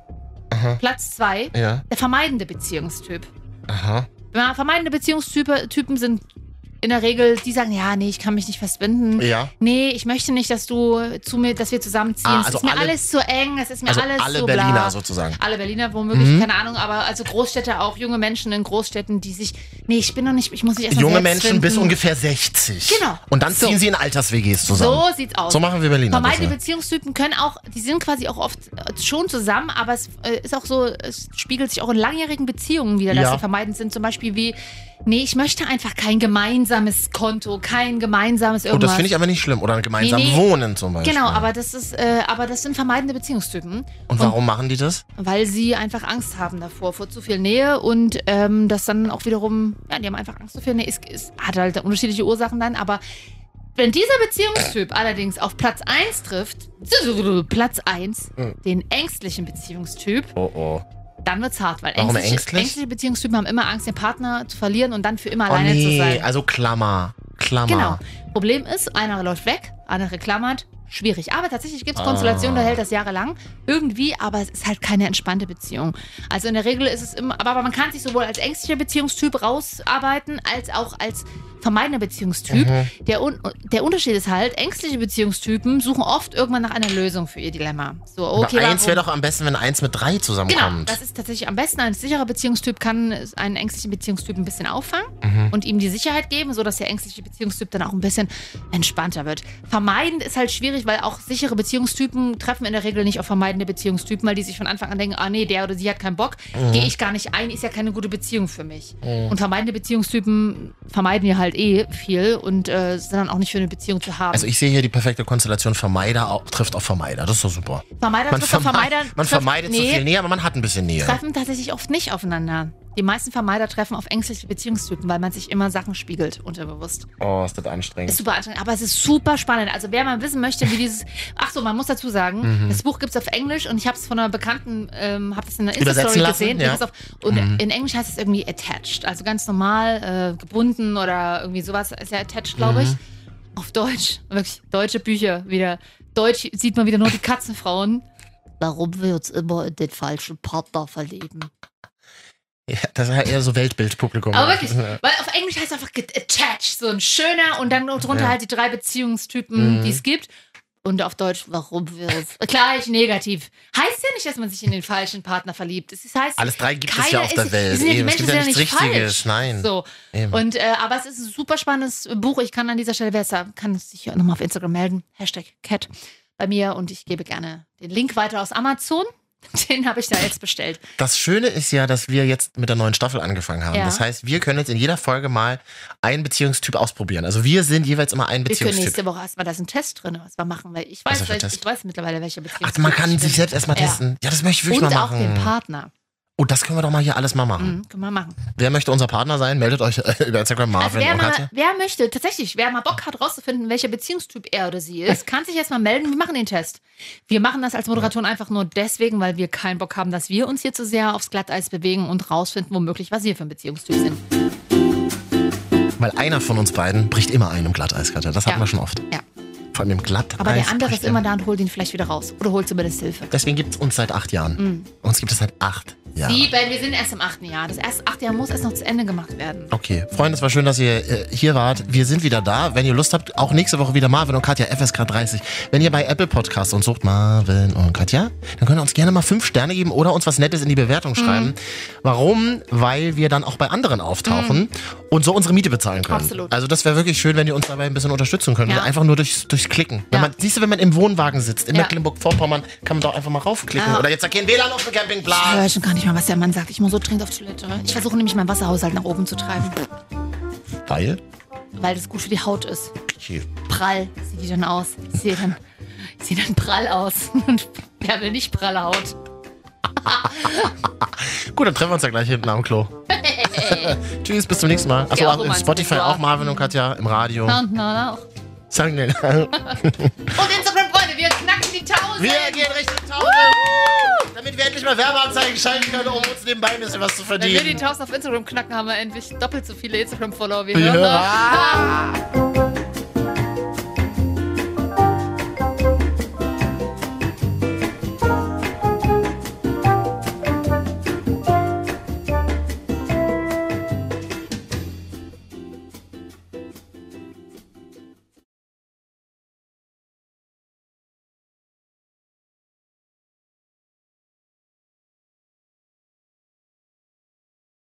Speaker 2: Platz 2,
Speaker 1: Ja,
Speaker 2: der vermeidende Beziehungstyp.
Speaker 1: aha.
Speaker 2: Ja, vermeidende Beziehungstypen Typen sind in der Regel, die sagen, ja, nee, ich kann mich nicht festbinden.
Speaker 1: Ja.
Speaker 2: Nee, ich möchte nicht, dass du zu mir, dass wir zusammenziehen.
Speaker 1: Ah,
Speaker 2: es
Speaker 1: also
Speaker 2: ist mir
Speaker 1: alle-
Speaker 2: alles zu eng, es ist mir
Speaker 1: Also
Speaker 2: alles
Speaker 1: alle
Speaker 2: zu
Speaker 1: Berliner
Speaker 2: bla.
Speaker 1: sozusagen. Mhm.
Speaker 2: Alle Berliner womöglich, keine Ahnung, aber also Großstädter auch, junge Menschen in Großstädten, die sich, nee, ich bin noch nicht, ich muss mich erst mal
Speaker 1: Junge
Speaker 2: selbst
Speaker 1: Menschen bis
Speaker 2: finden.
Speaker 1: ungefähr 60.
Speaker 2: Genau.
Speaker 1: Und dann
Speaker 2: So.
Speaker 1: ziehen sie in Alters-WGs zusammen.
Speaker 2: So sieht's aus.
Speaker 1: So machen wir Berliner.
Speaker 2: Vermeidende
Speaker 1: das,
Speaker 2: Beziehungstypen können auch, die sind quasi auch oft äh, schon zusammen, aber es äh, ist auch so, es spiegelt sich auch in langjährigen Beziehungen wieder, dass
Speaker 1: Ja.
Speaker 2: sie vermeidend sind. Zum Beispiel wie, nee, ich möchte einfach kein gemeinsames Konto, kein gemeinsames
Speaker 1: ja. Und
Speaker 2: irgendwas.
Speaker 1: Oh, das finde ich aber nicht schlimm. Oder gemeinsam
Speaker 2: Nee, nee.
Speaker 1: wohnen zum Beispiel.
Speaker 2: Genau, aber das ist, äh, aber das sind vermeidende Beziehungstypen,
Speaker 1: Und warum machen die das?
Speaker 2: weil sie einfach Angst haben davor, vor zu viel Nähe und ähm, das dann auch wiederum, ja, die haben einfach Angst vor viel Nähe. Es, es hat halt unterschiedliche Ursachen dann, aber wenn dieser Beziehungstyp allerdings auf Platz 1 trifft, Platz 1,
Speaker 1: Hm.
Speaker 2: den ängstlichen Beziehungstyp,
Speaker 1: Oh oh.
Speaker 2: dann wird's hart, weil
Speaker 1: Warum
Speaker 2: ängstliche,
Speaker 1: ängstlich?
Speaker 2: ängstliche Beziehungstypen haben immer Angst, den Partner zu verlieren und dann für immer
Speaker 1: oh
Speaker 2: alleine zu
Speaker 1: nee,
Speaker 2: sein.
Speaker 1: also Klammer. Klammer.
Speaker 2: Genau. Problem ist, einer läuft weg, andere klammert. Schwierig. Aber tatsächlich gibt es Konstellationen,
Speaker 1: Ah.
Speaker 2: da hält das jahrelang irgendwie, aber es ist halt keine entspannte Beziehung. Also in der Regel ist es immer, aber aber man kann sich sowohl als ängstlicher Beziehungstyp rausarbeiten, als auch als vermeidender Beziehungstyp.
Speaker 1: Mhm.
Speaker 2: Der, un der Unterschied ist halt, ängstliche Beziehungstypen suchen oft irgendwann nach einer Lösung für ihr Dilemma. So, okay,
Speaker 1: aber eins
Speaker 2: warum-
Speaker 1: wäre doch am besten, wenn eins mit drei
Speaker 2: Genau,
Speaker 1: zusammenkommt.
Speaker 2: das ist tatsächlich am besten. Ein sicherer Beziehungstyp kann einen ängstlichen Beziehungstyp ein bisschen auffangen
Speaker 1: Mhm.
Speaker 2: und ihm die Sicherheit geben, sodass der ängstliche Beziehungstyp dann auch ein bisschen entspannter wird. Vermeiden ist halt schwierig, weil auch sichere Beziehungstypen treffen in der Regel nicht auf vermeidende Beziehungstypen, weil die sich von Anfang an denken, ah nee, der oder sie hat keinen Bock,
Speaker 1: Mhm.
Speaker 2: gehe ich gar nicht ein, ist ja keine gute Beziehung für mich. Und vermeidende Beziehungstypen vermeiden ja halt eh viel und äh, sind dann auch nicht für eine Beziehung zu haben.
Speaker 1: also ich sehe hier die perfekte Konstellation Vermeider au- trifft auf Vermeider. Das ist doch super.
Speaker 2: Vermeider
Speaker 1: Man,
Speaker 2: trifft auf
Speaker 1: verme-
Speaker 2: Vermeider,
Speaker 1: man
Speaker 2: trifft-
Speaker 1: vermeidet zu
Speaker 2: nee,
Speaker 1: viel Nähe, aber man hat ein bisschen Nähe.
Speaker 2: treffen tatsächlich oft nicht aufeinander. Die meisten Vermeider treffen auf ängstliche Beziehungstypen, weil man sich immer Sachen spiegelt, unterbewusst.
Speaker 1: Oh, ist das
Speaker 2: Ist
Speaker 1: anstrengend.
Speaker 2: super anstrengend, aber es ist super spannend. Also wer mal wissen möchte, wie dieses... [LAUGHS] Ach so, man muss dazu sagen,
Speaker 1: Mhm.
Speaker 2: das Buch gibt's auf Englisch und ich habe es von einer Bekannten, ähm, habe das in einer
Speaker 1: Übersetzen
Speaker 2: Insta-Story
Speaker 1: lassen,
Speaker 2: gesehen.
Speaker 1: ja. Mhm.
Speaker 2: Pass auf. Und in Englisch heißt es irgendwie attached, also ganz normal, äh, gebunden oder irgendwie sowas ist ja attached,
Speaker 1: Mhm.
Speaker 2: glaube ich. Auf Deutsch, wirklich deutsche Bücher wieder. Deutsch sieht man wieder nur die Katzenfrauen. Warum wir uns immer in den falschen Partner verlieben.
Speaker 1: Ja, das ist halt eher so Weltbildpublikum.
Speaker 2: Aber
Speaker 1: ja.
Speaker 2: wirklich, weil auf Englisch heißt es einfach get attached, so ein schöner und dann drunter
Speaker 1: Ja.
Speaker 2: halt die drei Beziehungstypen,
Speaker 1: Mhm.
Speaker 2: die es gibt. Und auf Deutsch, warum wir uns [LAUGHS] gleich negativ. Heißt ja nicht, dass man sich in den falschen Partner verliebt. Es ist- heißt,
Speaker 1: Alles drei gibt es ja
Speaker 2: keiner
Speaker 1: auf der
Speaker 2: ist-
Speaker 1: Welt.
Speaker 2: es sind ja die
Speaker 1: Eben, es
Speaker 2: Menschen
Speaker 1: gibt ja
Speaker 2: sind
Speaker 1: nichts
Speaker 2: ja nicht
Speaker 1: Richtiges.
Speaker 2: falsch.
Speaker 1: Nein. Mhm.
Speaker 2: so.
Speaker 1: Eben.
Speaker 2: Und, äh, aber es ist ein super spannendes Buch. Ich kann an dieser Stelle, wer es da- kann sich hier nochmal auf Instagram melden. Hashtag Cat bei mir und ich gebe gerne den Link weiter aus Amazon. [LAUGHS] Den habe ich da jetzt bestellt.
Speaker 1: Das Schöne ist ja, dass wir jetzt mit der neuen Staffel angefangen haben.
Speaker 2: Ja.
Speaker 1: Das heißt, wir können jetzt in jeder Folge mal einen Beziehungstyp ausprobieren. Also wir sind jeweils immer ein
Speaker 2: Wir können nächste
Speaker 1: Beziehungstyp.
Speaker 2: Woche erstmal da ist ein Test drin, was wir machen, weil ich
Speaker 1: Was
Speaker 2: weiß,
Speaker 1: ist der
Speaker 2: weil ich
Speaker 1: Test?
Speaker 2: weiß mittlerweile, welche Beziehung.
Speaker 1: Ach, man kann sich selbst erstmal
Speaker 2: Ja.
Speaker 1: testen. Ja, das möchte ich wirklich
Speaker 2: Und
Speaker 1: mal
Speaker 2: auch den
Speaker 1: machen.
Speaker 2: Partner.
Speaker 1: Oh, das können wir doch mal hier alles mal machen.
Speaker 2: Mhm, können wir machen.
Speaker 1: Wer möchte unser Partner sein? Meldet euch äh, über Instagram
Speaker 2: Also
Speaker 1: Marvin
Speaker 2: wer,
Speaker 1: und
Speaker 2: mal,
Speaker 1: Katja.
Speaker 2: wer möchte, tatsächlich, wer mal Bock hat, rauszufinden, welcher Beziehungstyp er oder sie ist, kann sich erstmal melden. Wir machen den Test. Wir machen das als Moderatoren einfach nur deswegen, weil wir keinen Bock haben, dass wir uns hier zu sehr aufs Glatteis bewegen und rausfinden, womöglich, was wir für ein Beziehungstyp sind.
Speaker 1: Weil einer von uns beiden bricht immer ein im Glatteis, Katja. Das hatten
Speaker 2: Ja.
Speaker 1: wir schon oft.
Speaker 2: Ja.
Speaker 1: Vor allem im Glatteis.
Speaker 2: Aber der andere
Speaker 1: bricht
Speaker 2: ist immer da und holt ihn vielleicht wieder raus. Oder holt zumindest Hilfe.
Speaker 1: Deswegen gibt es uns seit acht Jahren. Uns gibt es seit acht Jahren.
Speaker 2: Mhm. Sieben, wir sind erst im achten Jahr. Das erste achte Jahr muss erst noch zu Ende gemacht werden.
Speaker 1: Okay, Freunde, es war schön, dass ihr äh, hier wart. Wir sind wieder da. Wenn ihr Lust habt, auch nächste Woche wieder Marvin und Katja, FSK 30. Wenn ihr bei Apple Podcasts uns sucht, Marvin und Katja, dann könnt ihr uns gerne mal fünf Sterne geben oder uns was Nettes in die Bewertung
Speaker 2: Mhm.
Speaker 1: schreiben. Warum? Weil wir dann auch bei anderen auftauchen und so unsere Miete bezahlen können.
Speaker 2: Mhm. Absolut.
Speaker 1: Also das wäre wirklich schön, wenn ihr uns dabei ein bisschen unterstützen könnt.
Speaker 2: Ja.
Speaker 1: Einfach nur durchs, durchs Klicken. Wenn
Speaker 2: Ja.
Speaker 1: man, siehst du, wenn man im Wohnwagen sitzt, in
Speaker 2: Ja.
Speaker 1: Mecklenburg-Vorpommern, kann man doch einfach mal raufklicken.
Speaker 2: Ja.
Speaker 1: Oder jetzt da kein WLAN auf dem
Speaker 2: Ich
Speaker 1: Campingplatz.
Speaker 2: höre schon gar nicht mal, was der Mann sagt. Ich muss so dringend auf Toilette. Ich versuche nämlich meinen Wasserhaushalt nach oben zu treiben,
Speaker 1: Weil?
Speaker 2: weil das gut für die Haut ist. Prall sieht die dann aus. Ich sehe dann, ich sehe dann prall aus. [LAUGHS] Und wer will nicht pralle Haut?
Speaker 1: Gut, dann treffen wir uns ja gleich hinten am
Speaker 2: [LAUGHS]
Speaker 1: Klo. Tschüss, bis zum nächsten Mal.
Speaker 2: Ja,
Speaker 1: Achso,
Speaker 2: auch immer
Speaker 1: auf
Speaker 2: ins
Speaker 1: Spotify
Speaker 2: Repertoire.
Speaker 1: auch Marvin und Katja im Radio.
Speaker 2: Na, na, na. auch.
Speaker 1: Sagen
Speaker 2: [LAUGHS]
Speaker 1: wir, wir
Speaker 2: Und Instagram-Freunde, wir knacken die 1000.
Speaker 1: gehen Richtung 1000. Damit wir endlich mal Werbeanzeigen schalten können, um uns nebenbei ein bisschen was zu
Speaker 2: Wenn wir die
Speaker 1: verdienen.
Speaker 2: 1000 auf Instagram knacken, haben wir endlich doppelt so viele Instagram-Follower wie
Speaker 1: Ja.
Speaker 2: Hörer.